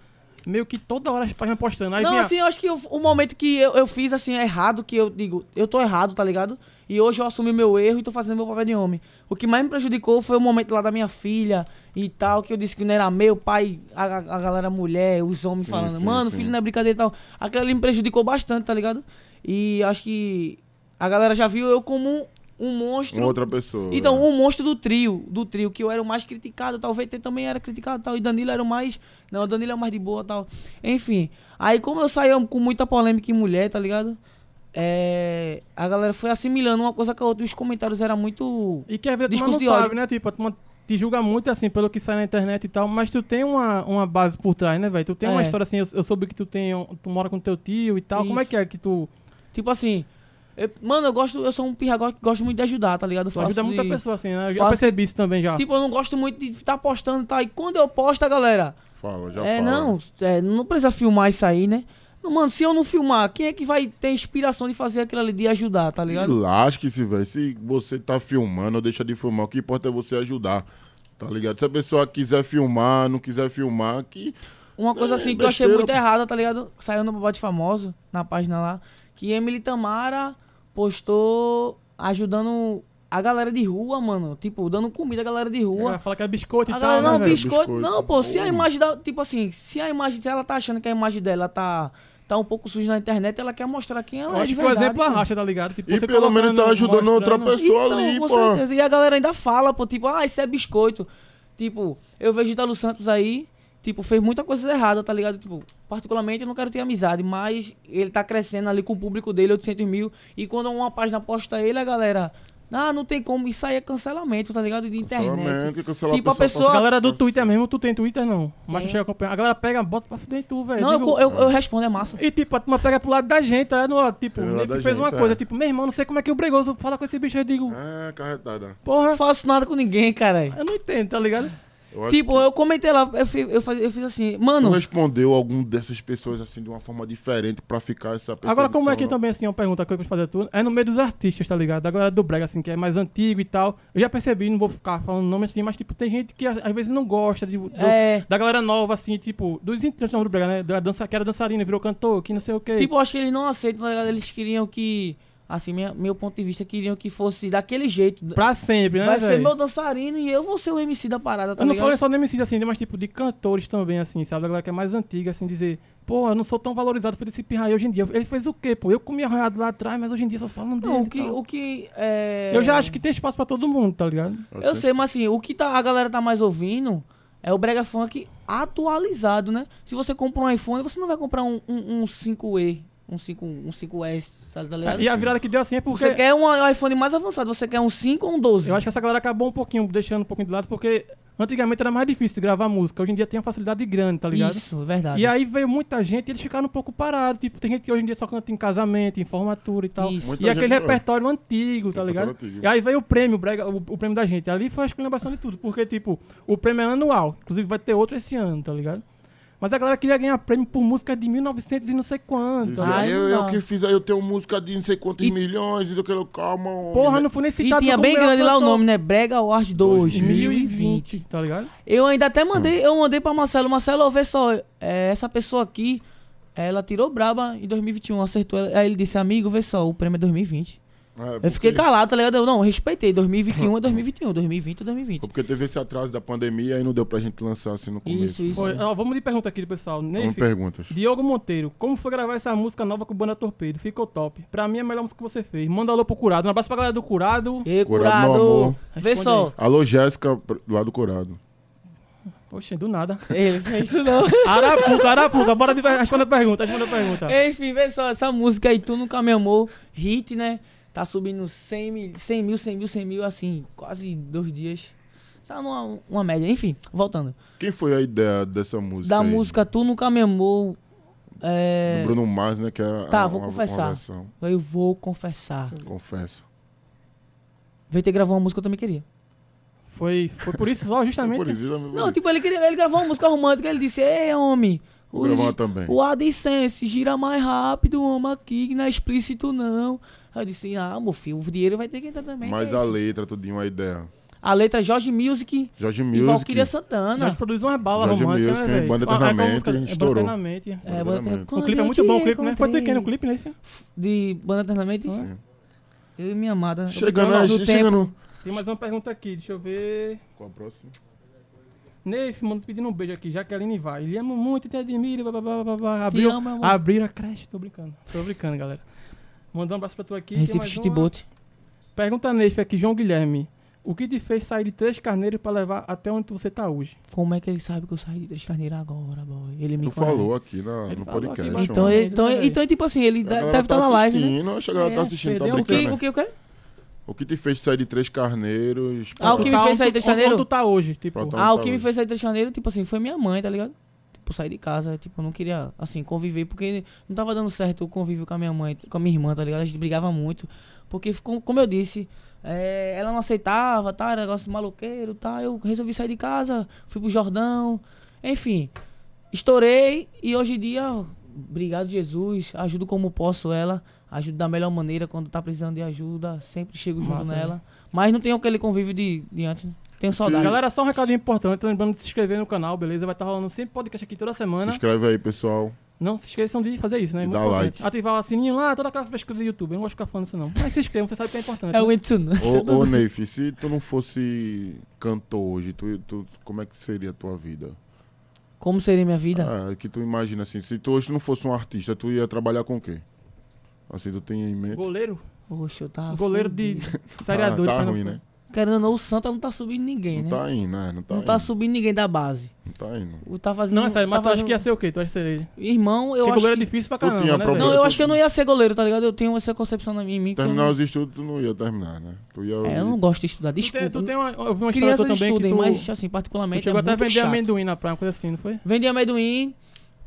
Speaker 2: meio que toda hora as páginas
Speaker 1: né?
Speaker 2: postando. Aí
Speaker 3: não,
Speaker 2: vinha,
Speaker 3: assim, eu acho que eu- o momento que eu, eu fiz, assim, errado, que eu digo, eu tô errado, tá ligado? E hoje eu assumi meu erro e tô fazendo meu papel de homem. O que mais me prejudicou foi o momento lá da minha filha e tal, que eu disse que não era meu pai, a, a- a galera mulher, os homens
Speaker 1: Sim,
Speaker 3: falando,
Speaker 1: sim,
Speaker 3: mano,
Speaker 1: sim.
Speaker 3: filho não é brincadeira e tal. Aquilo ali me prejudicou bastante, tá ligado? E acho que a galera já viu eu como um, um
Speaker 1: Uma
Speaker 3: monstro.
Speaker 1: outra pessoa.
Speaker 3: Então,
Speaker 1: né?
Speaker 3: o monstro do trio, do trio, que eu era o mais criticado, tal, o VT também era criticado, tal, e Danilo era o mais. Não, o Danilo é o mais de boa, tal. Enfim. Aí, como eu saí com muita polêmica em mulher, tá ligado? É, a galera foi assimilando uma coisa com a outra, e os comentários eram muito.
Speaker 2: E quer ver, tu
Speaker 3: Discurso
Speaker 2: não
Speaker 3: de
Speaker 2: sabe,
Speaker 3: ódio.
Speaker 2: né? Tipo, a turma te julga muito, assim, pelo que sai na internet e tal, mas tu tem uma, uma base por trás, né, velho? Tu tem uma
Speaker 3: É.
Speaker 2: história assim, eu, eu soube que tu tem, um- tu mora com teu tio e tal. Como é
Speaker 3: Isso.
Speaker 2: que é que tu,
Speaker 3: Tipo assim. eu- mano, eu gosto, eu sou um pirragó que gosto muito de ajudar, tá ligado? Eu
Speaker 2: tu
Speaker 3: faço
Speaker 2: ajuda muita
Speaker 3: de-
Speaker 2: pessoa, assim, né? Eu já
Speaker 3: faço-
Speaker 2: percebi isso também já.
Speaker 3: Tipo, eu não gosto muito de estar postando, tá? E quando eu posto, a galera.
Speaker 1: Fala, já
Speaker 3: é,
Speaker 1: fala.
Speaker 3: não, é, não precisa filmar isso aí, né? Não, Mano, se eu não filmar, quem é que vai ter inspiração de fazer aquilo ali, de ajudar, tá ligado?
Speaker 1: Lasque-se, velho. Se você tá filmando, deixa de filmar. O que importa é você ajudar. Tá ligado? Se a pessoa quiser filmar, não quiser filmar, que.
Speaker 3: Uma coisa
Speaker 1: É,
Speaker 3: assim que eu achei
Speaker 1: besteira,
Speaker 3: muito
Speaker 1: pô.
Speaker 3: errada, tá ligado? Saiu no Bobote Famoso, na página lá, que Emily Tamara postou ajudando a galera de rua, mano. Tipo, dando comida à galera de rua.
Speaker 2: Ela fala que é biscoito e
Speaker 3: A
Speaker 2: tal,
Speaker 3: galera,
Speaker 2: né,
Speaker 3: não,
Speaker 2: velho?
Speaker 3: biscoito.
Speaker 1: Biscoito.
Speaker 3: Não, pô, se a
Speaker 1: Pô.
Speaker 3: imagem da. Tipo assim, se a imagem. Se ela tá achando que a imagem dela tá, tá um pouco suja na internet, ela quer mostrar quem ela
Speaker 2: Eu
Speaker 3: é.
Speaker 2: acho
Speaker 3: de
Speaker 2: que o
Speaker 3: verdade,
Speaker 2: exemplo
Speaker 3: pô.
Speaker 2: arrasta, tá ligado? Tipo,
Speaker 1: E
Speaker 2: você
Speaker 1: pelo menos tá
Speaker 2: colocando,
Speaker 1: ajudando outra
Speaker 2: mostrando.
Speaker 1: pessoa. só ali,
Speaker 3: Então, com
Speaker 1: pô.
Speaker 3: certeza. E a galera ainda fala, pô, tipo, ah, isso é biscoito. Tipo, eu vejo Italo Santos aí, tipo, fez muita coisa errada, tá ligado? Tipo, particularmente eu não quero ter amizade, mas ele tá crescendo ali com o público dele, 800 mil, e quando uma página posta ele, a galera, ah, não tem como, isso aí é cancelamento, tá ligado? De internet.
Speaker 1: Cancelamento, cancelar
Speaker 3: Tipo, a
Speaker 2: A
Speaker 1: pra-
Speaker 3: pessoa-
Speaker 2: galera do Twitter mesmo, tu tem Twitter não. Mas tu
Speaker 3: Tem.
Speaker 2: chega acompanhando. A galera pega, bota pra fuder em tu, velho.
Speaker 3: Não,
Speaker 2: Digo-
Speaker 3: eu, eu, eu respondo, é massa.
Speaker 2: E tipo, a turma pega pro lado da gente, é no, ó, tipo,
Speaker 1: Pelo
Speaker 2: o
Speaker 1: lado da
Speaker 2: Nefe fez uma
Speaker 1: gente,
Speaker 2: coisa,
Speaker 1: é.
Speaker 2: tipo, meu irmão, não sei como é que o Bregoso fala com esse bicho, eu digo,
Speaker 1: É, carretada.
Speaker 3: Não
Speaker 2: porra,
Speaker 3: faço nada com ninguém, caralho.
Speaker 2: eu não entendo, tá ligado?
Speaker 1: Eu acho
Speaker 3: Tipo, eu comentei lá, eu fiz, eu faz- eu fiz assim,
Speaker 1: que
Speaker 3: mano,
Speaker 1: tu respondeu algum dessas pessoas assim de uma forma diferente pra ficar essa pessoa.
Speaker 2: Agora, como é
Speaker 3: tá
Speaker 2: que também, assim, uma pergunta que eu quero fazer a tu, é no meio dos artistas, tá ligado? Agora do brega, assim, que é mais antigo e tal. Eu já percebi, não vou ficar falando nome assim, mas, tipo, tem gente que às vezes não gosta de, do-
Speaker 3: é.
Speaker 2: da galera nova, assim, tipo, dos integrantes do brega, né? Da dança, que era dançarina, virou cantor, que não sei o quê.
Speaker 3: Tipo, eu acho que eles não aceitam, tá ligado? Eles queriam que. Assim, minha- meu ponto de vista, queriam que fosse daquele jeito.
Speaker 2: pra sempre, né,
Speaker 3: Vai ser
Speaker 2: velho?
Speaker 3: meu dançarino e eu vou ser o MC da parada, tá
Speaker 2: Eu não
Speaker 3: ligado?
Speaker 2: falo só de MCs assim, mas tipo de cantores também, assim, sabe? Da galera que é mais antiga, assim, dizer, pô, eu não sou tão valorizado por esse pirraia hoje em dia. Ele fez o quê, pô? Eu comi arranhado lá atrás, mas hoje em dia só falam dele.
Speaker 3: Não, o
Speaker 2: e
Speaker 3: que.
Speaker 2: tal.
Speaker 3: O que é...
Speaker 2: então. Eu já acho que tem espaço pra todo mundo, tá ligado?
Speaker 3: Eu sei, mas assim, o que tá, a galera tá mais ouvindo é o Brega Funk atualizado, né? Se você compra um iPhone, você não vai comprar um, um, um 5E, um, 5, um 5S, tá ligado?
Speaker 2: E a virada que deu assim é porque.
Speaker 3: Você quer um iPhone mais avançado, você quer um 5 ou um 12?
Speaker 2: Eu acho que essa galera acabou um pouquinho, deixando um pouquinho de lado, porque antigamente era mais difícil gravar música. Hoje em dia tem uma facilidade grande, tá ligado?
Speaker 3: Isso, é verdade.
Speaker 2: E aí veio muita gente e eles ficaram um pouco parados. Tipo, tem gente que hoje em dia só canta em casamento, em formatura e tal.
Speaker 3: Isso.
Speaker 1: Muita
Speaker 2: E aquele
Speaker 1: gente-
Speaker 2: repertório antigo, tá
Speaker 1: Repertório
Speaker 2: ligado?
Speaker 1: antigo.
Speaker 2: E aí veio o prêmio, o brega- o, o prêmio da gente. Ali foi a esculhambação de tudo, porque, tipo, o prêmio é anual. Inclusive vai ter outro esse ano, tá ligado? Mas a galera queria ganhar prêmio por música de 1900 e não sei quanto.
Speaker 1: Dizer,
Speaker 3: Ai,
Speaker 1: eu,
Speaker 3: não
Speaker 1: eu
Speaker 3: dá.
Speaker 1: que fiz, eu tenho música de não sei quantos
Speaker 3: E-
Speaker 1: milhões, isso aquilo, calma. homem,
Speaker 2: Porra,
Speaker 1: né?
Speaker 2: não fui nem
Speaker 3: E
Speaker 2: citado.
Speaker 3: tinha
Speaker 2: como
Speaker 3: bem
Speaker 2: melhor
Speaker 3: grande lá o
Speaker 2: cantor.
Speaker 3: nome, né? Brega Award 2020.
Speaker 2: 2020, tá ligado?
Speaker 3: Eu ainda até mandei, eu mandei pra Marcelo, Marcelo, vê só, é, essa pessoa aqui, ela tirou braba em 2021, acertou. ela. Aí ele disse, amigo, vê só, o prêmio é 2020.
Speaker 1: É,
Speaker 3: Eu
Speaker 1: porque-
Speaker 3: fiquei calado, tá ligado? Eu não, respeitei, 2021 é 2021, 2020 é 2020.
Speaker 1: Porque teve esse atraso da pandemia e não deu pra gente lançar assim no começo.
Speaker 3: Isso, isso.
Speaker 2: Foi, ó, vamos de pergunta aqui do pessoal.
Speaker 1: Vamos
Speaker 2: Neif,
Speaker 1: perguntas.
Speaker 2: Diogo Monteiro, como foi gravar essa música nova com o Banda Torpedo? Ficou top. Pra mim é a melhor música que você fez. Manda alô pro curado. Um abraço pra galera do curado.
Speaker 3: E
Speaker 1: Curado, meu amor.
Speaker 3: curado, vê
Speaker 2: Responde
Speaker 3: só.
Speaker 1: Alô, Jéssica, lá do Corado.
Speaker 2: Poxa, do nada.
Speaker 3: Ele fez isso não.
Speaker 2: Arapuca, Arapuca, bora de per- responder a pergunta, responda a pergunta.
Speaker 3: Tá. Enfim, vê só, essa música aí, Tu Nunca Me Amou, hit, né? Tá subindo 100 mil, 100 mil, 100 mil, 100 mil, assim, quase dois dias. Tá numa uma média, enfim, voltando.
Speaker 1: Quem foi a ideia dessa música?
Speaker 3: da
Speaker 1: aí?
Speaker 3: música Tu Nunca Me Amou. É,
Speaker 1: Do Bruno Mars, né? Que é a-
Speaker 3: Tá,
Speaker 1: a-
Speaker 3: vou
Speaker 1: uma
Speaker 3: confessar.
Speaker 1: versão.
Speaker 3: Eu vou confessar.
Speaker 1: Confesso.
Speaker 3: Veio ter gravar uma música que eu também queria.
Speaker 2: Foi, foi por isso só, justamente.
Speaker 1: Por isso, já me-
Speaker 3: Não, tipo, ele, queria, ele gravou uma música romântica. Ele disse: Ei, homem.
Speaker 1: Vou
Speaker 3: os-
Speaker 1: gravar também.
Speaker 3: O AdSense gira mais rápido, homem aqui, que não é explícito, não. Aí eu disse: Ah, meu filho, o dinheiro vai ter que entrar também.
Speaker 1: Mas
Speaker 3: que é
Speaker 1: a
Speaker 3: isso."
Speaker 1: letra, tudinho, a ideia.
Speaker 3: A letra é Jorge Music
Speaker 1: Jorge
Speaker 3: e
Speaker 1: Music.
Speaker 3: Valquíria
Speaker 2: Nós
Speaker 3: Santana.
Speaker 2: produzimos umas balas
Speaker 1: Jorge
Speaker 2: românticas,
Speaker 1: Music,
Speaker 2: né, velho?
Speaker 1: Banda
Speaker 2: Ah, é aquela
Speaker 1: Eternamente,
Speaker 2: música- é Banda
Speaker 1: estourou.
Speaker 2: Eternamente.
Speaker 3: É,
Speaker 1: Banda
Speaker 3: bota-
Speaker 1: Eternamente.
Speaker 2: O
Speaker 3: Quando
Speaker 2: clipe é
Speaker 3: eu
Speaker 2: muito
Speaker 3: te
Speaker 2: bom, o clipe, né? Foi tu que
Speaker 3: encontrei.
Speaker 2: é no clipe, É. né? filho?
Speaker 3: De Banda Eternamente?
Speaker 1: Sim.
Speaker 3: né? Eu e minha amada.
Speaker 1: Chegando,
Speaker 3: Não,
Speaker 1: né?
Speaker 3: do tempo.
Speaker 1: Chegando.
Speaker 2: Tem mais uma pergunta aqui, deixa eu ver.
Speaker 1: Qual a próxima?
Speaker 2: Neif, mano, pedindo um beijo aqui, Jaqueline vai. Ele ama muito, te admira, blá, blá, blá, blá, blá. Abriu,
Speaker 3: amo, amor.
Speaker 2: abriram a creche, tô brincando. Tô brincando, galera. Mandar um abraço pra tu aqui. tem
Speaker 3: Recife
Speaker 2: mais uma.
Speaker 3: Chutebote.
Speaker 2: Pergunta Neif aqui, João Guilherme. O que te fez sair de três carneiros pra levar até onde você tá hoje?
Speaker 3: Como é que ele sabe que eu saí de Três Carneiras agora, boy? Ele me
Speaker 1: Tu
Speaker 3: conhece.
Speaker 1: falou aqui na-
Speaker 2: Ele
Speaker 1: no
Speaker 2: falou aqui
Speaker 1: podcast.
Speaker 2: embaixo.
Speaker 1: ó.
Speaker 3: Então,
Speaker 2: Então,
Speaker 3: ele, então,
Speaker 2: né, velho?
Speaker 3: então, tipo assim, ele
Speaker 1: A
Speaker 3: deve
Speaker 1: galera
Speaker 3: estar
Speaker 1: tá
Speaker 3: na live, né?
Speaker 1: assistindo, Acho que a galera
Speaker 2: É,
Speaker 1: tá assistindo, tá
Speaker 2: perdeu.
Speaker 3: O
Speaker 1: brincando.
Speaker 3: que,
Speaker 1: né?
Speaker 3: o que, o que?
Speaker 1: O que te fez sair de Três Carneiros?
Speaker 3: Ah, o que
Speaker 2: Tu
Speaker 3: me
Speaker 1: pra-
Speaker 2: tá
Speaker 3: fez
Speaker 2: onde
Speaker 3: sair
Speaker 2: tu-
Speaker 3: de Três Carneiros?
Speaker 2: Onde tu tá hoje, tipo.
Speaker 1: Pronto.
Speaker 3: Ah, o que
Speaker 1: tá
Speaker 3: me
Speaker 1: hoje.
Speaker 3: fez sair de Três Carneiros, tipo assim, foi minha mãe, tá ligado? Tipo, sair de casa, tipo, eu não queria, assim, conviver, porque não tava dando certo o convívio com a minha mãe, com a minha irmã, tá ligado? A gente brigava muito, porque, com- como eu disse, é, ela não aceitava, tá? Era negócio de maloqueiro, tá? Eu resolvi sair de casa, fui pro Jordão, enfim, estourei e hoje em dia, obrigado Jesus, ajudo como posso ela, ajudo da melhor maneira, quando tá precisando de ajuda, sempre chego junto
Speaker 2: Massa,
Speaker 3: nela, mas não tenho aquele convívio de, de antes, né? Tenho saudade.
Speaker 2: Galera, só um
Speaker 3: né?
Speaker 2: recadinho importante, lembrando de se inscrever no canal, beleza? Vai estar rolando sempre tá podcast aqui toda
Speaker 1: Se
Speaker 2: semana.
Speaker 1: inscreve aí, pessoal.
Speaker 2: Não se esqueçam de fazer isso, né?
Speaker 1: E
Speaker 2: Muito
Speaker 1: dá
Speaker 2: importante.
Speaker 1: like.
Speaker 2: Ativar o sininho lá, toda aquela frescura do YouTube. Eu não gosto de ficar falando isso, não. Mas se inscrevam, você sabe que é importante.
Speaker 3: É
Speaker 2: né?
Speaker 3: o Edson.
Speaker 1: Ô,
Speaker 3: tá-
Speaker 1: ô Neif, se tu não fosse cantor hoje, tu, tu- como é que seria a tua vida?
Speaker 3: Como seria minha vida?
Speaker 1: Ah, que tu imagina assim, se tu hoje não fosse um artista, tu ia trabalhar com o quê? Assim, tu tem em mente.
Speaker 2: Goleiro?
Speaker 3: Oxe, eu tava.
Speaker 2: goleiro de
Speaker 3: Ah, fudido.
Speaker 2: Série A
Speaker 1: Ah,
Speaker 2: dois de
Speaker 1: tá
Speaker 2: Pernambuco.
Speaker 1: ruim, né?
Speaker 3: Querendo ou não, o Santa não tá subindo ninguém,
Speaker 1: Não
Speaker 3: né?
Speaker 1: tá indo, né? Não tá
Speaker 3: não
Speaker 1: indo.
Speaker 3: tá subindo ninguém da base.
Speaker 1: Não tá indo.
Speaker 3: O tá fazendo.
Speaker 2: Não, é sério, mas
Speaker 3: tá
Speaker 2: tu acha
Speaker 3: fazendo-
Speaker 2: que ia ser o quê? Tu acha que seria?
Speaker 3: Irmão, eu
Speaker 2: Porque
Speaker 3: acho.
Speaker 2: goleiro
Speaker 3: que-
Speaker 2: é difícil pra
Speaker 1: Tu
Speaker 2: caramba,
Speaker 1: tinha
Speaker 2: né,
Speaker 1: problema-
Speaker 3: Não,
Speaker 2: velho?
Speaker 3: eu acho que eu não ia ser goleiro, tá ligado? Eu tenho essa concepção na minha- em mim. que eu
Speaker 1: Terminar
Speaker 3: não-
Speaker 1: os estudos, tu não ia terminar, né? Tu ia.
Speaker 3: É, eu não gosto de estudar.
Speaker 2: Tu
Speaker 3: Desculpa.
Speaker 2: tem, tu tem uma, eu vi uma história
Speaker 3: Crianças
Speaker 2: tua também
Speaker 3: estudem,
Speaker 2: que tu,
Speaker 3: mas assim,
Speaker 2: tu
Speaker 3: particularmente
Speaker 2: chegou
Speaker 3: é
Speaker 2: até a
Speaker 3: muito
Speaker 2: vender
Speaker 3: chato.
Speaker 2: amendoim na praia, uma coisa assim, não foi?
Speaker 3: Vendi amendoim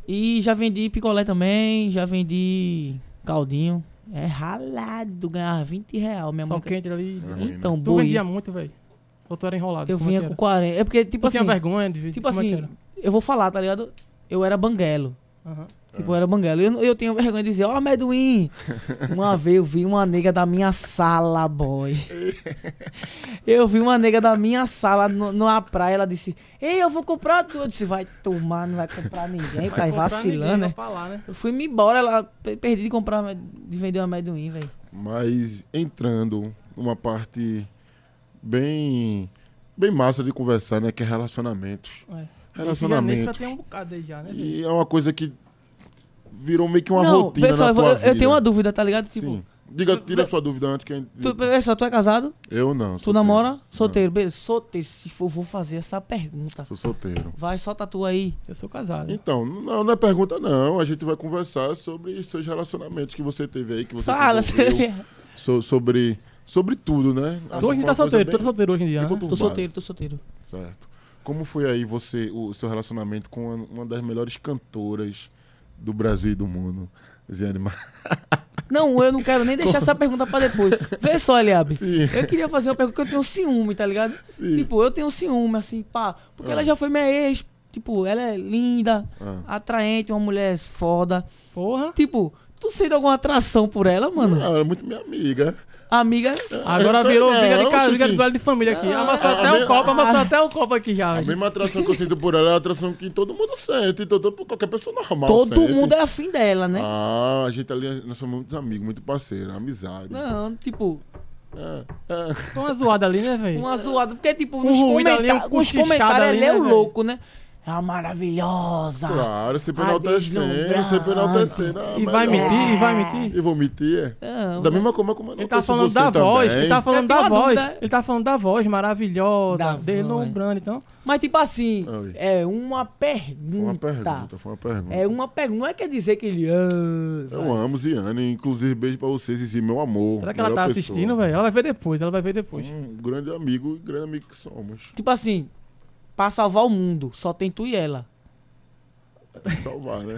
Speaker 3: e já vendi picolé também, já vendi caldinho. É ralado, ganhava 20 real, minha
Speaker 2: Só
Speaker 3: mãe.
Speaker 2: quente ali.
Speaker 1: É.
Speaker 3: Então,
Speaker 2: Tu
Speaker 3: boi,
Speaker 2: vendia muito, velho. Ou tu era enrolado?
Speaker 3: eu
Speaker 2: como é
Speaker 3: vinha
Speaker 2: que
Speaker 3: com
Speaker 2: era?
Speaker 3: 40. É porque,
Speaker 2: Tu
Speaker 3: tipo
Speaker 2: tinha
Speaker 3: assim,
Speaker 2: vergonha de
Speaker 3: tipo
Speaker 2: como é que
Speaker 3: assim,
Speaker 2: era?
Speaker 3: eu vou falar, tá ligado? Eu era banguelo.
Speaker 2: Aham.
Speaker 3: Tipo, eu era banguelo. Eu, eu tenho vergonha de dizer, ó, amendoim. Uma vez eu vi uma nega da minha sala, boy. Eu vi uma nega da minha sala no- numa praia. Ela disse, ei, eu vou comprar tudo. Eu disse, vai tomar, não vai comprar ninguém. Vai,
Speaker 2: Comprar
Speaker 3: vacilando,
Speaker 2: ninguém
Speaker 3: né?
Speaker 2: pra falar, né?
Speaker 3: Eu fui me embora, ela pe- perdi de comprar, ame- de vender uma amendoim, velho.
Speaker 1: Mas entrando numa parte bem bem massa de conversar, né, que é relacionamentos.
Speaker 2: É. E a Ney já
Speaker 1: Relacionamento.
Speaker 2: tem um bocado aí já, né? velho?
Speaker 1: E é uma coisa que virou meio que uma
Speaker 3: não,
Speaker 1: rotina
Speaker 3: vê só,
Speaker 1: na
Speaker 3: eu, vou-
Speaker 1: tua
Speaker 3: eu- eu
Speaker 1: vida.
Speaker 3: tenho uma dúvida, tá ligado? Tipo,
Speaker 1: Sim. Diga, tira
Speaker 3: vê-
Speaker 1: sua dúvida antes que a gente...
Speaker 3: tu, vê só, tu é casado?
Speaker 1: Eu não.
Speaker 3: Tu namora?
Speaker 1: Ah.
Speaker 3: Solteiro, beleza? Solteiro, se for, vou fazer essa pergunta.
Speaker 1: Sou solteiro.
Speaker 3: Vai, solta tu aí.
Speaker 2: Eu sou casado.
Speaker 1: Então, não, não é pergunta não. A gente vai conversar sobre seus relacionamentos que você teve aí, que você
Speaker 3: Fala,
Speaker 1: se
Speaker 3: você é.
Speaker 1: envolveu, so- sobre, sobre tudo, né?
Speaker 2: Tu hoje
Speaker 1: Assim,
Speaker 2: tá
Speaker 1: foi uma coisa
Speaker 2: solteiro, tu
Speaker 1: bem-
Speaker 2: tá solteiro hoje em dia,
Speaker 1: bem
Speaker 2: né?
Speaker 3: Tô
Speaker 1: conturbada.
Speaker 3: solteiro, tô solteiro.
Speaker 1: Certo. Como foi aí você, o seu relacionamento com uma- uma das melhores cantoras do Brasil e do mundo, Ziane Mar...
Speaker 3: Não, eu não quero nem deixar essa pergunta pra depois. Vê só, Eliabe.
Speaker 1: Sim,
Speaker 3: Eu queria fazer uma pergunta que eu tenho ciúme, tá ligado?
Speaker 1: sim.
Speaker 3: Tipo, eu tenho ciúme, assim, pá. Porque
Speaker 1: Ah.
Speaker 3: ela já foi minha ex. Tipo, ela é linda,
Speaker 1: Ah.
Speaker 3: atraente, uma mulher foda.
Speaker 2: Porra.
Speaker 3: Tipo, tu sente alguma atração por ela, mano?
Speaker 1: Ah, ela é muito minha amiga.
Speaker 3: Amiga.
Speaker 2: Agora
Speaker 1: Não,
Speaker 2: virou briga de
Speaker 1: não,
Speaker 2: casa,
Speaker 1: Chiquinho.
Speaker 2: briga de duelo de família aqui.
Speaker 3: Ah,
Speaker 2: Amassou
Speaker 1: a
Speaker 2: até
Speaker 1: me-
Speaker 2: o copo, amassou até o copo aqui já.
Speaker 1: A
Speaker 2: velho.
Speaker 1: mesma atração que eu sinto por ela é a atração que todo mundo sente, todo, qualquer pessoa normal
Speaker 3: Todo
Speaker 1: sente.
Speaker 3: mundo é afim dela, né?
Speaker 1: Ah, a gente ali, nós somos muitos amigos, muito parceiro, amizade.
Speaker 3: Não, tipo,
Speaker 1: É, é.
Speaker 2: Tô uma zoada ali, né, velho?
Speaker 3: uma zoada. Porque, tipo,
Speaker 2: Um
Speaker 3: nos
Speaker 2: ruído ali, um
Speaker 3: comentários, nos
Speaker 2: cochichado
Speaker 3: comentários
Speaker 2: ali,
Speaker 3: ele é
Speaker 2: né,
Speaker 3: o
Speaker 2: velho?
Speaker 3: louco, né? É uma maravilhosa.
Speaker 1: Claro, sempre
Speaker 3: Ah,
Speaker 1: enaltecendo, sempre
Speaker 3: deslumbrante.
Speaker 1: enaltecendo. Ah,
Speaker 2: E
Speaker 1: mas
Speaker 2: vai
Speaker 1: não.
Speaker 2: mentir, e vai mentir.
Speaker 1: E vou mentir, é?
Speaker 3: Não,
Speaker 1: Da mesma forma como eu
Speaker 2: Ele tá
Speaker 1: enalteço
Speaker 2: falando
Speaker 1: você
Speaker 2: da voz, ele
Speaker 1: também.
Speaker 2: tá falando
Speaker 3: Eu
Speaker 2: da
Speaker 3: tenho uma
Speaker 2: voz.
Speaker 1: né?
Speaker 3: dúvida.
Speaker 2: Ele tá falando da voz
Speaker 3: Da
Speaker 2: maravilhosa,
Speaker 3: voz.
Speaker 2: deslumbrante, então.
Speaker 3: Mas, tipo assim,
Speaker 1: Oi.
Speaker 3: é uma
Speaker 1: Foi
Speaker 2: Tá.
Speaker 3: pergunta.
Speaker 1: uma pergunta, foi uma pergunta.
Speaker 3: É uma pergunta. Não é quer dizer que ele. ah,
Speaker 1: Eu
Speaker 3: vai.
Speaker 1: amo Ziane, inclusive beijo pra vocês, Zizi, meu amor.
Speaker 2: Será que ela
Speaker 1: melhor
Speaker 2: tá
Speaker 1: pessoa.
Speaker 2: assistindo, velho? Ela vai ver depois, ela vai ver depois.
Speaker 1: Um grande amigo, e grande amigo que somos.
Speaker 3: Tipo assim, pra salvar o mundo, só tem tu e ela.
Speaker 1: Tem que salvar, né?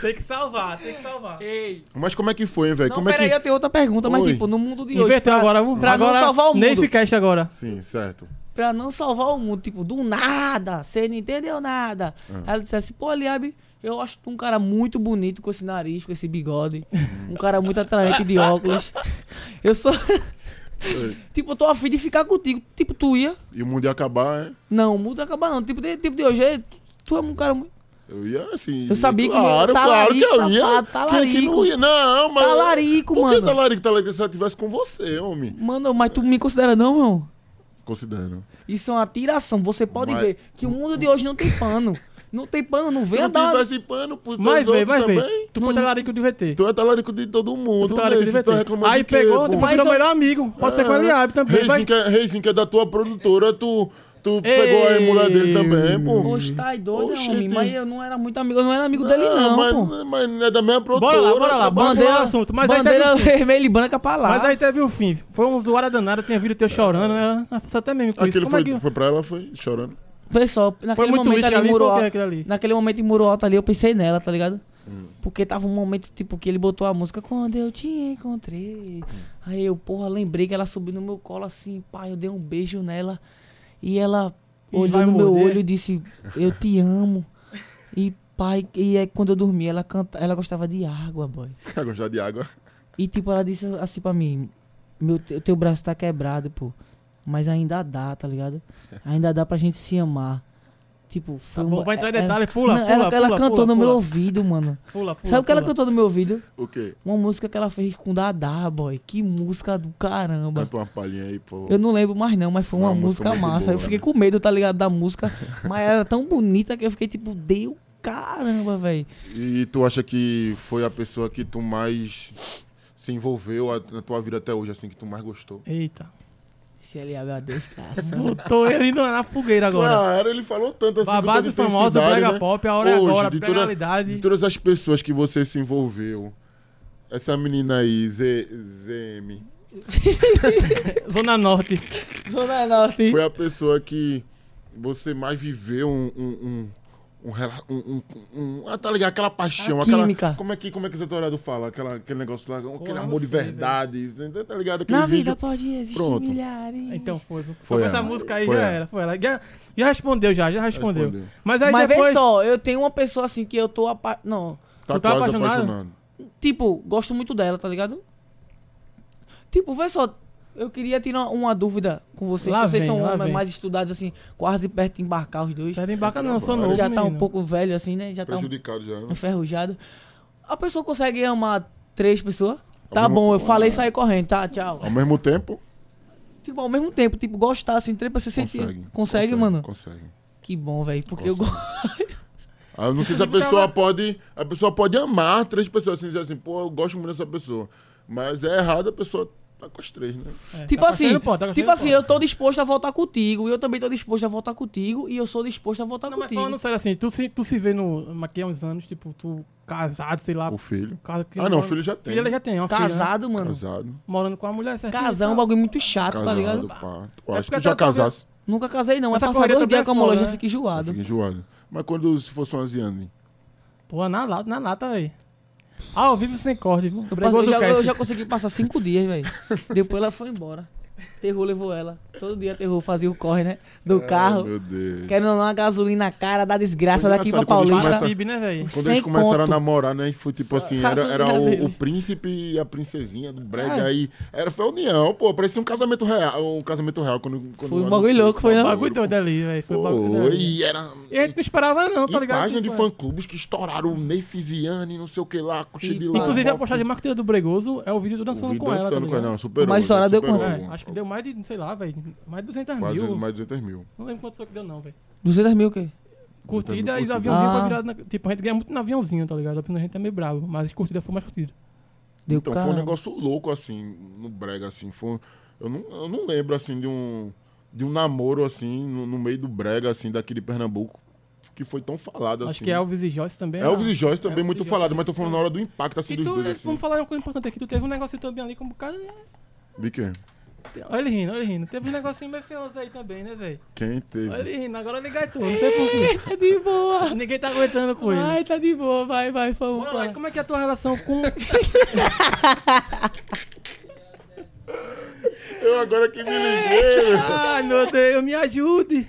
Speaker 2: Tem que salvar, tem que salvar.
Speaker 3: Ei.
Speaker 1: Mas como é que foi, hein, velho?
Speaker 3: Não,
Speaker 1: Como é
Speaker 3: peraí,
Speaker 1: que.
Speaker 3: eu tenho outra pergunta, mas
Speaker 1: Oi.
Speaker 3: tipo, no mundo de hoje.
Speaker 2: Inverteu
Speaker 3: pra-
Speaker 2: agora, um-
Speaker 3: pra não
Speaker 2: agora,
Speaker 3: salvar o mundo.
Speaker 2: Neifcast agora.
Speaker 1: Sim, certo.
Speaker 3: pra não salvar o mundo, tipo, do nada, você não entendeu nada.
Speaker 1: Ah.
Speaker 3: Aí Ela dissesse, pô, Eliabe, eu acho tu um cara muito bonito com esse nariz, com esse bigode, um cara muito atraente de óculos. Eu sou. tipo, eu tô afim de ficar contigo. Tipo, tu ia.
Speaker 1: E o mundo ia acabar, é?
Speaker 3: Não, muda acabar não. Tipo de, tipo de hoje, é, tu- tu é um cara muito.
Speaker 1: Eu ia assim.
Speaker 3: Eu sabia que o
Speaker 1: claro,
Speaker 2: tá
Speaker 3: meu
Speaker 1: claro que eu
Speaker 3: talarico,
Speaker 1: ia.
Speaker 3: safado,
Speaker 1: Quem é que não
Speaker 3: talarico.
Speaker 1: ia? Não, mas.
Speaker 3: Talarico,
Speaker 1: Por que tá
Speaker 3: mano.
Speaker 1: talarico? Talarico se ela estivesse com você, homem.
Speaker 3: Mano, mas tu me considera não, meu?
Speaker 1: Considero.
Speaker 3: Isso é uma tiração. Você pode
Speaker 1: Mas-
Speaker 3: ver que o mundo de hoje não tem pano. Não tem pano, não
Speaker 1: Se
Speaker 3: vem
Speaker 1: não
Speaker 3: andar.
Speaker 2: assim.
Speaker 1: tivesse pano pros dois
Speaker 2: Mas vê,
Speaker 1: outros
Speaker 2: mas
Speaker 1: também. Hum.
Speaker 2: vê. Tu foi talarico do VT.
Speaker 1: Tu é talarico de todo
Speaker 2: Tu
Speaker 1: mundo.
Speaker 2: foi talarico do
Speaker 1: né? Tu tá
Speaker 2: VT.
Speaker 1: reclamando
Speaker 2: Aí
Speaker 1: de quê,
Speaker 2: pegou,
Speaker 1: pô?
Speaker 2: depois virou melhor amigo. Pode ser com
Speaker 1: É.
Speaker 2: ele abre também,
Speaker 1: Reizinho
Speaker 2: vai.
Speaker 1: que, é- Reizinho que é da tua produtora, tu, tu
Speaker 2: Ei.
Speaker 1: pegou a mulher dele também, pô.
Speaker 3: Poxa, tá aí doido,
Speaker 1: Oxe,
Speaker 3: homem.
Speaker 1: tem-
Speaker 3: Mas eu não era muito amigo, eu não era amigo dele, não,
Speaker 1: É, mas,
Speaker 3: pô.
Speaker 1: mas não é da mesma produtora. tá
Speaker 2: Bora lá, bora lá, bora.
Speaker 3: Bandeira,
Speaker 2: pular o assunto, mas aí
Speaker 3: bandeira
Speaker 2: teve um
Speaker 3: vermelha e branca pra lá.
Speaker 2: Mas aí teve o fim. Foi um zoada danada, tinha vídeo teu chorando, né? Eu faço até mesmo com isso.
Speaker 1: Aquele
Speaker 2: Como
Speaker 1: foi,
Speaker 2: é que...
Speaker 1: foi pra ela, foi chorando.
Speaker 3: Pessoal,
Speaker 2: Foi
Speaker 3: naquele
Speaker 2: muito
Speaker 3: momento
Speaker 2: isso
Speaker 3: ali,
Speaker 2: ali,
Speaker 3: em
Speaker 2: foi o
Speaker 3: Muro
Speaker 2: que é
Speaker 3: Alto,
Speaker 2: aquilo ali?
Speaker 3: naquele momento em Muro Alto ali, eu pensei nela, tá ligado? Porque tava um momento, tipo, que ele botou a música Quando eu te encontrei. Aí eu, porra, lembrei que ela subiu no meu colo assim, pai, eu dei um beijo nela. E ela
Speaker 2: E
Speaker 3: olhou
Speaker 2: vai
Speaker 3: no meu
Speaker 2: morder.
Speaker 3: olho e disse, eu te amo. E pai, e aí quando eu dormi, ela canta, ela gostava de água, boy.
Speaker 1: Quer gostar de água?
Speaker 3: E tipo, ela disse assim pra mim, meu, te- teu braço tá quebrado, pô. Mas ainda dá, tá ligado? Ainda dá pra gente se amar. Tipo, foi
Speaker 2: Tá bom,
Speaker 3: uma-
Speaker 2: vai entrar em
Speaker 3: é-
Speaker 2: detalhe, pula,
Speaker 3: Não,
Speaker 2: pula,
Speaker 3: ela, ela
Speaker 2: pula,
Speaker 3: cantou
Speaker 2: pula,
Speaker 3: no
Speaker 2: pula.
Speaker 3: meu ouvido, mano.
Speaker 2: Pula, pula,
Speaker 3: Sabe o que ela
Speaker 2: pula.
Speaker 3: cantou no meu ouvido?
Speaker 1: O quê?
Speaker 3: Uma música que ela fez com Dadá, boy. Que música do
Speaker 2: Tá
Speaker 3: caramba.
Speaker 1: Canta uma palhinha aí, pô.
Speaker 3: Eu não lembro mais não, mas foi uma,
Speaker 1: Uma música
Speaker 3: música,
Speaker 1: muito
Speaker 3: massa.
Speaker 1: boa,
Speaker 3: eu fiquei
Speaker 1: né?
Speaker 3: com medo, tá ligado, da música. mas era tão bonita que eu fiquei tipo, deu caramba, velho.
Speaker 1: E tu acha que foi a pessoa que tu mais se envolveu a- na tua vida até hoje, assim, que tu mais gostou?
Speaker 2: Eita.
Speaker 3: Esse LAB é desgraça.
Speaker 2: Botou ele na na fogueira agora.
Speaker 1: Claro, ele falou tanto assim. com
Speaker 2: Babado
Speaker 1: tanta
Speaker 2: e famoso,
Speaker 1: intensidade,
Speaker 2: brega
Speaker 1: né?
Speaker 2: pop, a hora é
Speaker 1: Hoje,
Speaker 2: agora,
Speaker 1: de
Speaker 2: pega
Speaker 1: toda-
Speaker 2: a realidade.
Speaker 1: De todas as pessoas que você se envolveu, essa menina aí, Z, ZM,
Speaker 2: Zona Norte.
Speaker 3: Zona Norte.
Speaker 1: foi a pessoa que você mais viveu um. um, um um, rela- um, um- um- ah, tá ligado? Aquela paixão,
Speaker 3: A
Speaker 1: aquela.
Speaker 3: química.
Speaker 1: Como é que, como é que o seu torado fala? Aquela, aquele negócio lá, aquele
Speaker 2: não
Speaker 1: amor de
Speaker 2: sei,
Speaker 1: verdade. né? Tá ligado? Aquele
Speaker 3: Na
Speaker 1: vídeo.
Speaker 3: vida pode existir
Speaker 1: Pronto.
Speaker 3: milhares.
Speaker 2: Então foi.
Speaker 1: Foi
Speaker 2: Foi essa
Speaker 1: ela.
Speaker 2: música aí
Speaker 1: Foi
Speaker 2: já
Speaker 1: ela.
Speaker 2: era, foi ela. Já, já respondeu, já, já respondeu.
Speaker 1: Respondeu.
Speaker 2: Mas aí
Speaker 3: mas vê
Speaker 2: depois.
Speaker 3: só, eu tenho uma pessoa assim que eu tô apa... Não.
Speaker 1: Tá
Speaker 2: Tu tá
Speaker 1: quase
Speaker 2: apaixonado?
Speaker 1: apaixonado.
Speaker 3: Tipo, gosto muito dela, tá ligado? Tipo, vê só. Eu queria tirar uma dúvida com vocês.
Speaker 2: Lá
Speaker 3: que vocês
Speaker 2: vem,
Speaker 3: são
Speaker 2: lá
Speaker 3: homens
Speaker 2: vem.
Speaker 3: mais estudados, assim, quase perto de embarcar os dois.
Speaker 2: Já tem embarca não, sou novo.
Speaker 3: já tá um
Speaker 2: menino.
Speaker 3: pouco velho, assim, né? Já tá um
Speaker 1: Prejudicado já. né?
Speaker 3: enferrujado. A pessoa consegue amar três pessoas? Tá
Speaker 1: mesmo- né?
Speaker 3: bom, eu falei sair correndo, tá? Tchau.
Speaker 1: Ao mesmo tempo,
Speaker 3: Tipo, ao mesmo tempo, tipo, gostar, assim, três pessoas sentir.
Speaker 1: consegue.
Speaker 3: Consegue, mano?
Speaker 1: Consegue.
Speaker 3: Que bom, velho. Porque eu gosto.
Speaker 1: Ah, eu não sei se a
Speaker 3: Então,
Speaker 1: pessoa pode. A pessoa pode amar três pessoas, assim, dizer assim, pô, eu gosto muito dessa pessoa. Mas é errado a pessoa tá com as três, né?
Speaker 2: É,
Speaker 3: Tipo
Speaker 2: tá
Speaker 3: assim,
Speaker 2: gostando, pô, tá
Speaker 3: tipo
Speaker 2: gostando,
Speaker 3: assim,
Speaker 2: pô.
Speaker 3: eu tô disposto a voltar contigo. E eu também tô disposto a voltar contigo. E eu sou disposto a voltar
Speaker 2: Não, mas
Speaker 3: contigo.
Speaker 2: falando sério assim, tu se, tu se vê no, aqui há uns anos, tipo, tu casado, sei lá.
Speaker 1: O filho.
Speaker 2: Casa que
Speaker 1: Ah, não,
Speaker 2: mora-
Speaker 1: filho já tem.
Speaker 2: Filho ela já tem, é uma filha, né?
Speaker 3: Casado, mano.
Speaker 1: Casado.
Speaker 2: Morando com a mulher certinho.
Speaker 3: Casar é um
Speaker 2: tá?
Speaker 3: bagulho muito chato, tá
Speaker 1: Casado,
Speaker 3: ligado?
Speaker 1: pá. Tu
Speaker 2: É
Speaker 1: acha que
Speaker 2: porque
Speaker 1: já
Speaker 2: tá- tá-
Speaker 1: casasse?
Speaker 3: Nunca casei, não. Mas
Speaker 2: Essa
Speaker 3: passar
Speaker 2: correta
Speaker 3: dois dias com a
Speaker 2: também é
Speaker 3: mulher, já
Speaker 2: foda, né?
Speaker 3: fica enjoado.
Speaker 1: Fica enjoado. Mas quando se fosse 11 anos,
Speaker 2: Pô, na lata, na lata, velho. Ao vivo sem corte, viu?
Speaker 3: Eu, passo- eu
Speaker 2: Bregoso
Speaker 3: já, eu
Speaker 2: cast.
Speaker 3: já consegui passar cinco dias, velho. Depois ela foi embora. Terror levou ela. Todo dia Terror fazia o corre, né? Do
Speaker 1: Ai,
Speaker 3: carro.
Speaker 1: Oh, meu Deus.
Speaker 3: Querendo ou não, a gasolina na cara da desgraça
Speaker 1: Foi
Speaker 3: daqui pra
Speaker 1: engraçado quando eles
Speaker 3: Paulista.
Speaker 1: começam-
Speaker 2: Paratibe, né, velho?
Speaker 1: Quando eles
Speaker 3: sem
Speaker 1: começaram a
Speaker 3: conto.
Speaker 1: namorar, né? Foi tipo
Speaker 3: Só-
Speaker 1: assim, era,
Speaker 3: Caso
Speaker 1: era
Speaker 3: dele.
Speaker 1: o, o príncipe e a princesinha do brega
Speaker 2: Ah.
Speaker 1: aí. Era foi a união, pô. Parecia um casamento real. Um casamento real quando. quando
Speaker 3: Foi um
Speaker 1: anunciou
Speaker 3: bagulho
Speaker 1: esse
Speaker 3: louco, foi, não?
Speaker 2: Bagulho doido ali, velho. Foi um bagulho
Speaker 1: Pô,
Speaker 2: doido.
Speaker 1: e era.
Speaker 2: E a gente não esperava, não, tá
Speaker 1: e
Speaker 2: ligado?
Speaker 1: página de
Speaker 2: Tipo,
Speaker 1: fã-clubes que estouraram o Ney Fiziane, não sei o que lá, com
Speaker 2: E,
Speaker 1: cheio de
Speaker 2: Inclusive, a
Speaker 1: lagosta.
Speaker 2: postagem mais curtida do Bregoso é o vídeo do dançando
Speaker 1: Ouvi
Speaker 2: com ela.
Speaker 1: dançando
Speaker 2: tá
Speaker 1: com
Speaker 2: ligado?
Speaker 1: não, superou,
Speaker 3: Mas a senhora deu
Speaker 1: superou.
Speaker 3: quanto?
Speaker 2: É, acho que deu um mais de, sei lá, velho, mais de 200
Speaker 1: Quase
Speaker 2: mil.
Speaker 1: mais de 200 mil.
Speaker 2: Não lembro quanto foi que deu, não, velho.
Speaker 3: 200 mil, que
Speaker 2: Curtida e
Speaker 1: curtida.
Speaker 2: o aviãozinho
Speaker 3: Ah.
Speaker 2: foi virado. Na, tipo, a gente ganha muito no aviãozinho, tá ligado? A gente é meio bravo, mas curtida foi mais curtida.
Speaker 3: Deu
Speaker 1: Então
Speaker 3: cara.
Speaker 1: foi um negócio louco, assim, no brega, assim. Foi, eu, não, eu não lembro, assim, de um, de um namoro, assim, no, no meio do brega, assim, daqui de Pernambuco, que foi tão falado, assim. É
Speaker 2: Acho que é Elvis e Joyce também. né?
Speaker 1: Elvis e Joyce também
Speaker 2: Elvis
Speaker 1: muito
Speaker 2: e Joyce.
Speaker 1: falado, mas tô falando na hora do impacto, assim,
Speaker 2: E
Speaker 1: dos
Speaker 2: tu,
Speaker 1: dois,
Speaker 2: né,
Speaker 1: assim.
Speaker 2: vamos falar uma coisa importante aqui. Tu teve um negocinho também ali com um bocado.
Speaker 1: De quê?
Speaker 2: Olha ele rindo, olha ele rindo. Teve um negocinho meio feioso aí também, né, velho?
Speaker 1: Quem teve?
Speaker 2: Olha ele rindo, agora liga tu, não sei porquê.
Speaker 3: Tá de boa.
Speaker 2: Ninguém tá aguentando com ele.
Speaker 3: Ai, tá de boa. Vai, vai, um vamos.
Speaker 2: Bora lá,
Speaker 3: vai.
Speaker 2: como é que é a tua relação com.
Speaker 1: Eu agora que me
Speaker 2: É,
Speaker 1: liguei, meu.
Speaker 2: Ai, Ah, meu Deus, me ajude!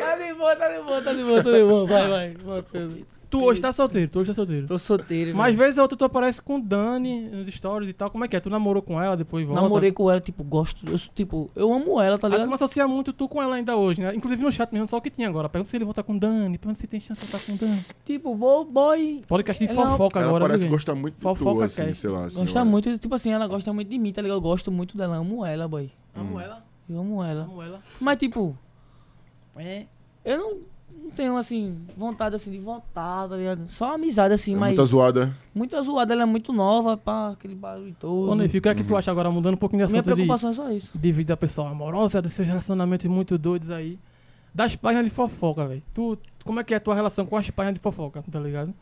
Speaker 3: Tá de boa, tá de boa, tá de boa, tá de boa. Vai, vai. voltando.
Speaker 2: Tu hoje tá solteiro, tu hoje tá solteiro.
Speaker 3: Tô solteiro,
Speaker 2: Mas
Speaker 3: velho.
Speaker 2: vezes ou outra tu aparece com Dani nos stories e tal. Como é que é? Tu namorou com ela, depois volta?
Speaker 3: Namorei com ela, tipo, gosto. Eu, sou- tipo, eu amo ela, tá
Speaker 2: Aí
Speaker 3: ligado?
Speaker 2: tu associa muito tu com ela ainda hoje, né? Inclusive no chat mesmo, só o que tinha agora. Pergunta se ele voltar com Dani, pergunta se tem chance de voltar com Dani.
Speaker 3: Tipo, bo- boy.
Speaker 2: Podcast de
Speaker 3: Ela- é
Speaker 2: fofoca
Speaker 1: Ela
Speaker 2: tipo, agora,
Speaker 1: parece
Speaker 2: viu,
Speaker 1: gostar muito de tu,
Speaker 2: Fofoca
Speaker 1: assim,
Speaker 2: cast.
Speaker 1: sei lá. assim,
Speaker 3: Gosta
Speaker 1: olha.
Speaker 3: muito, tipo assim, ela gosta muito de mim, tá ligado? Eu gosto muito dela, amo ela, boy.
Speaker 2: Amo ela,
Speaker 3: Eu amo ela.
Speaker 2: amo ela.
Speaker 3: Mas, tipo,
Speaker 2: É.
Speaker 3: eu não, não tenho, assim, vontade, assim, de voltar, tá ligado? Só amizade, assim,
Speaker 1: É
Speaker 3: mas...
Speaker 1: muita zoada.
Speaker 3: Muita zoada, ela é muito nova, pá, aquele barulho todo.
Speaker 2: Ô, Nefi, o que é que tu acha agora, mudando um pouquinho de
Speaker 3: Minha
Speaker 2: assunto de,
Speaker 3: preocupação é só isso.
Speaker 2: de vida pessoal amorosa, dos seus relacionamentos muito doidos aí. Das páginas de fofoca, velho. Tu, como é que é a tua relação com as páginas de fofoca, tá ligado?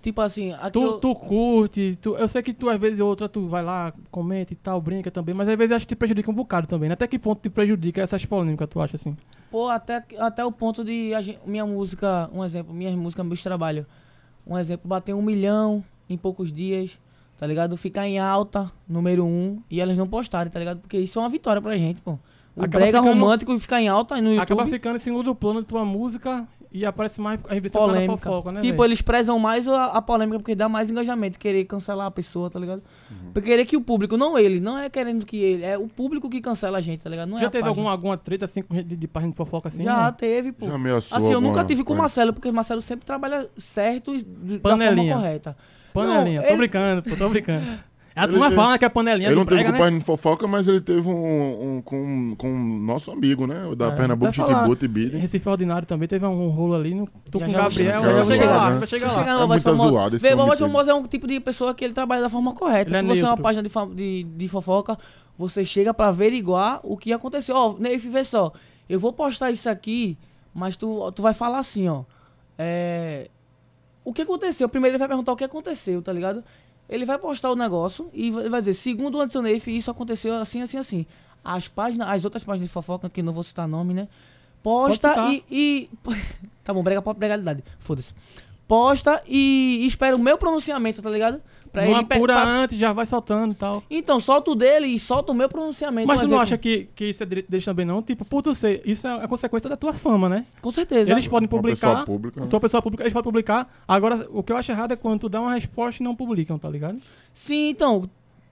Speaker 3: Tipo assim, aqui
Speaker 2: Tu,
Speaker 3: eu-
Speaker 2: tu curte, tu, eu sei que tu às vezes ou outra tu vai lá, comenta e tal, brinca também, mas às vezes acho que te prejudica um bocado também. né? Até que ponto te prejudica essas polêmicas, tu acha assim?
Speaker 3: pô, até, até o ponto de a gen- minha música, um exemplo, minhas músicas, meus trabalhos. Um exemplo, bater um milhão em poucos dias, tá ligado? Ficar em alta, número um, e elas não postarem, tá ligado? Porque isso é uma vitória pra gente, pô. O
Speaker 2: Acaba
Speaker 3: brega
Speaker 2: ficando-
Speaker 3: romântico e ficar em alta no YouTube.
Speaker 2: Acaba ficando em segundo plano tua música E aparece mais a revista por causa da
Speaker 3: polêmica.
Speaker 2: fofoca, né?
Speaker 3: tipo,
Speaker 2: velho?
Speaker 3: eles prezam mais a, a polêmica porque dá mais engajamento, querer cancelar a pessoa, tá ligado? Porque querer que o público, não ele, não é querendo que ele, é o público que cancela a gente, tá ligado? Não é
Speaker 2: Já
Speaker 3: a
Speaker 2: teve
Speaker 3: página.
Speaker 2: alguma, alguma treta assim com gente de, de página de fofoca assim?
Speaker 3: Já
Speaker 2: né?
Speaker 3: teve, pô.
Speaker 1: Já ameaçou.
Speaker 3: Assim, eu
Speaker 1: alguma
Speaker 3: nunca tive com o
Speaker 1: coisa?
Speaker 3: Marcelo, porque o Marcelo sempre trabalha certo e d-
Speaker 2: Panelinha.
Speaker 3: da forma correta.
Speaker 2: Panelinha,
Speaker 3: Não,
Speaker 2: tô
Speaker 3: ele-
Speaker 2: brincando, pô, tô brincando. A
Speaker 1: Ele-
Speaker 2: turma
Speaker 1: ele-
Speaker 2: fala né, que a panelinha
Speaker 1: Ele
Speaker 2: de
Speaker 1: não teve
Speaker 2: prega,
Speaker 1: com
Speaker 2: né?
Speaker 1: o Pai de Fofoca, mas ele teve um, um com, com o nosso amigo, né? O da
Speaker 2: É,
Speaker 1: Pernambuco
Speaker 2: até falar.
Speaker 1: Chitibuta e Bidi.
Speaker 2: Recife Ordinário também teve um rolo ali. No, tô
Speaker 3: Já,
Speaker 2: com o
Speaker 3: já vou
Speaker 2: Gabriel.
Speaker 1: chegar, já vou chegar, né?
Speaker 2: vai
Speaker 3: Deixa
Speaker 2: chegar
Speaker 3: eu
Speaker 2: lá.
Speaker 3: chegar no
Speaker 1: É
Speaker 3: Bobate
Speaker 1: muita
Speaker 3: Famoso.
Speaker 1: zoada esse
Speaker 3: Vê,
Speaker 1: homem
Speaker 3: Bobate
Speaker 1: aqui.
Speaker 3: Famoso é um tipo de pessoa que ele trabalha da forma correta.
Speaker 2: Ele é
Speaker 3: Se você é uma
Speaker 2: neutro.
Speaker 3: página de, fa- de, de fofoca, você chega pra averiguar o que aconteceu. Ó, Neif, vê só. Eu vou postar isso aqui, mas tu, tu vai falar assim, ó. É, O que aconteceu? Primeiro ele vai perguntar o que aconteceu, tá ligado? Ele vai postar o negócio e vai vai dizer, segundo o Anderson Neif, isso aconteceu assim, assim, assim. As páginas, as outras páginas de fofoca, que não vou citar nome, né? Posta
Speaker 2: citar.
Speaker 3: e, e- Tá bom, brega pop, legalidade. Foda-se. Posta e espera o meu pronunciamento, tá ligado? Pra
Speaker 2: Uma
Speaker 3: ele pe-
Speaker 2: pura
Speaker 3: pra-
Speaker 2: antes, já vai soltando e tal.
Speaker 3: Então, solta o dele e solta o meu pronunciamento.
Speaker 2: Mas
Speaker 3: um
Speaker 2: tu não
Speaker 3: exemplo.
Speaker 2: acha que, que isso é direito deles também, não? Tipo, por tu ser, isso é a consequência da tua fama, né?
Speaker 3: Com certeza.
Speaker 2: Eles podem
Speaker 1: Uma
Speaker 2: publicar.
Speaker 1: pessoa pública, né?
Speaker 2: Tu é uma pessoa pública, eles podem publicar. Agora, o que eu acho errado é quando tu dá uma resposta e não publicam, tá ligado?
Speaker 3: Sim, então.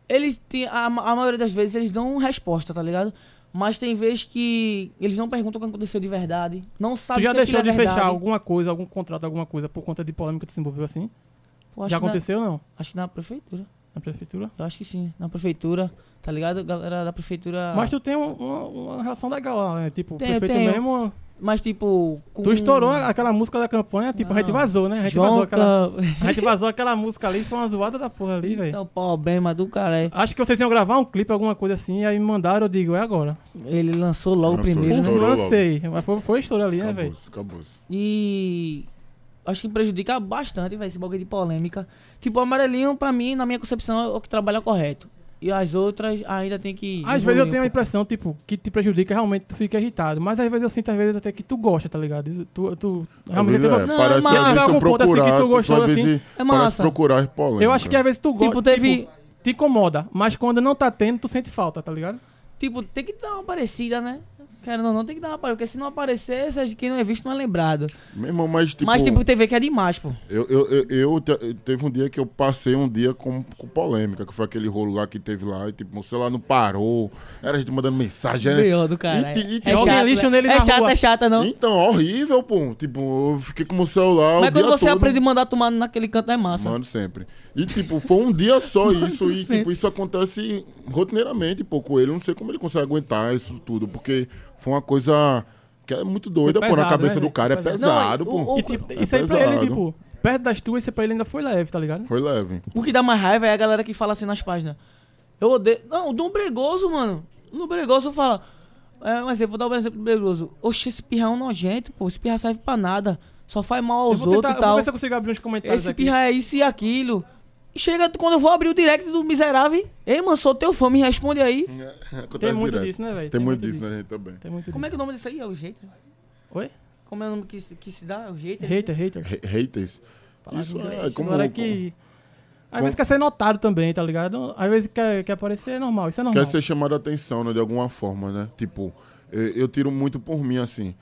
Speaker 3: Eles têm. A, ma- a maioria das vezes eles dão resposta, tá ligado? Mas tem vezes que eles não perguntam o que aconteceu de verdade. Não
Speaker 2: Tu
Speaker 3: sabe
Speaker 2: já
Speaker 3: se aquilo
Speaker 2: deixou
Speaker 3: é
Speaker 2: de
Speaker 3: verdade.
Speaker 2: fechar alguma coisa, algum contrato, alguma coisa, por conta de polêmica que desenvolveu assim?
Speaker 3: Pô, acho
Speaker 2: já
Speaker 3: que na-
Speaker 2: aconteceu ou não?
Speaker 3: acho que na prefeitura.
Speaker 2: Na prefeitura?
Speaker 3: Eu acho que sim. Na prefeitura, tá ligado? Galera da prefeitura.
Speaker 2: Mas tu tem um- uma, uma relação legal lá, né? Tipo, o
Speaker 3: Ah. Tenho,
Speaker 2: prefeito
Speaker 3: tenho.
Speaker 2: mesmo.
Speaker 3: Mas tipo. com-
Speaker 2: Tu estourou aquela música da campanha, tipo, a gente
Speaker 3: Não.
Speaker 2: vazou, né? A gente vazou
Speaker 3: Joca...
Speaker 2: aquela. A gente vazou aquela música ali, foi uma zoada da porra ali, velho.
Speaker 3: Então, problema do cara é.
Speaker 2: Acho que vocês iam gravar um clipe, alguma coisa assim, e aí me mandaram, eu digo, é agora.
Speaker 3: Ele lançou logo
Speaker 1: Lançou,
Speaker 3: primeiro,
Speaker 2: Puf,
Speaker 3: né?
Speaker 1: estourou logo.
Speaker 2: lancei. Mas foi, foi estouro
Speaker 3: É,
Speaker 2: ali, né, velho?
Speaker 1: Acabou-se, acabou-se.
Speaker 3: E. Acho que prejudica bastante, velho, esse bagulho de polêmica. Tipo, o amarelinho, pra mim, na minha concepção, é o que trabalha correto. E as outras ainda tem que.
Speaker 2: Às vezes eu
Speaker 3: evoluir um
Speaker 2: tenho a
Speaker 3: pouco.
Speaker 2: impressão, tipo, que te prejudica, realmente tu fica irritado. Mas às vezes eu sinto, às vezes, até que tu gosta, tá ligado? Isso- Tu, tu realmente
Speaker 1: Às vezes,
Speaker 2: teve-
Speaker 1: é,
Speaker 3: Não,
Speaker 1: parece
Speaker 3: mas-
Speaker 1: às vezes,
Speaker 2: Algum ponto, assim, que tu
Speaker 1: procurar,
Speaker 2: gostou,
Speaker 1: às vezes,
Speaker 2: assim,
Speaker 3: É
Speaker 1: parece
Speaker 3: massa.
Speaker 1: procurar polêmica.
Speaker 2: Eu acho que às vezes tu gosta.
Speaker 3: Tipo, teve.
Speaker 2: te incomoda, mas quando não tá tendo, tu sente falta, tá ligado?
Speaker 3: Tipo, tem que dar uma parecida, né? Cara, não, não tem que dar uma parecida. Porque se não aparecer, se- quem não é visto não é lembrado.
Speaker 1: Meu irmão, mas tipo...
Speaker 3: Mas, tipo, TV que é demais, pô.
Speaker 1: Eu, eu, eu, eu te- teve um dia que eu passei um dia com, com polêmica, que foi aquele rolo lá que teve lá, e tipo, o celular não parou, era a gente mandando mensagem, era...
Speaker 3: Pior do cara.
Speaker 1: É. E te- e te-
Speaker 3: é
Speaker 2: Joga
Speaker 3: chato,
Speaker 2: lixo
Speaker 3: né?
Speaker 2: nele
Speaker 3: é
Speaker 2: na
Speaker 3: chata,
Speaker 2: rua.
Speaker 3: é chata, não.
Speaker 1: Então, horrível, pô. Tipo, eu fiquei com o celular
Speaker 3: Mas
Speaker 1: o
Speaker 3: quando
Speaker 1: dia
Speaker 3: você
Speaker 1: todo.
Speaker 3: aprende a mandar tomar naquele canto, é massa.
Speaker 1: Mando sempre. E, tipo, foi um dia só isso. E, tipo,
Speaker 3: sempre.
Speaker 1: isso acontece rotineiramente, pô, com ele. Eu não sei como ele consegue aguentar isso tudo, porque foi uma coisa que é muito doida,
Speaker 2: É
Speaker 1: pô, na
Speaker 2: pesado,
Speaker 1: cabeça
Speaker 2: né,
Speaker 1: do
Speaker 2: velho?
Speaker 1: cara.
Speaker 2: É
Speaker 1: É pesado,
Speaker 2: pesado.
Speaker 3: Não, e
Speaker 1: pô.
Speaker 3: o-
Speaker 2: E,
Speaker 3: o-
Speaker 2: tipo,
Speaker 1: É
Speaker 2: isso aí pra ele,
Speaker 1: pesado.
Speaker 2: tipo, perto das tuas, isso pra ele ainda foi leve, tá ligado?
Speaker 1: Foi leve.
Speaker 3: O que dá mais raiva é a galera que fala assim nas páginas. Eu odeio. Não, o Dom Bregoso, mano. O Dom Bregoso fala. É, um exemplo, vou dar um exemplo do Bregoso. Oxe, esse pirra é um nojento, pô. Esse pirra serve pra nada. Só faz mal
Speaker 2: Eu
Speaker 3: aos
Speaker 2: vou tentar-
Speaker 3: outros
Speaker 2: eu
Speaker 3: e
Speaker 2: vou
Speaker 3: tal.
Speaker 2: ver se eu consigo abrir uns comentários
Speaker 3: Esse
Speaker 2: aqui.
Speaker 3: pirra é isso e aquilo. E chega quando eu vou abrir o direct do miserável. Ei, mano, sou teu fã, me responde aí.
Speaker 1: Acontece
Speaker 2: Tem muito
Speaker 1: direto.
Speaker 2: disso, né, velho?
Speaker 1: Tem, muito disso, né, gente, também.
Speaker 2: Tem muito
Speaker 3: Como é
Speaker 2: disso.
Speaker 3: que é o nome disso aí? É o jeito?
Speaker 2: Oi?
Speaker 3: Como é o nome que, se- que se dá? É o jeito?
Speaker 2: Hater, hater.
Speaker 1: Re- Haters. Isso
Speaker 2: Palavra em
Speaker 1: é
Speaker 2: inglês.
Speaker 1: como...
Speaker 2: Agora que. Às vezes quer ser notado também, tá ligado? Às vezes quer, quer aparecer, é normal. Isso é normal.
Speaker 1: Quer ser chamado a atenção, né? De alguma forma, né? Tipo, eu, eu tiro muito por mim, assim.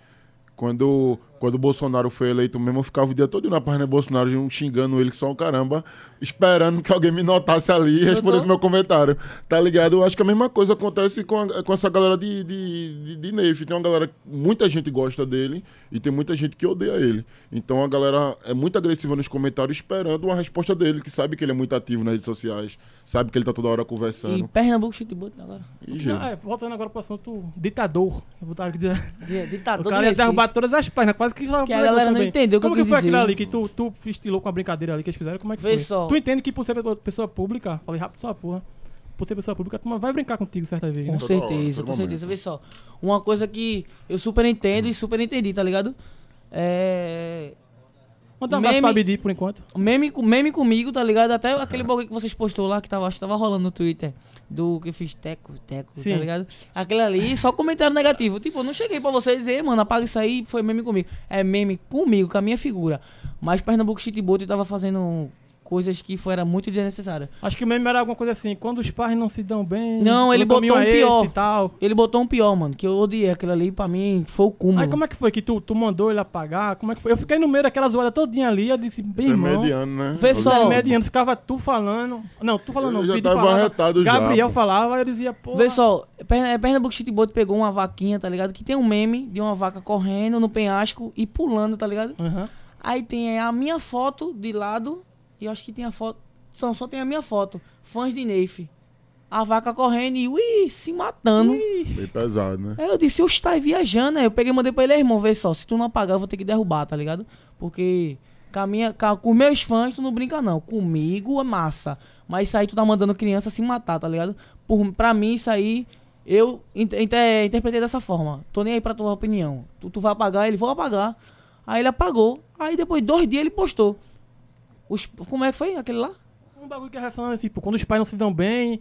Speaker 1: Quando, quando o Bolsonaro foi eleito mesmo, eu ficava o dia todo na página do Bolsonaro, um xingando ele que só um caramba, esperando que alguém me notasse ali e respondesse meu comentário. Tá ligado? Eu acho que a mesma coisa acontece com, a- com essa galera de, de, de, de Neif. Tem uma galera, muita gente gosta dele e tem muita gente que odeia ele. Então a galera é muito agressiva nos comentários, esperando uma resposta dele, que sabe que ele é muito ativo nas redes sociais, sabe que ele tá toda hora
Speaker 3: E
Speaker 1: conversando.
Speaker 3: Pernambuco, shitboot agora.
Speaker 1: E, gente,
Speaker 2: Não, é, voltando agora pro assunto ditador. Botaram que dizer.
Speaker 3: Di-
Speaker 2: O
Speaker 3: Ditador
Speaker 2: cara
Speaker 3: de
Speaker 2: ia
Speaker 3: Recife.
Speaker 2: derrubar todas as páginas, quase que...
Speaker 3: Que a galera não entendeu o que
Speaker 2: Como
Speaker 3: eu
Speaker 2: que
Speaker 3: quis
Speaker 2: foi
Speaker 3: dizer.
Speaker 2: aquilo ali que tu, tu estilou com a brincadeira ali que eles fizeram? Como é que
Speaker 3: Vê
Speaker 2: foi?
Speaker 3: só.
Speaker 2: Tu entende que por ser pessoa pública, falei rápido só porra, por ser pessoa pública, a turma vai brincar contigo certa vez, né?
Speaker 3: Com
Speaker 1: Toda
Speaker 3: certeza,
Speaker 1: hora, todo
Speaker 3: com
Speaker 1: momento. Hum.
Speaker 3: certeza. Vê só, uma coisa que eu super entendo e super entendi, tá ligado? É.
Speaker 2: Manda um abraço
Speaker 3: Meme-
Speaker 2: pra Bidi por enquanto.
Speaker 3: Meme, com- meme comigo, tá ligado? Até
Speaker 1: É.
Speaker 3: aquele bagulho que vocês postou lá, que tava, acho que tava rolando no Twitter, do que eu fiz teco, teco,
Speaker 2: Sim.
Speaker 3: tá ligado? Aquele ali, só comentário negativo. Tipo, eu não cheguei pra vocês e dizer, "Ei, mano, apaga isso aí, foi meme comigo. É meme comigo, com a minha figura. Mas Pernambuco Shitboat tava fazendo um- coisas que foram muito desnecessárias.
Speaker 2: Acho que o meme era alguma coisa assim, quando os pais não se dão bem.
Speaker 3: Não, ele
Speaker 2: o caminho
Speaker 3: botou um
Speaker 2: é esse
Speaker 3: pior.
Speaker 2: E tal.
Speaker 3: Ele botou um pior, mano, que eu odiei aquilo ali, pra mim foi o cúmulo.
Speaker 2: Aí como é que foi que tu, tu mandou ele apagar? Como é que foi? Eu fiquei no meio daquela zoada todinha ali, eu disse, bem irmão.
Speaker 1: Intermediano, né?
Speaker 3: Vê só.
Speaker 1: Ali-
Speaker 2: Intermediando, ficava tu falando. Não, tu falando não,
Speaker 1: Eu já
Speaker 2: Pedro
Speaker 1: tava
Speaker 2: falava,
Speaker 1: arretado já,
Speaker 2: Gabriel
Speaker 1: pô.
Speaker 2: falava, eu dizia, pô.
Speaker 3: Vê só, Pern- é, Pernambuco Shitboat pegou uma vaquinha, tá ligado? Que tem um meme de uma vaca correndo no penhasco e pulando, tá ligado?
Speaker 2: Aham.
Speaker 3: Aí tem a minha foto de lado e eu acho que tem a foto. São, só tem a minha foto. Fãs de Neif. A vaca correndo e ui, se matando.
Speaker 1: Bem pesado, né?
Speaker 3: Aí eu disse, eu está viajando, né? Eu peguei e mandei pra ele, irmão, vê só, se tu não apagar, eu vou ter que derrubar, tá ligado? Porque com, a minha, com a- com meus fãs, tu não brinca, não. Comigo é massa. Mas isso aí tu tá mandando criança se matar, tá ligado? Por, pra mim, isso aí, eu int- inter- interpretei dessa forma. Tô nem aí pra tua opinião. Tu, tu vai apagar, ele, vou apagar. Aí ele apagou. Aí depois, dois dias, ele postou. Os- como é que foi aquele lá?
Speaker 2: Um bagulho que é relacionado assim, pô, quando os pais não se dão bem,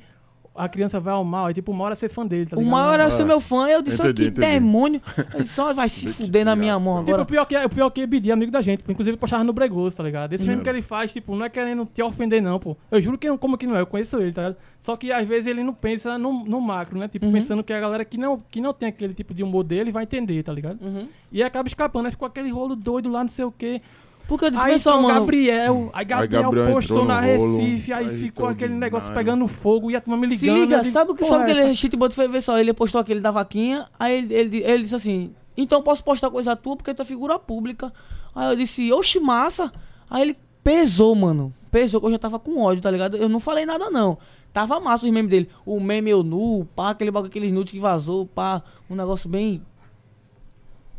Speaker 2: a criança vai ao mal. Aí, tipo, uma hora é ser fã dele, tá
Speaker 3: o
Speaker 2: ligado?
Speaker 3: maior era ser meu fã, eu disse,
Speaker 1: Ah. Entendi,
Speaker 3: ó, que
Speaker 1: entendi.
Speaker 3: demônio. Ele disse, ó, vai se
Speaker 1: Que
Speaker 3: fuder na minha mão
Speaker 1: desgraça.
Speaker 2: Tipo,
Speaker 3: agora.
Speaker 2: o pior que é, o pior que é BD, amigo da gente, pô. Inclusive, ele postava no Bregoso, tá ligado?
Speaker 3: Uhum.
Speaker 2: Esse mesmo que ele faz, tipo, não é querendo te ofender, não, pô. Eu juro que não, como que não é, eu conheço ele, tá ligado? Só que às vezes ele não pensa no, no macro, né?
Speaker 3: Uhum.
Speaker 2: Tipo, pensando que a galera que não, que não tem aquele tipo de humor dele vai entender, tá ligado?
Speaker 3: Uhum.
Speaker 2: E acaba escapando, aí ficou aquele rolo doido lá, não sei o quê.
Speaker 3: Porque eu disse,
Speaker 2: Aí então,
Speaker 3: vê só,
Speaker 2: só
Speaker 3: mano. Uhum.
Speaker 2: Gabriel, aí Gabriel,
Speaker 1: Gabriel
Speaker 2: postou
Speaker 1: entrou
Speaker 2: na
Speaker 1: no rolo,
Speaker 2: Recife, aí,
Speaker 1: aí
Speaker 2: ficou
Speaker 1: ficou
Speaker 2: aquele negócio
Speaker 1: ordinário.
Speaker 2: pegando fogo e a turma me
Speaker 3: Se
Speaker 2: ligando. né? eu
Speaker 3: liga,
Speaker 2: digo,
Speaker 3: sabe o que
Speaker 2: "Porra,
Speaker 3: sabe aquele
Speaker 2: essa-
Speaker 3: shitbot foi ver só? Ele postou aquele da vaquinha, aí ele, ele, ele disse assim: Então eu posso postar coisa tua porque tu é figura pública. Aí eu disse, oxe, massa. Aí ele pesou, mano. Pesou, que eu já tava com ódio, tá ligado? Eu não falei nada, não. Tava massa os memes dele. O meme eu nu, pá, aquele bagulho, aqueles nudes que vazou, pá, um negócio bem.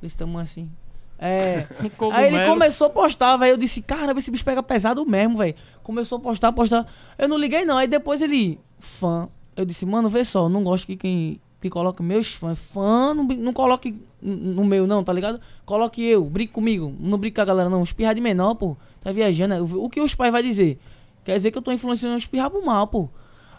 Speaker 3: Desse tamanho assim. É. Aí ele
Speaker 2: cogumelo.
Speaker 3: começou a postar, velho. Eu disse, caramba, esse bicho pega pesado mesmo, velho. Começou a postar, postar. Eu não liguei, não. Aí depois ele, fã. Eu disse, mano, vê só, eu não gosto que quem que coloca meus fãs. Fã, não, brin- não coloque n- no meu, não, tá ligado? Coloque eu, brinque comigo. Não brinca com a galera, não. Espirrar de menor, pô. Tá viajando. né? O que os pais vão dizer? Quer dizer que eu tô influenciando a espirrar pro mal, pô.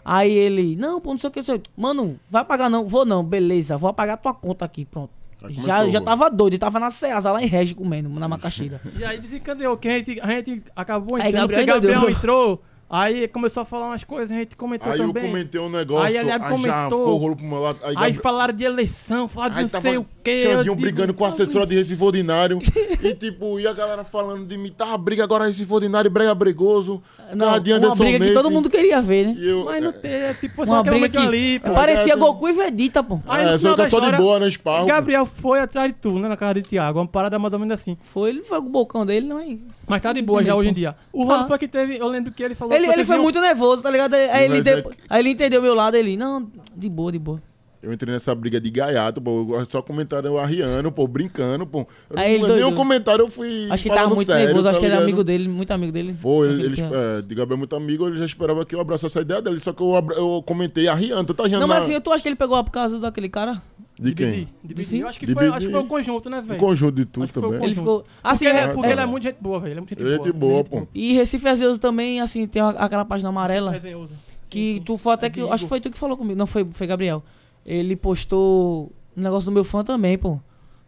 Speaker 3: Aí ele, não, pô, não sei o que, não sei. o que. Mano, vai pagar não, vou não, beleza, vou apagar tua conta aqui, pronto.
Speaker 1: Já
Speaker 3: Já,
Speaker 1: começou,
Speaker 3: já
Speaker 1: pô.
Speaker 3: tava doido, tava na Ceasa, lá em Regi comendo, na macaxeira.
Speaker 2: E aí desencadeou, que a gente, a gente acabou
Speaker 3: Aí
Speaker 2: entrando,
Speaker 3: Gabriel
Speaker 2: porque
Speaker 3: ainda
Speaker 2: Gabriel
Speaker 3: deu.
Speaker 2: entrou, aí começou a falar umas coisas, a gente comentou
Speaker 1: Aí
Speaker 2: também.
Speaker 1: eu comentei um negócio,
Speaker 2: Aí
Speaker 1: aí,
Speaker 2: ele
Speaker 1: já
Speaker 2: comentou.
Speaker 1: ficou o rolo pro meu lado. Aí,
Speaker 2: Aí
Speaker 1: Gabriel-
Speaker 2: falaram de eleição, falaram de
Speaker 1: Aí
Speaker 2: não
Speaker 1: tava
Speaker 2: sei o quê. eu
Speaker 1: Xandinho
Speaker 2: digo,
Speaker 1: brigando com o assessora de Recife Ordinário. e tipo, e a galera falando de mim, tá, briga agora Recife Ordinário, brega bregoso.
Speaker 3: Não,
Speaker 1: cara de
Speaker 3: uma
Speaker 1: Anderson
Speaker 3: briga que todo
Speaker 1: Nave.
Speaker 3: mundo queria ver, né?
Speaker 1: E eu,
Speaker 2: Mas não tem, é tipo, só
Speaker 3: uma
Speaker 2: aquele
Speaker 3: briga
Speaker 2: momento
Speaker 3: que
Speaker 2: ali, pô.
Speaker 3: parecia
Speaker 1: Cara,
Speaker 3: Goku e Vegeta, pô.
Speaker 2: Aí no
Speaker 1: É,
Speaker 2: final
Speaker 1: só que
Speaker 2: da
Speaker 1: é só de
Speaker 2: história,
Speaker 1: boa, né, esparro.
Speaker 2: Gabriel foi atrás de tu, né, na casa de Tiago, uma parada mais ou menos assim.
Speaker 3: Foi, ele foi com o bocão dele, não é? Ele,
Speaker 2: Mas tá de boa já hoje em dia. O rolo
Speaker 3: Ah.
Speaker 2: foi que teve, eu lembro que ele falou que
Speaker 3: ele
Speaker 2: vocês
Speaker 3: foi
Speaker 2: iam-
Speaker 3: muito nervoso, tá ligado? Aí, aí ele,
Speaker 1: Mas é
Speaker 3: depo-
Speaker 1: que-
Speaker 3: aí ele entendeu meu lado, ele, não, de boa, de boa.
Speaker 1: Eu entrei nessa briga de gaiato, pô. eu- Só comentaram o Arriano, pô, brincando, pô. Eu
Speaker 3: Aí ele
Speaker 1: não, nem
Speaker 3: doidou.
Speaker 1: um comentário eu fui.
Speaker 3: Acho que ele
Speaker 1: falando
Speaker 3: tava muito
Speaker 1: sério,
Speaker 3: nervoso,
Speaker 1: tá
Speaker 3: acho que ele era
Speaker 1: ligado?
Speaker 3: amigo dele, muito amigo dele.
Speaker 1: Foi, ele,
Speaker 3: Aquele
Speaker 1: ele,
Speaker 3: que-
Speaker 1: é, de Gabriel é muito amigo, ele já esperava que eu abraçasse a ideia dele, só que eu, abra- eu comentei a Rihanna, tu tá riando
Speaker 3: Não,
Speaker 1: na-
Speaker 3: mas assim, tu acha que ele pegou por causa daquele cara?
Speaker 1: de quem?
Speaker 2: De, de, de,
Speaker 3: Sim.
Speaker 2: eu acho que,
Speaker 1: De-
Speaker 2: foi,
Speaker 1: de-
Speaker 2: acho que foi o conjunto, né,
Speaker 1: Um
Speaker 2: velho?
Speaker 1: conjunto de tudo
Speaker 2: Acho que foi o
Speaker 1: também.
Speaker 3: Ele
Speaker 2: Conjunto.
Speaker 3: ficou. Assim,
Speaker 2: Porque, ele-
Speaker 3: é-
Speaker 2: porque
Speaker 1: é-
Speaker 2: ele é muito gente boa, velho. Ele é muito gente
Speaker 1: Ele é
Speaker 2: boa.
Speaker 1: de boa,
Speaker 2: muito
Speaker 1: pô.
Speaker 3: E Recife Azeoso também, assim, tem a- aquela página amarela.
Speaker 2: Resenhoso. Sim,
Speaker 3: Que
Speaker 2: sim. É
Speaker 3: tu foi até que.
Speaker 2: Digo.
Speaker 3: Acho que foi tu que falou comigo. Não, foi, foi Gabriel. Ele postou um negócio do meu fã também, pô.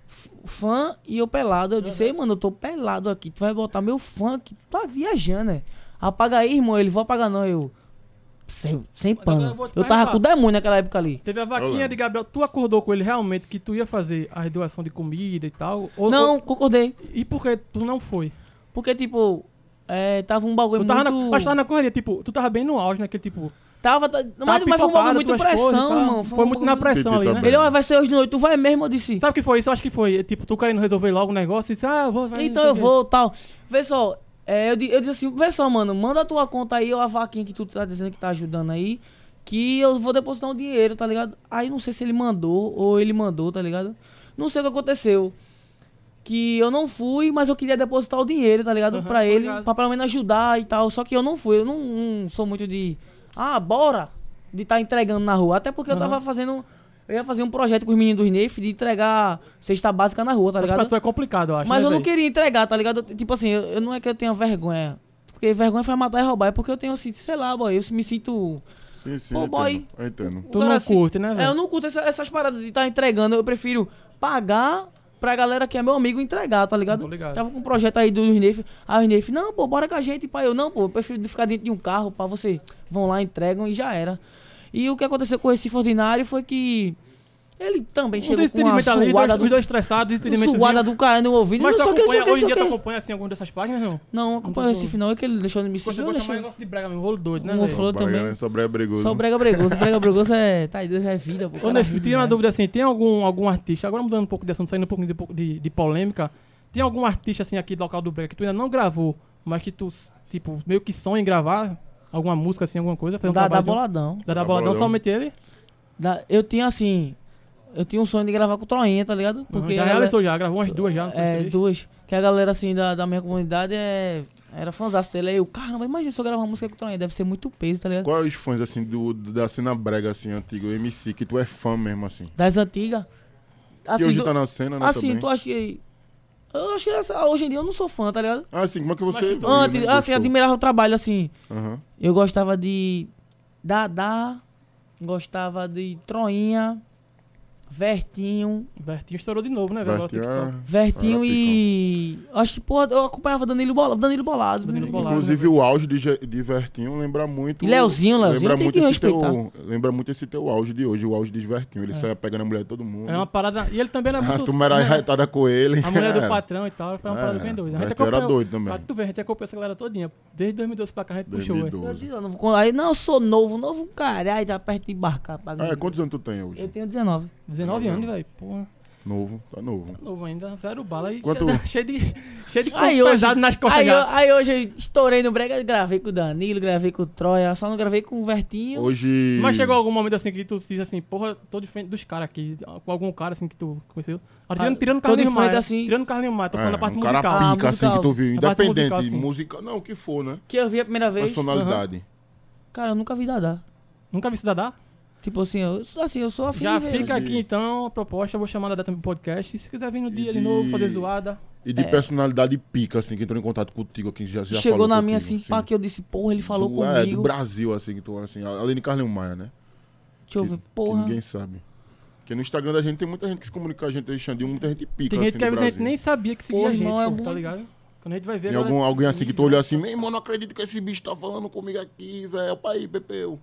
Speaker 3: F- Fã e eu pelado. Eu disse, ei, mano, eu tô pelado aqui. Tu vai botar meu fã aqui. Tu tá viajando, né? Apaga aí, irmão. Ele, vou apagar não. Eu. Sem, sem
Speaker 2: agora eu
Speaker 3: pano.
Speaker 2: vou te
Speaker 3: Eu tava
Speaker 2: perguntar.
Speaker 3: com o demônio naquela época ali.
Speaker 2: Teve a
Speaker 1: Eu
Speaker 2: vaquinha
Speaker 1: lembro.
Speaker 2: de Gabriel. Tu acordou com ele realmente que tu ia fazer a doação de comida e tal? Ou-
Speaker 3: Não,
Speaker 2: ou-
Speaker 3: concordei.
Speaker 2: e por que tu não foi?
Speaker 3: Porque, tipo, é, tava um bagulho
Speaker 2: Tu tava, na,
Speaker 3: muito.
Speaker 2: mas tava na correria, tipo, tu tava bem no auge naquele tipo.
Speaker 3: Tava, tá- mas, mas foi um
Speaker 2: pipocado,
Speaker 3: bagulho muito
Speaker 2: tuas coisas e
Speaker 3: pressão,
Speaker 2: tal.
Speaker 3: irmão.
Speaker 2: Foi,
Speaker 3: um
Speaker 2: muito
Speaker 3: bagulho
Speaker 2: na pressão
Speaker 1: Sim,
Speaker 2: ali,
Speaker 1: tá
Speaker 2: né?
Speaker 1: bem.
Speaker 3: Ele, ó, vai ser hoje de noite. Tu vai mesmo, eu disse.
Speaker 2: Sabe o que foi isso? Eu acho que foi. Tipo, tu querendo resolver logo o negócio e disse, ah, eu vou. vai,
Speaker 3: Então
Speaker 2: não sei o
Speaker 3: eu
Speaker 2: quê.
Speaker 3: vou tal. Vê só, é, eu, di- eu disse assim, vê só, mano, manda a tua conta aí, ou a vaquinha que tu tá dizendo que tá ajudando aí, que eu vou depositar um dinheiro, tá ligado? Aí não sei se ele mandou ou ele mandou, tá ligado? Não sei o que aconteceu. Que eu não fui, mas eu queria depositar o dinheiro, tá ligado?
Speaker 2: Aham,
Speaker 3: pra
Speaker 2: tô
Speaker 3: ele,
Speaker 2: ligado.
Speaker 3: pra pelo menos ajudar e tal. Só que eu não fui, eu não, não sou muito de. Ah, bora! De estar entregando na rua. Até porque eu
Speaker 2: Aham.
Speaker 3: tava fazendo. Eu ia fazer um projeto com os meninos do Neif de entregar cesta básica na rua, tá
Speaker 2: Só que
Speaker 3: ligado?
Speaker 2: pra tu é complicado, eu acho.
Speaker 3: Mas
Speaker 2: né,
Speaker 3: eu não
Speaker 2: velho?
Speaker 3: queria entregar, tá ligado? Eu- Tipo assim, eu, eu não é que eu tenha vergonha. Porque vergonha faz matar e roubar. É porque eu tenho assim, sei lá, boy. Eu se- me sinto.
Speaker 1: Sim, sim,
Speaker 3: Ô,
Speaker 1: eu
Speaker 3: boy.
Speaker 1: entendo, eu entendo.
Speaker 2: Tu
Speaker 3: o cara
Speaker 2: não
Speaker 3: assim-
Speaker 2: curte, né,
Speaker 3: É, eu
Speaker 2: velho?
Speaker 3: não curto essa- essas paradas de estar entregando. Eu prefiro pagar pra galera que é meu amigo entregar, tá ligado?
Speaker 2: Tô ligado.
Speaker 3: Tava com um projeto aí do Neif. Aí o Neif, não, pô, bora com a gente, pai. Eu, não, pô, eu prefiro ficar dentro de um carro, pá, vocês vão lá, entregam e já era. E o que aconteceu com o Recife Ordinário foi que ele também
Speaker 2: Um
Speaker 3: chegou com uma
Speaker 2: desentendimento ali,
Speaker 3: suada
Speaker 2: dois, os
Speaker 3: do,
Speaker 2: dois estressados,
Speaker 3: uma suada
Speaker 2: desentendimento.
Speaker 3: do cara no ouvido.
Speaker 2: Mas tu
Speaker 3: não, só que, só
Speaker 2: acompanha,
Speaker 3: que,
Speaker 2: hoje em
Speaker 3: só
Speaker 2: dia
Speaker 3: que. é
Speaker 2: tu acompanha assim alguma dessas páginas, não?
Speaker 3: Não, acompanha o Recife não, é que ele deixou de me seguir,
Speaker 2: Gosta
Speaker 3: eu
Speaker 2: gosta mais
Speaker 3: deixei.
Speaker 2: negócio de brega mesmo, rolo doido, né? Zé?
Speaker 3: Um Falou também.
Speaker 1: Só brega é bregoso.
Speaker 3: Só o brega bregoso. O brega bregoso é. Tá aí, Deus é vida, pô.
Speaker 2: Ô,
Speaker 3: cara.
Speaker 2: Nef,
Speaker 1: né?
Speaker 2: tinha uma dúvida assim, tem algum, algum artista, agora mudando um pouco de assunto, saindo um pouquinho de, de, de polêmica, tem algum artista assim aqui do local do Brega que tu ainda não gravou, mas que tu, tipo, meio que sonha em gravar alguma música assim, alguma coisa, fazer um
Speaker 3: Dá, dá
Speaker 2: trabalho... de um-
Speaker 3: boladão.
Speaker 2: Da, da
Speaker 1: Dá
Speaker 2: boladão,
Speaker 1: boladão.
Speaker 2: somente ele?
Speaker 3: Dá- eu tinha assim. Eu tinha um sonho de gravar com o Troinha, tá ligado?
Speaker 2: Porque
Speaker 3: Porque.
Speaker 2: já
Speaker 3: a galera-
Speaker 2: realizou já, gravou umas duas já. não foi
Speaker 3: É,
Speaker 2: três?
Speaker 3: duas. Que a galera assim da, da minha comunidade é. Era fãzaço dele. Aí eu, caramba, imagina se eu gravar uma música com o Troinha. Deve ser muito peso, tá ligado?
Speaker 1: Quais os fãs, assim, do, da cena brega, assim, antigo, MC, que tu é fã mesmo, assim?
Speaker 3: Das antigas.
Speaker 1: e
Speaker 3: Assim,
Speaker 1: hoje
Speaker 3: do-
Speaker 1: tá na cena, né,
Speaker 3: assim
Speaker 1: também?
Speaker 3: tu acha que. Eu acho que essa- hoje em dia eu não sou fã, tá ligado?
Speaker 1: Ah, assim, como é que você...
Speaker 2: Mas tu-
Speaker 1: evoluiu,
Speaker 3: Antes,
Speaker 1: né,
Speaker 3: assim,
Speaker 1: gostou?
Speaker 3: admirava o trabalho, assim.
Speaker 1: Aham.
Speaker 3: Eu gostava de Dadá, gostava de Troinha, Vertinho,
Speaker 2: Bertinho estourou de novo, né, velho?
Speaker 1: Vai
Speaker 2: Agora
Speaker 1: ter
Speaker 2: TikTok.
Speaker 1: a-
Speaker 3: Vertinho
Speaker 1: Agora
Speaker 3: e. Acho que, porra, eu acompanhava Danilo Bolado. Danilo Bolado.
Speaker 2: Danilo Bolado.
Speaker 1: Inclusive, o auge de, Je- de Vertinho lembra muito...
Speaker 3: Tá E Leozinho, Leozinho
Speaker 1: lembra
Speaker 3: tem
Speaker 1: muito
Speaker 3: que
Speaker 1: esse teu, Lembra muito esse teu auge de hoje, o auge de Vertinho. Ele
Speaker 3: É.
Speaker 1: saia pegando a mulher de todo mundo.
Speaker 2: É uma parada. E ele também era
Speaker 1: Ah,
Speaker 2: muito.
Speaker 1: tu era
Speaker 2: né,
Speaker 1: arretada com ele. É.
Speaker 2: a mulher do
Speaker 1: Era.
Speaker 2: patrão e tal, foi uma parada
Speaker 1: É,
Speaker 2: bem doida. A gente
Speaker 1: Vertinho era
Speaker 2: acompanhou-
Speaker 1: doido também.
Speaker 2: Pra tu ver, a gente acompanhou essa galera todinha. Desde 2012 pra cá a gente puxou,
Speaker 1: 2012.
Speaker 3: Eu digo, eu não vou- Aí, não, eu sou novo, novo caralho, tá perto de embarcar. Pra...
Speaker 1: Ah, é, quantos anos tu tem hoje?
Speaker 3: Eu tenho 19.
Speaker 2: velho. 19 anos, velho. Porra.
Speaker 1: Novo, tá novo.
Speaker 2: Novo ainda, zero bala e
Speaker 1: Quanto-
Speaker 2: cheio de cheio de coisa
Speaker 3: Aí hoje,
Speaker 2: pesado nas costas
Speaker 3: aí, eu-
Speaker 2: já.
Speaker 3: aí hoje eu estourei no brega, gravei com o Danilo, gravei com o Troia, só não gravei com o Vertinho.
Speaker 1: Hoje.
Speaker 2: Mas chegou algum momento assim que tu diz assim, porra, tô de frente dos caras aqui, com algum cara assim que tu conheceu. Ah, tirando,
Speaker 3: Ah,
Speaker 2: tirando o
Speaker 3: tô de
Speaker 2: Carlinhos
Speaker 3: frente,
Speaker 2: Maia,
Speaker 3: assim.
Speaker 2: tirando o Carlinhos Maia, tô falando da parte
Speaker 1: um
Speaker 2: musical.
Speaker 1: Cara
Speaker 3: Ah,
Speaker 1: pica, assim, que
Speaker 3: musical.
Speaker 1: tu viu,
Speaker 2: A parte
Speaker 1: independente,
Speaker 2: musical, assim.
Speaker 1: música, não, o que for, né?
Speaker 3: Que eu vi a primeira vez.
Speaker 1: Personalidade.
Speaker 3: Cara, eu nunca vi Dadá.
Speaker 2: Nunca vi Cidadá?
Speaker 3: Tipo assim, eu, assim, eu sou afim
Speaker 2: Já
Speaker 3: de ver.
Speaker 2: fica
Speaker 1: sim.
Speaker 2: aqui então a proposta, eu vou chamar a data pro podcast. Se quiser vir no dia de
Speaker 1: E-
Speaker 2: novo, fazer zoada.
Speaker 1: E de personalidade pica, assim, que entrou em contato contigo, que já, já
Speaker 3: É. Chegou
Speaker 1: falou
Speaker 3: na minha assim,
Speaker 1: contigo,
Speaker 3: pá, que eu disse, porra, ele falou
Speaker 1: do, É, do
Speaker 3: comigo.
Speaker 1: Brasil, assim, que tu, assim, além de Carlinhos Maia, né?
Speaker 3: Deixa eu
Speaker 1: que-
Speaker 3: ver,
Speaker 1: Que
Speaker 3: porra.
Speaker 1: ninguém sabe. Porque no Instagram da gente tem muita gente que se comunica com a gente, eu e Xandinho, muita gente pica,
Speaker 2: Tem
Speaker 1: assim,
Speaker 2: gente que
Speaker 1: do
Speaker 2: às vezes a gente
Speaker 1: Brasil.
Speaker 2: nem né? sabia que seguia
Speaker 3: Pô,
Speaker 2: a gente,
Speaker 3: irmão, é
Speaker 2: pô,
Speaker 3: muito-
Speaker 2: tá ligado? Quando a gente vai ver.
Speaker 1: Tem
Speaker 2: a galera-
Speaker 1: algum, alguém assim que tu olhou assim, meu irmão, não acredito que esse bicho tá falando comigo aqui, velho. Opa aí, Pepeu.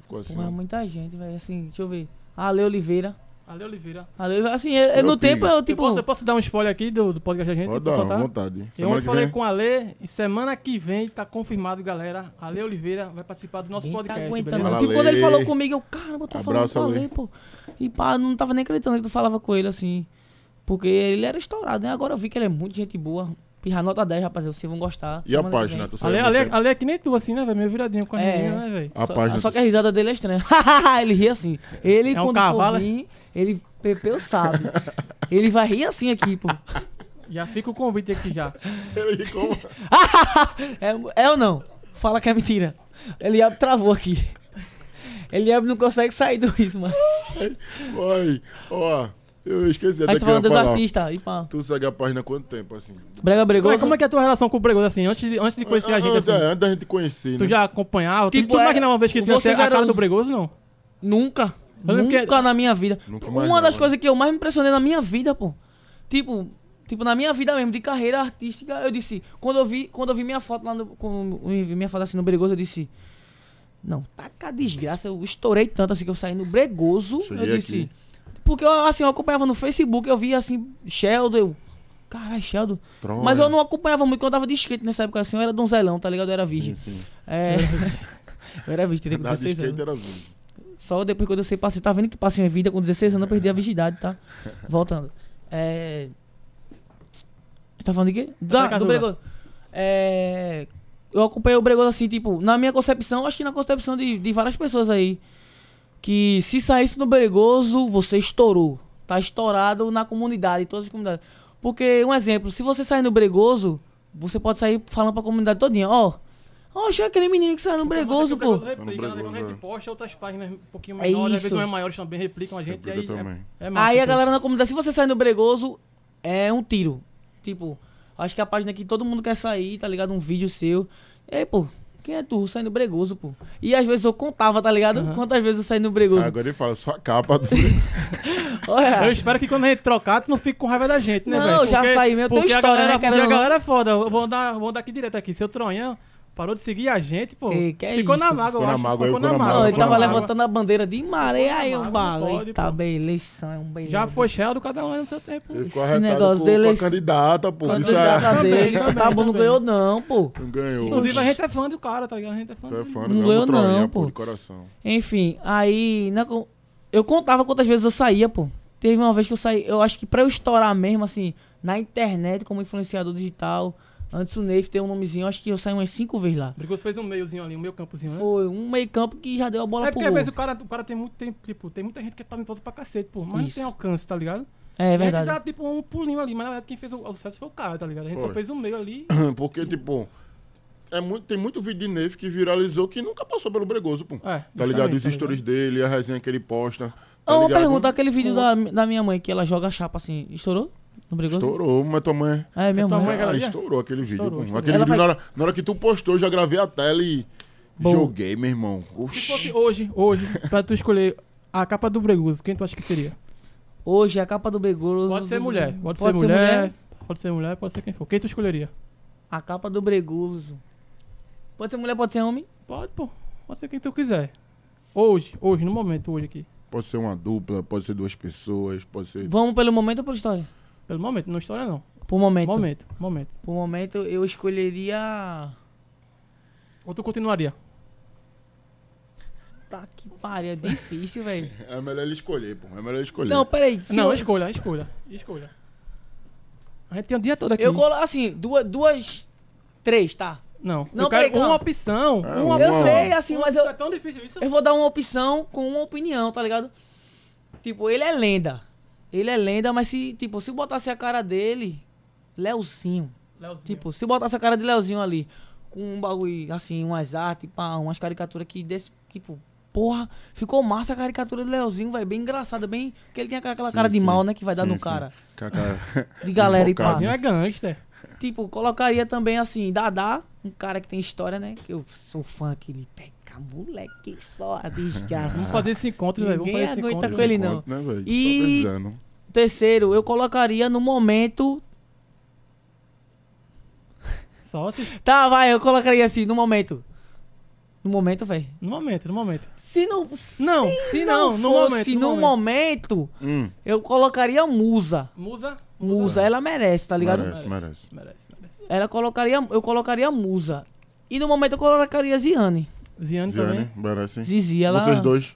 Speaker 1: Ficou assim.
Speaker 3: Porra, é muita gente, velho. Assim, deixa eu ver. Ale Oliveira.
Speaker 2: Ale Oliveira.
Speaker 3: Ale Oliveira, assim, é, é
Speaker 1: Eu
Speaker 3: no
Speaker 1: tenho.
Speaker 3: tempo eu,
Speaker 2: Tipo, eu,
Speaker 3: tipo.
Speaker 2: posso, eu posso dar um spoiler aqui do, do podcast da gente?
Speaker 1: Pode
Speaker 2: Posso
Speaker 1: dar, à
Speaker 2: soltar?
Speaker 1: vontade.
Speaker 2: Eu
Speaker 1: Semana
Speaker 2: ontem
Speaker 1: que
Speaker 2: falei
Speaker 1: vem-
Speaker 2: com a Lê e semana que vem tá confirmado, galera. A Lê Oliveira vai participar do nosso
Speaker 3: Ninguém tá
Speaker 2: podcast.
Speaker 3: aguentando.
Speaker 2: beleza?
Speaker 1: Fala,
Speaker 3: tipo, quando ele
Speaker 1: Ale.
Speaker 3: falou comigo, eu, caramba, eu tô
Speaker 1: Abraço,
Speaker 3: falando com o
Speaker 1: Ale.
Speaker 3: Ale, pô. E pá, não tava nem acreditando que tu falava com ele, assim. Porque ele era estourado, né? Agora eu vi que ele é muito gente boa. Pirra, nota 10, rapaziada, vocês vão gostar.
Speaker 1: E a
Speaker 3: Semana que
Speaker 1: página?
Speaker 3: vem.
Speaker 1: Tu
Speaker 2: A Lê,
Speaker 1: saiu
Speaker 2: a, Lê,
Speaker 1: do-
Speaker 2: a Lê é que nem tu, assim, né, velho? Meio viradinho com a
Speaker 3: É.
Speaker 2: menina, né, velho?
Speaker 1: A
Speaker 3: só,
Speaker 1: página.
Speaker 3: só que a risada dele é estranha. ele ri assim. Ele,
Speaker 2: É um
Speaker 3: quando
Speaker 2: cavalo,
Speaker 3: for
Speaker 2: é?
Speaker 3: vir, ele, Pepeu sabe. ele vai rir assim aqui, pô.
Speaker 2: Já fica o convite aqui já.
Speaker 1: Ele ficou-
Speaker 3: É, é ou não? Fala que é mentira. Eliabe travou aqui. Eliabe não consegue sair do isso, mano.
Speaker 1: tá Oi, ó, eu esqueci
Speaker 3: Aí
Speaker 1: até
Speaker 3: tu
Speaker 1: que eu
Speaker 3: tá falando
Speaker 1: ia
Speaker 3: dos
Speaker 1: falar.
Speaker 3: artistas. E pá.
Speaker 1: Tu segue a página há quanto tempo, assim?
Speaker 2: Como
Speaker 3: Brega
Speaker 2: é,
Speaker 3: Bregoso.
Speaker 2: como é que é a tua relação com o Bregoso, assim? Antes de, antes de conhecer a gente,
Speaker 1: antes,
Speaker 2: assim,
Speaker 1: é, antes da gente conhecer,
Speaker 2: tu
Speaker 1: né?
Speaker 2: já acompanhava? Tu,
Speaker 3: Tipo,
Speaker 2: tu
Speaker 3: é,
Speaker 2: imaginava uma vez que tu ia
Speaker 3: você
Speaker 2: ser
Speaker 3: já
Speaker 2: a
Speaker 3: era
Speaker 2: cara do
Speaker 3: um-
Speaker 2: Bregoso, não?
Speaker 3: Nunca.
Speaker 2: Eu lembro
Speaker 3: Nunca
Speaker 2: que-
Speaker 3: na minha vida.
Speaker 1: Nunca né?
Speaker 3: Uma
Speaker 1: imaginava.
Speaker 3: das coisas que eu mais me impressionei na minha vida, pô. Tipo, tipo na minha vida mesmo, de carreira artística, eu disse, quando eu vi, quando eu vi minha foto lá no quando eu vi minha foto assim no Bregoso, eu disse, não, tá com a desgraça, eu estourei tanto assim que eu saí no Bregoso,
Speaker 1: Cheguei
Speaker 3: eu disse.
Speaker 1: aqui.
Speaker 3: Porque eu, assim, eu acompanhava no Facebook, eu via assim Sheldon, eu Caralho, Sheldon.
Speaker 1: Tronha.
Speaker 3: Mas eu não acompanhava muito, porque eu tava de skate nessa época, assim, eu era donzelão, tá ligado? Eu era virgem.
Speaker 1: Sim, sim.
Speaker 3: É. eu era virgem, teria com
Speaker 1: Andar de
Speaker 3: 16 anos.
Speaker 1: skate era vinho.
Speaker 3: Só depois que eu dancei passe, tá vendo que passei minha vida com 16 anos, eu perdi a virgindade, tá? Voltando. É. Tá falando de quê? Da,
Speaker 2: Casuga.
Speaker 3: do Bregoso. É. Eu acompanhei o Bregoso assim, tipo, na minha concepção, acho que na concepção de, de várias pessoas aí. Que se saísse no Bregoso, você estourou. Tá estourado na comunidade, em todas as comunidades. Porque, um exemplo, se você sair no Bregoso, você pode sair falando pra comunidade todinha, ó. Ó, achei aquele menino Então que saiu no Bregoso, Um pô.
Speaker 2: replica, né?
Speaker 1: Bregoso,
Speaker 2: Quando a gente
Speaker 1: é.
Speaker 2: posta, outras páginas um pouquinho
Speaker 3: É
Speaker 2: menores, às vezes
Speaker 3: isso.
Speaker 2: umas maiores também replicam a gente.
Speaker 1: Replica
Speaker 2: e aí,
Speaker 1: também.
Speaker 2: É, é massa,
Speaker 3: aí a
Speaker 2: assim.
Speaker 3: galera na comunidade, se você sair no Bregoso, é um tiro. Tipo, acho que é a página que todo mundo quer sair, tá ligado? Um vídeo seu. E aí, pô, quem Quem é tu? Saindo bregoso, pô. E às vezes eu contava, tá ligado? Quantas vezes eu saí no bregoso.
Speaker 1: Agora ele fala, sua capa. Do...
Speaker 3: Olha.
Speaker 2: Eu espero que quando a gente trocar, tu não fique com raiva da gente, né,
Speaker 3: É. Não,
Speaker 2: velho?
Speaker 3: já
Speaker 2: Porque-
Speaker 3: saí mesmo. Tem
Speaker 2: Porque a
Speaker 3: história,
Speaker 2: galera,
Speaker 3: né, cara?
Speaker 2: porque a
Speaker 3: Não-
Speaker 2: galera é foda. Eu Vou dar, vou dar aqui direto aqui. Seu Tronhão parou de seguir a gente, pô.
Speaker 3: Ei, que é
Speaker 2: ficou na
Speaker 3: isso?
Speaker 2: mágoa,
Speaker 1: Ficou
Speaker 2: eu
Speaker 1: na
Speaker 2: acho.
Speaker 1: mágoa,
Speaker 2: ficou
Speaker 1: eu
Speaker 2: na
Speaker 1: vou na
Speaker 2: mágoa.
Speaker 3: Não,
Speaker 1: mágoa,
Speaker 3: ele
Speaker 2: ficou
Speaker 3: tava
Speaker 2: na mágoa.
Speaker 3: levantando a bandeira de maré, aí
Speaker 2: Não
Speaker 3: o
Speaker 2: pode,
Speaker 3: balo.
Speaker 2: pô.
Speaker 3: Eita, bem, eleição é um bem.
Speaker 2: Já foi Sheldon, cada um no seu tempo.
Speaker 1: Ele ficou
Speaker 3: Esse
Speaker 1: arretado
Speaker 3: negócio
Speaker 1: com,
Speaker 3: dele
Speaker 1: com
Speaker 3: é
Speaker 1: a
Speaker 3: esse-
Speaker 1: candidata, pô. Isso
Speaker 3: Candidata
Speaker 1: é...
Speaker 3: dele,
Speaker 2: Também,
Speaker 3: Cabo tá não
Speaker 2: também.
Speaker 3: ganhou, não, pô.
Speaker 1: Não ganhou.
Speaker 2: Inclusive, a gente é fã do cara, tá ligado? A gente é fã
Speaker 1: Tu é
Speaker 2: do
Speaker 1: fã
Speaker 2: cara.
Speaker 1: do
Speaker 3: Não
Speaker 1: meu
Speaker 3: ganhou
Speaker 1: Troinha,
Speaker 3: não,
Speaker 1: pô,
Speaker 3: pô.
Speaker 1: de coração.
Speaker 3: Enfim, aí na co- eu contava quantas vezes eu saía, pô. Teve uma vez que eu saí, eu acho que pra eu estourar mesmo, assim, na internet como influenciador digital, antes o Neif tem um nomezinho, eu acho que eu saí umas cinco vezes lá.
Speaker 2: Brigoso fez um meiozinho ali, um meio campozinho, né?
Speaker 3: Foi um meio campo que já deu a bola
Speaker 2: É
Speaker 3: pro
Speaker 2: porque
Speaker 3: gol.
Speaker 2: às vezes o cara, o cara tem muito tempo, tipo, tem muita gente que é talentosa pra cacete, pô, mas não
Speaker 3: Isso.
Speaker 2: tem alcance, tá ligado?
Speaker 3: É
Speaker 2: A gente
Speaker 3: verdade.
Speaker 2: dá tipo um pulinho ali, mas na verdade quem fez o, o sucesso foi o cara, tá ligado? A gente só
Speaker 1: Foi.
Speaker 2: fez o meio ali.
Speaker 1: Porque, tipo, é muito, tem muito vídeo de Neif que viralizou que nunca passou pelo Bregoso, pô.
Speaker 2: É,
Speaker 1: Tá ligado? Os
Speaker 2: justamente, tá
Speaker 1: stories dele, a resenha que ele posta. Tá
Speaker 3: Ah, uma
Speaker 1: ligado?
Speaker 3: pergunta, aquele vídeo da, da minha mãe que ela joga chapa assim, estourou? Não brigou?
Speaker 1: Estourou, mas tua mãe...
Speaker 3: É, minha
Speaker 2: É tua
Speaker 3: mãe.
Speaker 2: mãe,
Speaker 1: Ah,
Speaker 2: Galeria?
Speaker 1: estourou aquele vídeo.
Speaker 2: Estourou,
Speaker 1: pô.
Speaker 2: estourou.
Speaker 1: Aquele
Speaker 3: Ela
Speaker 1: vídeo,
Speaker 3: vai-
Speaker 1: na, hora, na hora que tu postou, eu já gravei a tela e
Speaker 3: Bom.
Speaker 1: joguei, meu irmão. Oxi.
Speaker 2: Se fosse hoje, hoje, pra tu escolher a capa do Bregoso, quem tu acha que seria?
Speaker 3: Hoje é a capa do Bregoso.
Speaker 2: Pode ser mulher, pode, ser, mulher, pode ser mulher, pode ser quem for. Quem tu escolheria?
Speaker 3: A capa do Bregoso. Pode ser mulher, pode ser homem.
Speaker 2: Pode, pô, pode ser quem tu quiser. Hoje, hoje, no momento, hoje aqui.
Speaker 1: Pode ser uma dupla, pode ser duas pessoas, pode ser.
Speaker 3: Vamos pelo momento ou por história?
Speaker 2: Pelo momento, não história não.
Speaker 3: Por momento.
Speaker 2: Momento, momento.
Speaker 3: Por um momento eu escolheria.
Speaker 2: Ou tu continuaria?
Speaker 3: Tá que pariu, é difícil, velho.
Speaker 1: É melhor ele escolher, pô. É melhor ele escolher.
Speaker 3: Não, peraí. se
Speaker 2: não,
Speaker 3: eu,
Speaker 2: escolha, escolha, escolha. A gente tem o dia todo aqui.
Speaker 3: eu colo assim, duas, duas. Três, tá?
Speaker 2: Não,
Speaker 3: Não,
Speaker 2: eu quero
Speaker 3: peraí,
Speaker 2: uma
Speaker 3: calma.
Speaker 2: opção.
Speaker 1: É,
Speaker 2: uma
Speaker 1: uma-
Speaker 3: Eu
Speaker 2: opção.
Speaker 3: sei, assim, mas eu,
Speaker 2: Isso é tão difícil isso.
Speaker 3: eu vou dar uma opção com uma opinião, tá ligado? Tipo, ele é lenda. Ele é lenda, mas se, tipo, se botasse a cara dele, Leozinho.
Speaker 2: Leozinho.
Speaker 3: Tipo, se botasse a cara de Leozinho ali, com um bagulho, assim, umas artes, pá, umas caricaturas que desse, tipo, porra, ficou massa a caricatura do Leozinho, vai bem engraçada, bem. Porque ele tem aquela, aquela
Speaker 1: Sim,
Speaker 3: cara de
Speaker 1: sim.
Speaker 3: mal, né, que vai dar
Speaker 1: Sim,
Speaker 3: no
Speaker 1: sim.
Speaker 3: cara.
Speaker 1: Com a cara- né?
Speaker 3: De galera e pá.
Speaker 1: Focado.
Speaker 2: Leozinho é gangster.
Speaker 3: Tipo, colocaria também, assim, Dadá, um cara que tem história, né, que eu sou fã, que ele pega moleque só, a
Speaker 2: Vamos
Speaker 3: desgraça.
Speaker 2: fazer esse encontro, velho. Vamos
Speaker 3: Ah. Ninguém
Speaker 2: fazer esse
Speaker 3: aguenta
Speaker 2: encontro.
Speaker 3: com ele,
Speaker 1: Esse
Speaker 3: não.
Speaker 1: conto, Né, velho?
Speaker 3: E-
Speaker 1: Tô precisando.
Speaker 3: Terceiro, eu colocaria no momento.
Speaker 2: Solte.
Speaker 3: Tá, vai, eu colocaria assim, no momento. No momento, velho.
Speaker 2: No momento, no momento.
Speaker 3: Se não.
Speaker 2: Não, se não, no
Speaker 3: fosse
Speaker 2: momento, no
Speaker 3: no momento,
Speaker 1: Hum,
Speaker 3: eu colocaria Musa.
Speaker 2: Musa?
Speaker 3: Musa, ela merece, tá ligado?
Speaker 1: Merece, merece.
Speaker 2: Merece, merece.
Speaker 3: Ela colocaria, eu colocaria Musa. E no momento eu colocaria Ziane.
Speaker 2: Ziane
Speaker 1: Ziane,
Speaker 2: também.
Speaker 1: merece.
Speaker 3: Zizi, ela
Speaker 1: Vocês dois.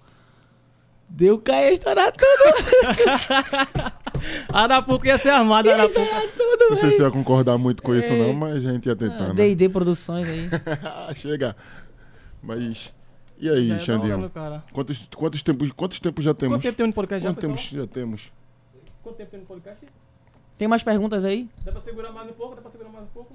Speaker 3: deu caia estourar tudo,
Speaker 2: Arapuca ia ser armada, Arapuca.
Speaker 3: estourar tudo,
Speaker 1: Não sei se
Speaker 3: velho.
Speaker 1: ia concordar muito com isso, não,
Speaker 3: É.
Speaker 1: mas a gente ia tentar, né?
Speaker 3: D&D Produções aí.
Speaker 1: Chega. Mas. E aí,
Speaker 2: Já é da hora,
Speaker 1: Xandinho?
Speaker 2: meu cara.
Speaker 1: Quantos, quantos, tempos, quantos tempos já temos?
Speaker 2: Quanto tempo tem no podcast já,
Speaker 1: Quanto tempo
Speaker 2: pessoal?
Speaker 1: já temos?
Speaker 2: Quanto tempo tem no podcast?
Speaker 3: Tem mais perguntas aí?
Speaker 2: Dá pra segurar mais um pouco? Dá pra segurar mais um pouco?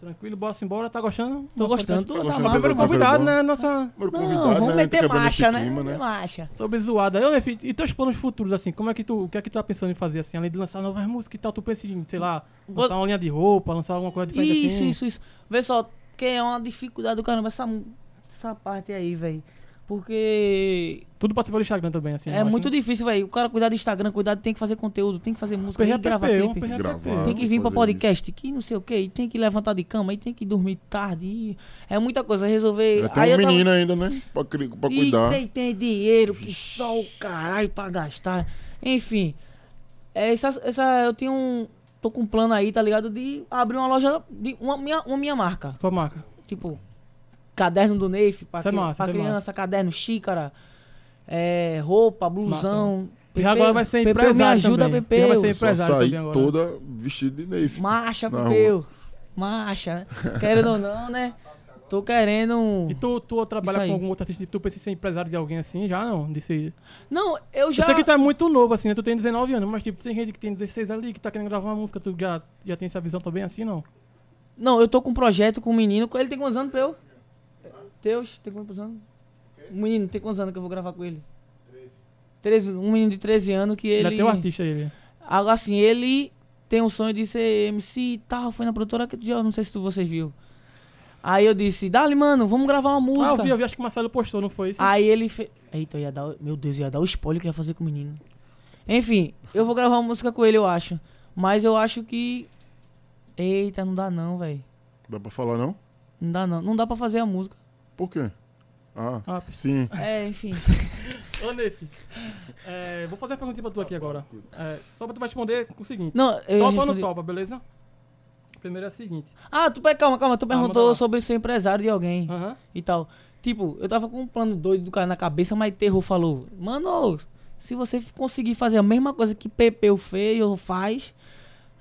Speaker 2: Tranquilo, bora se embora. Tá gostando?
Speaker 3: Tô
Speaker 2: Nosso podcast?
Speaker 3: gostando, tô,
Speaker 1: Tá
Speaker 3: tá
Speaker 1: gostando
Speaker 3: massa.
Speaker 1: do
Speaker 2: Primeiro
Speaker 1: Tá
Speaker 2: convidado,
Speaker 1: bom.
Speaker 2: né? Nossa...
Speaker 1: Primeiro
Speaker 3: Não,
Speaker 1: convidado,
Speaker 3: vamos
Speaker 1: né?
Speaker 3: meter
Speaker 1: Quebrando esse
Speaker 3: marcha, né?
Speaker 1: clima,
Speaker 3: Meter marcha.
Speaker 2: Sobre zoada. Eu, meu filho, e teus planos futuros, assim? Como é que tu, o que é que tu tá pensando em fazer, assim? Além de lançar novas músicas e tal, tu pensa em, sei lá, lançar uma linha de roupa, lançar alguma coisa diferente
Speaker 3: Isso,
Speaker 1: né?
Speaker 2: assim?
Speaker 3: isso, isso. Vê só, que é uma dificuldade do caramba essa, essa parte aí, velho. Porque
Speaker 2: Tudo passa pelo Instagram também, assim.
Speaker 3: é muito difícil, velho. O cara cuidar do Instagram, cuidar, tem que fazer conteúdo, tem que
Speaker 1: Ah,
Speaker 3: fazer música, tem que gravar
Speaker 2: PRPP, um
Speaker 3: clipe.
Speaker 1: Gravar.
Speaker 3: Tem
Speaker 1: Vamos
Speaker 3: que vir pra
Speaker 1: fazer
Speaker 3: podcast, que não sei o que, tem que levantar de cama, e tem que dormir tarde. e é muita coisa, resolver.
Speaker 1: Já tem
Speaker 3: aí
Speaker 1: um
Speaker 3: eu tava-
Speaker 1: menino ainda, né? Pra, cri- pra
Speaker 3: E
Speaker 1: cuidar.
Speaker 3: tem, tem dinheiro que só o caralho pra gastar. Enfim, é, essa, essa, eu tenho um. Tô com um plano aí, tá ligado? De abrir uma loja, de uma minha, uma minha marca.
Speaker 2: Sua marca.
Speaker 3: Tipo, caderno do Neif pra,
Speaker 2: Isso é
Speaker 3: cri-
Speaker 2: massa,
Speaker 3: pra
Speaker 2: isso é
Speaker 3: criança, caderno, xícara, é, roupa, blusão.
Speaker 2: E agora vai ser
Speaker 3: Pepeu,
Speaker 2: empresário
Speaker 3: Me ajuda,
Speaker 2: também.
Speaker 3: Pepeu.
Speaker 2: Já vai ser
Speaker 1: Só
Speaker 2: empresário
Speaker 1: sair
Speaker 2: também agora.
Speaker 3: né?
Speaker 1: toda vestida de Neif.
Speaker 3: Marcha,
Speaker 1: Na
Speaker 3: Pepeu. Marcha, né? Querendo ou não, né? Tô querendo. um-
Speaker 2: E tu, tu trabalha
Speaker 3: Isso aí.
Speaker 2: com algum outro artista? Tipo, Tu pensa em ser empresário de alguém assim? Já não? Desse...
Speaker 3: Não, eu já.
Speaker 2: Eu sei que tu é muito novo, assim, né? Tu tem 19 anos, mas tipo, tem gente que tem 16 ali, que tá querendo gravar uma música. Tu já, já tem essa visão também assim, não?
Speaker 3: Não, eu tô com um projeto com um menino. Ele tem quantos anos, Pepeu? Teus, tem quantos anos? Um menino, tem quantos anos que eu vou gravar com ele? 13. Um menino de 13 anos que ele.
Speaker 2: Já tem um artista ele.
Speaker 3: Algo assim, um ele tem o sonho de ser MC e tal, foi na produtora que eu não sei se tu, vocês viu. Aí eu disse, Dali, mano, vamos gravar uma
Speaker 2: Ah,
Speaker 3: música.
Speaker 2: eu vi, eu vi, acho que o Marcelo postou, não foi isso?
Speaker 3: Aí ele fez. Eita, eu ia dar. Meu Deus, eu ia dar o spoiler que eu ia fazer com o menino. Enfim, eu vou gravar uma música com ele, eu acho. Mas eu acho que. Eita, não dá não, velho.
Speaker 1: Dá pra falar, não?
Speaker 3: Não dá não. Não dá pra fazer a música.
Speaker 1: Por quê? Ah,
Speaker 2: Ah, p-
Speaker 1: sim.
Speaker 3: É, enfim.
Speaker 2: Ô, Nefi, é, vou fazer uma perguntinha pra tu aqui agora. É, só pra tu responder com o seguinte.
Speaker 3: Não,
Speaker 2: topa ou
Speaker 3: eu.
Speaker 2: não
Speaker 3: respondi-
Speaker 2: topa, beleza? Primeiro é o seguinte.
Speaker 3: Ah, tu pe- calma, calma. Tu perguntou
Speaker 2: manda tá lá.
Speaker 3: sobre ser empresário de alguém
Speaker 2: Aham.
Speaker 3: e tal. Tipo, eu tava com um plano doido do cara na cabeça, mas Terror falou: Mano, se você conseguir fazer a mesma coisa que Pepeu fez ou faz.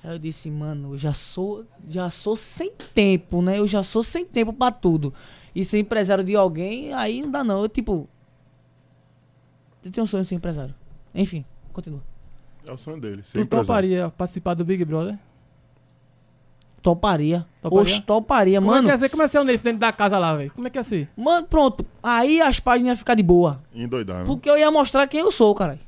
Speaker 3: Aí eu disse, mano, eu já sou, já sou sem tempo, né? Eu já sou sem tempo pra tudo. E ser empresário de alguém, aí não dá não. Eu, tipo. Eu tenho um sonho de ser empresário. Enfim, continua.
Speaker 1: É o sonho dele. ser
Speaker 2: Tu
Speaker 1: empresário.
Speaker 2: toparia participar do Big Brother?
Speaker 3: Toparia.
Speaker 2: Toparia?
Speaker 3: Oxe, toparia,
Speaker 2: Como
Speaker 3: mano.
Speaker 2: é que ia ser? Como é que é o Neif dentro da casa lá, velho? Como é que ia ser?
Speaker 3: Mano, pronto. Aí as páginas iam ficar de boa.
Speaker 1: Endoidar, né?
Speaker 3: Porque eu ia mostrar quem eu sou, cara.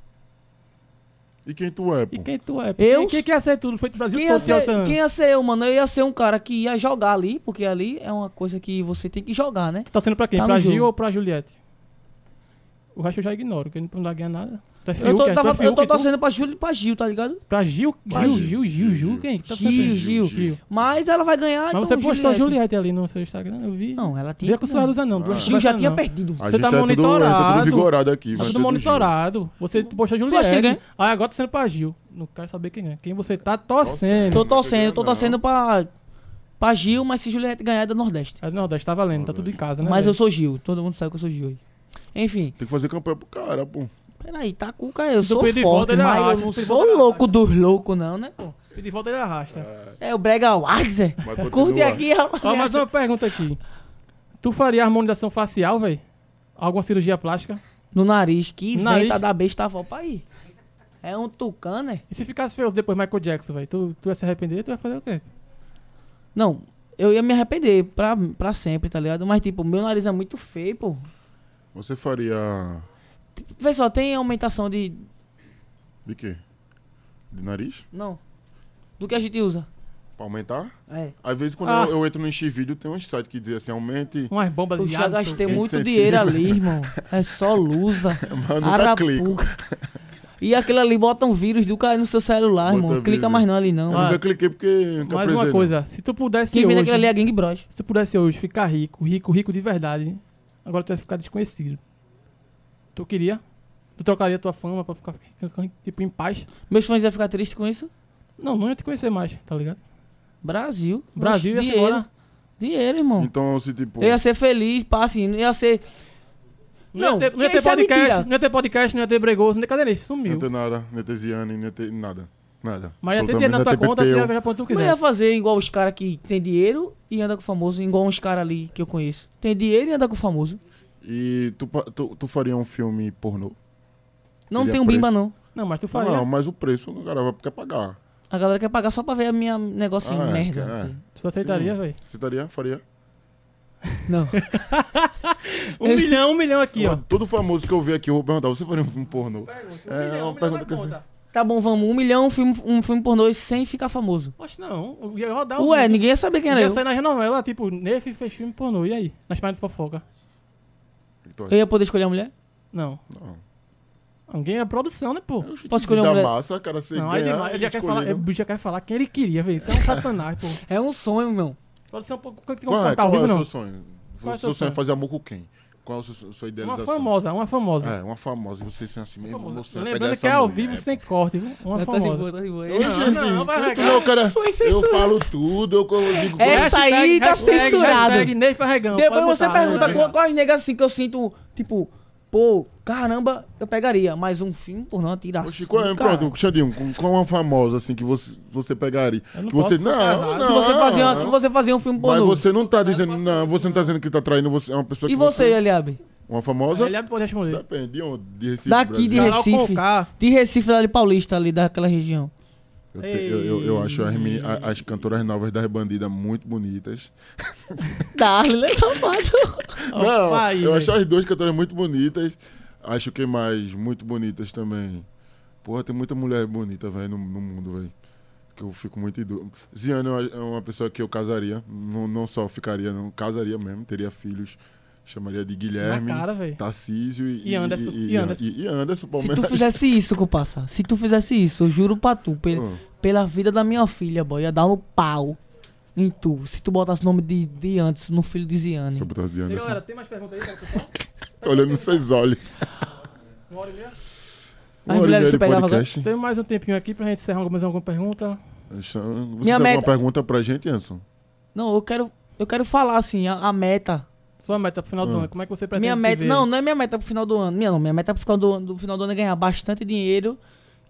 Speaker 1: E quem tu é, pô?
Speaker 2: E quem tu é?
Speaker 3: Eu
Speaker 2: Quem, quem que ia ser tudo? Foi do Brasil
Speaker 3: Quem
Speaker 2: todo,
Speaker 3: ia, ser,
Speaker 2: Celso?
Speaker 3: quem ia ser eu, mano? Eu ia ser um cara que ia jogar ali, porque ali é uma coisa que você tem que jogar, né?
Speaker 2: Tu tá sendo pra quem?
Speaker 3: Tá no
Speaker 2: pra
Speaker 3: jogo.
Speaker 2: Gil ou pra Juliette? O resto eu já ignoro, que não dá ganhar nada. Tu é
Speaker 3: eu
Speaker 2: Fiuk,
Speaker 3: tô,
Speaker 2: é? tu é
Speaker 3: tava- eu
Speaker 2: Fiuk,
Speaker 3: tô
Speaker 2: tu?
Speaker 3: torcendo pra Gil, pra Gil, tá ligado?
Speaker 2: Pra Gil?
Speaker 1: Pra
Speaker 2: Gil,
Speaker 1: Gil.
Speaker 2: Gil, Gil, Gil, quem? Tá
Speaker 3: Gil,
Speaker 2: sendo-
Speaker 3: Gil,
Speaker 2: Gil.
Speaker 3: Mas ela vai ganhar, então
Speaker 2: Mas você postou
Speaker 3: Juliette.
Speaker 2: Juliette ali no seu Instagram, eu vi.
Speaker 3: Não, ela tinha
Speaker 2: Vê
Speaker 3: que
Speaker 2: com o
Speaker 3: ganhar.
Speaker 2: Sueluza não. duas
Speaker 3: Gil já
Speaker 2: conversas
Speaker 3: tinha
Speaker 2: não.
Speaker 3: perdido.
Speaker 1: A
Speaker 2: Você
Speaker 1: gente
Speaker 2: tá
Speaker 1: tudo- a gente tá
Speaker 2: monitorado.
Speaker 1: tudo vigorado aqui.
Speaker 2: Tá
Speaker 1: vai
Speaker 2: tudo
Speaker 1: ser do
Speaker 2: monitorado. Você postou
Speaker 3: acha que
Speaker 2: Juliette.
Speaker 3: ganha?
Speaker 2: Aí agora tá sendo pra Gil. Não quero saber quem é. Quem você tá torcendo.
Speaker 3: Tô
Speaker 1: Não vai
Speaker 3: torcendo, tô
Speaker 1: ganhar, não.
Speaker 3: torcendo pra, pra Gil, mas se Juliette ganhar é da Nordeste.
Speaker 2: Ah, Não, tá valendo, tá tudo em casa, né?
Speaker 3: mas
Speaker 2: velho?
Speaker 3: eu sou Gil, todo mundo sabe que eu sou Gil aí. Enfim,
Speaker 1: Gil. Tem que fazer campanha pro cara, pô.
Speaker 3: peraí, tá cuca, eu
Speaker 2: Se
Speaker 3: sou
Speaker 2: tu pedir
Speaker 3: forte,
Speaker 2: volta, ele
Speaker 3: mas
Speaker 2: arrasta,
Speaker 3: eu não
Speaker 2: se tu
Speaker 3: sou
Speaker 2: pedir volta,
Speaker 3: louco dos loucos não, né, pô?
Speaker 2: E de volta ele arrasta.
Speaker 3: É o Brega Waxer.
Speaker 1: Mas continua.
Speaker 3: Curte aqui,
Speaker 2: Ó, mais
Speaker 3: rapaziada.
Speaker 2: uma pergunta aqui. Tu faria harmonização facial, velho? Alguma cirurgia plástica?
Speaker 3: No nariz, que
Speaker 2: No
Speaker 3: inventa
Speaker 2: nariz?
Speaker 3: da besta avó pra ir. É um tucano, né?
Speaker 2: E se ficasse feio depois Michael Jackson, velho? Tu, tu ia se arrepender? Tu ia fazer o quê?
Speaker 3: Não, eu ia me arrepender pra, pra sempre, tá ligado? Mas, tipo, meu nariz é muito feio, pô.
Speaker 1: Você faria...
Speaker 3: Vê só, tem aumentação de...
Speaker 1: De quê? De nariz?
Speaker 3: Não. Do que a gente usa.
Speaker 1: Pra aumentar?
Speaker 3: É.
Speaker 1: Às vezes quando
Speaker 2: Ah.
Speaker 1: eu, eu entro no X-Vídeo, tem uns sites que dizem assim, aumente...
Speaker 2: Umas bombas
Speaker 3: Eu
Speaker 2: de
Speaker 3: já
Speaker 2: ar, não sei o
Speaker 3: gastei
Speaker 2: quê.
Speaker 1: quem
Speaker 3: muito
Speaker 1: sente.
Speaker 3: dinheiro ali, irmão. É só lusa,
Speaker 1: Mas não dá clique.
Speaker 3: arapuca. E aquele ali bota um vírus do cara no seu celular,
Speaker 1: Bota
Speaker 3: irmão.
Speaker 1: vírus.
Speaker 3: Clica mais não ali,
Speaker 1: Eu
Speaker 3: não.
Speaker 2: Ah.
Speaker 1: nunca cliquei porque... Nunca
Speaker 2: Mais uma
Speaker 1: precisei,
Speaker 2: coisa. Se tu pudesse
Speaker 3: Quem vende
Speaker 2: hoje...
Speaker 3: aquele ali é Gang Bros.
Speaker 2: Se tu pudesse hoje ficar rico, rico, rico de verdade, agora tu ia ficar desconhecido. Tu queria? Tu trocaria tua fama pra ficar, tipo, em paz?
Speaker 3: Meus fãs iam ficar tristes com isso.
Speaker 2: Não, não ia te conhecer mais, tá ligado?
Speaker 3: Brasil.
Speaker 2: Brasil assim ia
Speaker 3: Oxe,
Speaker 2: ser embora.
Speaker 3: Dinheiro,
Speaker 1: não.
Speaker 3: irmão.
Speaker 1: Então, se tipo...
Speaker 3: Eu ia ser feliz, pá, assim, não ia ser.
Speaker 2: Não,
Speaker 3: Não,
Speaker 2: ia ter, não ia ter
Speaker 3: isso é
Speaker 2: podcast,
Speaker 3: mentira.
Speaker 2: não ia ter podcast, não ia ter bregoso, nem cadê ele? Sumiu.
Speaker 1: Não tem nada, nem tem Ziane, nem tem nada. Nada.
Speaker 2: Mas ia
Speaker 1: Absolutamente,
Speaker 2: ter dinheiro na
Speaker 1: não
Speaker 2: tua
Speaker 1: tem
Speaker 2: conta,
Speaker 1: PPU.
Speaker 2: tu ia pra onde tu
Speaker 3: Não ia
Speaker 2: quiser.
Speaker 3: fazer igual os caras que tem dinheiro e anda com o famoso, igual uns caras ali que eu conheço. Tem dinheiro e anda com o famoso.
Speaker 1: E tu, pa- tu, tu faria um filme pornô?
Speaker 3: Não
Speaker 1: Ele é
Speaker 3: tem um bimba,
Speaker 1: preso.
Speaker 3: não.
Speaker 2: Não, mas tu faria.
Speaker 1: Não, mas o preço o cara vai quer pagar.
Speaker 3: A galera quer pagar só pra ver a minha negocinho,
Speaker 1: Ah, é,
Speaker 3: merda.
Speaker 2: Tu aceitaria, velho?
Speaker 1: Você estaria? Faria?
Speaker 3: Não.
Speaker 2: Um milhão, um milhão aqui, ó.
Speaker 1: Todo famoso que eu vi aqui, eu vou perguntar, você faria um pornô? É, é uma pergunta que
Speaker 3: Tá bom, vamos. Um milhão, um filme, um filme pornô e sem ficar famoso.
Speaker 2: Poxa, não. Eu ia rodar o
Speaker 3: Ué,
Speaker 2: vídeo.
Speaker 3: ninguém ia saber quem era
Speaker 2: Tá Ia
Speaker 3: eu.
Speaker 2: sair nas novelas, tipo, Nefe fez filme pornô, e aí? Nas páginas de fofoca.
Speaker 1: que tu
Speaker 3: Eu
Speaker 1: acha?
Speaker 3: ia poder escolher a mulher?
Speaker 2: Não.
Speaker 1: Não.
Speaker 2: Alguém é produção, né, pô?
Speaker 3: Posso escolher uma
Speaker 1: da
Speaker 3: mulher?
Speaker 1: massa, cara, você
Speaker 2: Não, aí
Speaker 1: ganhar,
Speaker 2: demais. Ele já quer
Speaker 1: escolher,
Speaker 2: falar, é
Speaker 1: né?
Speaker 2: o bicho já quer falar quem ele queria, velho. Isso é um satanás, pô.
Speaker 3: É um sonho, meu.
Speaker 2: Produção, pô, como é que tem como
Speaker 1: Qual é,
Speaker 2: contar ao
Speaker 1: qual é
Speaker 2: vivo,
Speaker 1: o
Speaker 2: não?
Speaker 1: seu sonho?
Speaker 2: Qual é o
Speaker 1: o seu
Speaker 2: seu
Speaker 1: sonho é
Speaker 2: sonho?
Speaker 1: fazer amor com quem? Qual é a sua, sua
Speaker 2: Uma
Speaker 1: idealização?
Speaker 2: famosa, uma famosa.
Speaker 1: É, uma famosa. E vocês são assim mesmo.
Speaker 2: Famosa.
Speaker 1: meu sonho é pegar
Speaker 2: Lembrando
Speaker 1: essa
Speaker 2: que é ao
Speaker 1: mulher.
Speaker 2: vivo sem corte, viu? Uma
Speaker 3: Tá de boa,
Speaker 2: famosa.
Speaker 3: tá de boa.
Speaker 1: Ô, gente,
Speaker 2: não, vai
Speaker 1: tu
Speaker 2: arregar.
Speaker 1: não, cara,
Speaker 3: Foi
Speaker 1: eu
Speaker 3: censurado.
Speaker 1: falo tudo, eu digo...
Speaker 3: É,
Speaker 1: coisas-
Speaker 3: Essa aí tá censurada.
Speaker 2: Hashtag Ney Ferregão.
Speaker 3: Depois
Speaker 2: pode
Speaker 3: você
Speaker 2: botar,
Speaker 3: pergunta
Speaker 2: né?
Speaker 3: qual- quais negas assim que eu sinto, tipo, pô, caramba, eu pegaria. Mas um filme por não tirar.
Speaker 1: Oxi, qual é? Pronto, Xandinho, com- qual é uma famosa assim que você, você pegaria?
Speaker 2: Eu não
Speaker 1: que você
Speaker 2: posso ser casado.
Speaker 3: Que você fazia, uma- que você fazia um filme
Speaker 1: Mas
Speaker 3: pornô.
Speaker 1: você não tá dizendo, não, você não tá dizendo que tá traindo você, é uma pessoa
Speaker 3: E
Speaker 1: que
Speaker 3: você, Eliabe?
Speaker 1: Uma famosa?
Speaker 2: Ele é- pode responder.
Speaker 1: Depende de onde, de Recife,
Speaker 3: Daqui de
Speaker 1: Brasil.
Speaker 2: Carol
Speaker 3: Recife.
Speaker 2: Conká.
Speaker 3: De Recife, ali Paulista, ali daquela região.
Speaker 1: Eu, te- eu, eu- eu acho as, meni- a- as cantoras novas das bandidas muito bonitas.
Speaker 3: Darley,
Speaker 2: é
Speaker 3: né, safado?
Speaker 1: não,
Speaker 2: pai,
Speaker 1: eu
Speaker 2: velho.
Speaker 1: acho as duas cantoras muito bonitas. Acho que mais muito bonitas também. Porra, tem muita mulher bonita, velho, no, no mundo, velho. que eu fico muito duro. Ziana é uma- é uma pessoa que eu casaria. Não, não só ficaria, não. Casaria mesmo. Teria filhos. Chamaria de Guilherme.
Speaker 2: Na cara, velho.
Speaker 1: Tarcísio e,
Speaker 2: E Anderson,
Speaker 1: E,
Speaker 2: e Anderson.
Speaker 1: e- e Anderson, pelo
Speaker 3: Se tu
Speaker 1: menos.
Speaker 3: fizesse isso, comparsa, se tu fizesse isso, eu juro pra tu, pe-
Speaker 1: Hum.
Speaker 3: pela vida da minha filha, boy, ia dar um pau em tu. Se tu botasse o nome de, de antes no filho de Ziane.
Speaker 1: Se eu botasse de Anderson.
Speaker 2: Galera, tem mais perguntas aí?
Speaker 1: Tô olhando nos seus olhos.
Speaker 2: Uma hora e meia?
Speaker 1: Uma hora e
Speaker 3: mulheres
Speaker 1: meia
Speaker 3: que
Speaker 1: de
Speaker 3: eu pegava agora-
Speaker 1: podcast.
Speaker 2: Tem mais um tempinho aqui pra gente encerrar mais alguma pergunta.
Speaker 1: Então, Você tem
Speaker 3: Minha
Speaker 1: alguma
Speaker 3: meta-
Speaker 1: pergunta pra gente, Anderson?
Speaker 3: Não, eu quero, eu quero falar assim, a, a meta.
Speaker 2: Sua meta pro final do
Speaker 1: Hum.
Speaker 2: ano, como é que você pretende
Speaker 3: minha
Speaker 2: se
Speaker 3: meta,
Speaker 2: ver?
Speaker 3: não, não é minha meta pro final do ano. Minha, não, minha meta pro final do, do final do ano é ganhar bastante dinheiro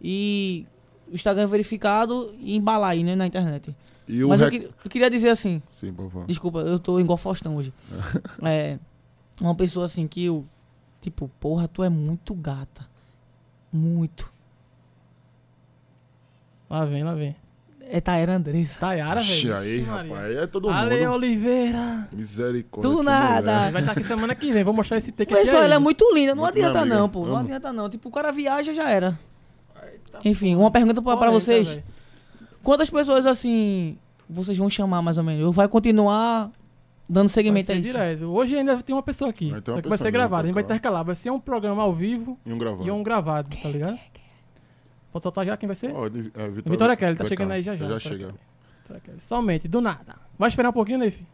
Speaker 3: e o Instagram verificado e embalar aí, né, na internet.
Speaker 1: E o
Speaker 3: Mas eu
Speaker 1: rec-
Speaker 3: que- eu queria dizer assim,
Speaker 1: Sim, por favor.
Speaker 3: Desculpa, eu tô igual Faustão hoje. é. Uma pessoa assim que eu. Tipo, porra, tu é muito gata. Muito.
Speaker 2: Lá vem, lá vem.
Speaker 3: É Tayara Andressa.
Speaker 2: Tayara, velho.
Speaker 1: Ixi, aí,
Speaker 2: Ixi, Maria.
Speaker 1: rapaz, é todo mundo.
Speaker 2: Ale Oliveira.
Speaker 1: Misericórdia.
Speaker 3: Do
Speaker 1: que
Speaker 3: nada.
Speaker 1: mulher.
Speaker 2: Vai estar aqui semana que vem, vou mostrar esse take aqui.
Speaker 3: Pessoal,
Speaker 2: a
Speaker 3: ela é
Speaker 2: ele.
Speaker 3: muito linda. Não
Speaker 1: Muito minha
Speaker 3: adianta
Speaker 1: amiga.
Speaker 3: não, pô. Não
Speaker 1: Amo.
Speaker 3: adianta não. Tipo, o cara viaja já era.
Speaker 2: tá
Speaker 3: Enfim, uma pergunta pra, pra
Speaker 2: Polêmica,
Speaker 3: vocês.
Speaker 2: velho.
Speaker 3: Quantas pessoas assim vocês vão chamar mais ou menos? Eu vai continuar dando
Speaker 2: Vai
Speaker 3: segmento a
Speaker 2: ser
Speaker 3: isso.
Speaker 2: direto. Hoje ainda tem uma pessoa aqui.
Speaker 1: Vai ter
Speaker 2: só
Speaker 1: uma
Speaker 2: que vai
Speaker 1: pessoa,
Speaker 2: ser
Speaker 1: né?
Speaker 2: gravado. A gente vai
Speaker 1: Claro.
Speaker 2: intercalar. Vai ser um programa ao vivo
Speaker 1: E um gravando.
Speaker 2: e um gravado, tá ligado? Pode soltar já quem vai ser?
Speaker 1: Ó, de- é, Vitória,
Speaker 2: Vitória Kelly, tá
Speaker 1: vai
Speaker 2: chegando
Speaker 1: tá.
Speaker 2: aí já já.
Speaker 1: Já
Speaker 2: Vitória
Speaker 1: chega.
Speaker 2: Kelly. Vitória Kelly. Somente, do nada. Vai esperar um pouquinho, Neif?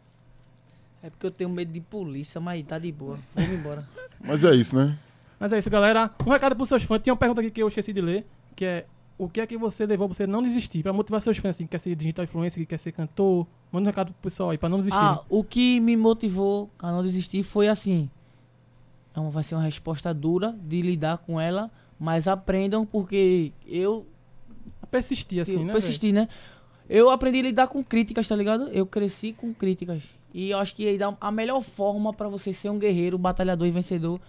Speaker 3: É porque eu tenho medo de polícia, mas tá de boa. Vamos embora.
Speaker 1: Mas é isso, né?
Speaker 2: Mas é isso, galera. Um recado pros seus fãs. Tinha uma pergunta aqui que eu esqueci de ler, que é o que é que você levou pra você não desistir? Pra motivar seus fãs, assim, que quer ser digital influencer, que quer ser cantor. Manda um recado pro pessoal aí, pra não desistir. né?
Speaker 3: Ah, o que me motivou a não desistir foi assim. É uma- vai ser uma resposta dura de lidar com ela, mas aprendam porque eu,
Speaker 2: Persistir, assim,
Speaker 3: eu
Speaker 2: né?
Speaker 3: persisti, né? Eu aprendi a lidar com críticas, tá ligado? Eu cresci com críticas. E eu acho que aí dá a melhor forma pra você ser um guerreiro, batalhador e vencedor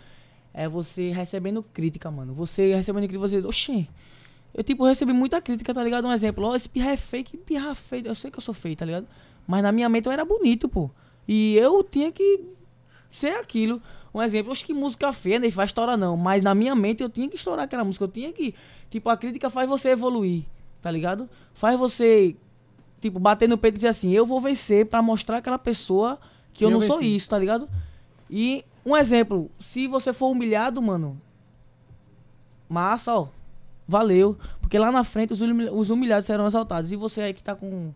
Speaker 3: é você recebendo crítica, mano. Você recebendo crítica, você, oxi. Eu, tipo, recebi muita crítica, tá ligado? Um exemplo, ó, esse pirra é feio, que pirra feio. Eu sei que eu sou feio, tá ligado? Mas na minha mente eu era bonito, pô. E eu tinha que ser aquilo. Um exemplo, acho que música feia nem faz estourar, não. Mas na minha mente eu tinha que estourar aquela música. Eu tinha que. Tipo, a crítica faz você evoluir, tá ligado? Faz você, tipo, bater no peito e dizer assim: eu vou vencer pra mostrar aquela pessoa que eu,
Speaker 2: Que eu
Speaker 3: não sou
Speaker 2: venci.
Speaker 3: isso, tá ligado? E um exemplo, se você for humilhado, mano, massa, ó. Valeu. Porque lá na frente os humilha- os humilhados serão exaltados. E você aí que tá com.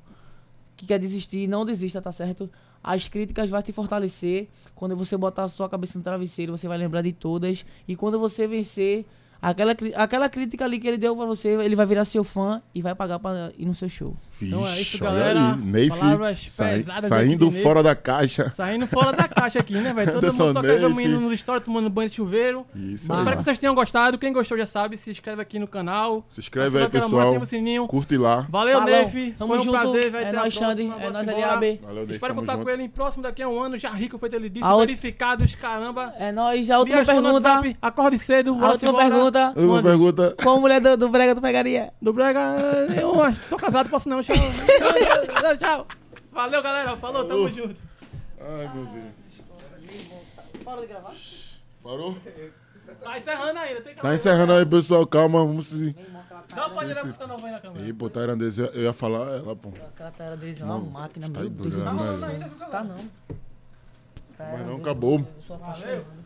Speaker 3: que quer desistir, não desista, tá certo? As críticas vão te fortalecer. Quando você botar a sua cabeça no travesseiro, você vai lembrar de todas. E quando você vencer, aquela, cri- aquela crítica ali que ele deu pra você, ele vai virar seu fã e vai pagar pra ir no seu show.
Speaker 2: Então é isso,
Speaker 1: Ixi, olha
Speaker 2: galera.
Speaker 1: aí, Neif
Speaker 2: Palavras
Speaker 1: sai-
Speaker 2: pesadas aqui
Speaker 1: saindo
Speaker 2: de Neif.
Speaker 1: fora da caixa.
Speaker 2: Saindo fora da caixa aqui, né, velho? Todo
Speaker 1: Anderson
Speaker 2: mundo só caiu
Speaker 1: Neif.
Speaker 2: indo nos stories, tomando banho de chuveiro.
Speaker 1: Isso Ah.
Speaker 2: Espero que
Speaker 1: aí.
Speaker 2: vocês tenham gostado. Quem gostou já sabe, se inscreve aqui no canal.
Speaker 1: Se inscreve
Speaker 2: Ativa
Speaker 1: aí,
Speaker 2: aquela mão,
Speaker 1: pessoal.
Speaker 2: ativa o sininho.
Speaker 1: Curte lá.
Speaker 2: Valeu,
Speaker 3: Falou.
Speaker 2: Neif.
Speaker 3: Tamo
Speaker 2: Foi um
Speaker 3: junto.
Speaker 2: prazer, velho.
Speaker 3: É
Speaker 2: Até a
Speaker 3: nóis, Xande.
Speaker 2: próxima.
Speaker 3: É
Speaker 2: Bora
Speaker 3: nóis,
Speaker 2: embora.
Speaker 3: LAB.
Speaker 1: Valeu, Neif,
Speaker 2: Espero
Speaker 1: tamo
Speaker 2: contar
Speaker 1: junto.
Speaker 2: com ele em próximo daqui a um ano. Já rico, feito ele disse.
Speaker 3: A outra-
Speaker 2: verificados, caramba.
Speaker 3: É nóis. A última
Speaker 2: Bias pelo
Speaker 3: pergunta.
Speaker 2: WhatsApp, acorde cedo,
Speaker 3: A
Speaker 2: bora
Speaker 3: última
Speaker 2: embora.
Speaker 3: pergunta.
Speaker 1: Uma
Speaker 2: Manda.
Speaker 1: pergunta.
Speaker 3: Qual mulher do, do Brega tu pegaria?
Speaker 2: Do Brega, eu ah, acho- tô casado, posso não. Tchau. Tchau, tchau. Valeu, galera. Falou, tamo junto.
Speaker 1: Ai, meu Deus.
Speaker 3: Para de gravar.
Speaker 1: Parou?
Speaker 2: Tá encerrando ainda. Tem que
Speaker 1: Tá encerrando aí, pessoal. Calma, vamos se.
Speaker 2: Dá uma palhinha pro canal aí na câmera.
Speaker 1: Ih, pô, tailandês, eu ia- eu ia falar ela, pô.
Speaker 3: Aquela Tayara deles é uma máquina,
Speaker 1: tá
Speaker 3: meu
Speaker 1: doido,
Speaker 3: Deus do
Speaker 1: né,
Speaker 3: céu.
Speaker 1: velho?
Speaker 3: Tá não. Tayara
Speaker 1: não
Speaker 3: Andressa,
Speaker 1: acabou.
Speaker 3: Eu sou apaixonado.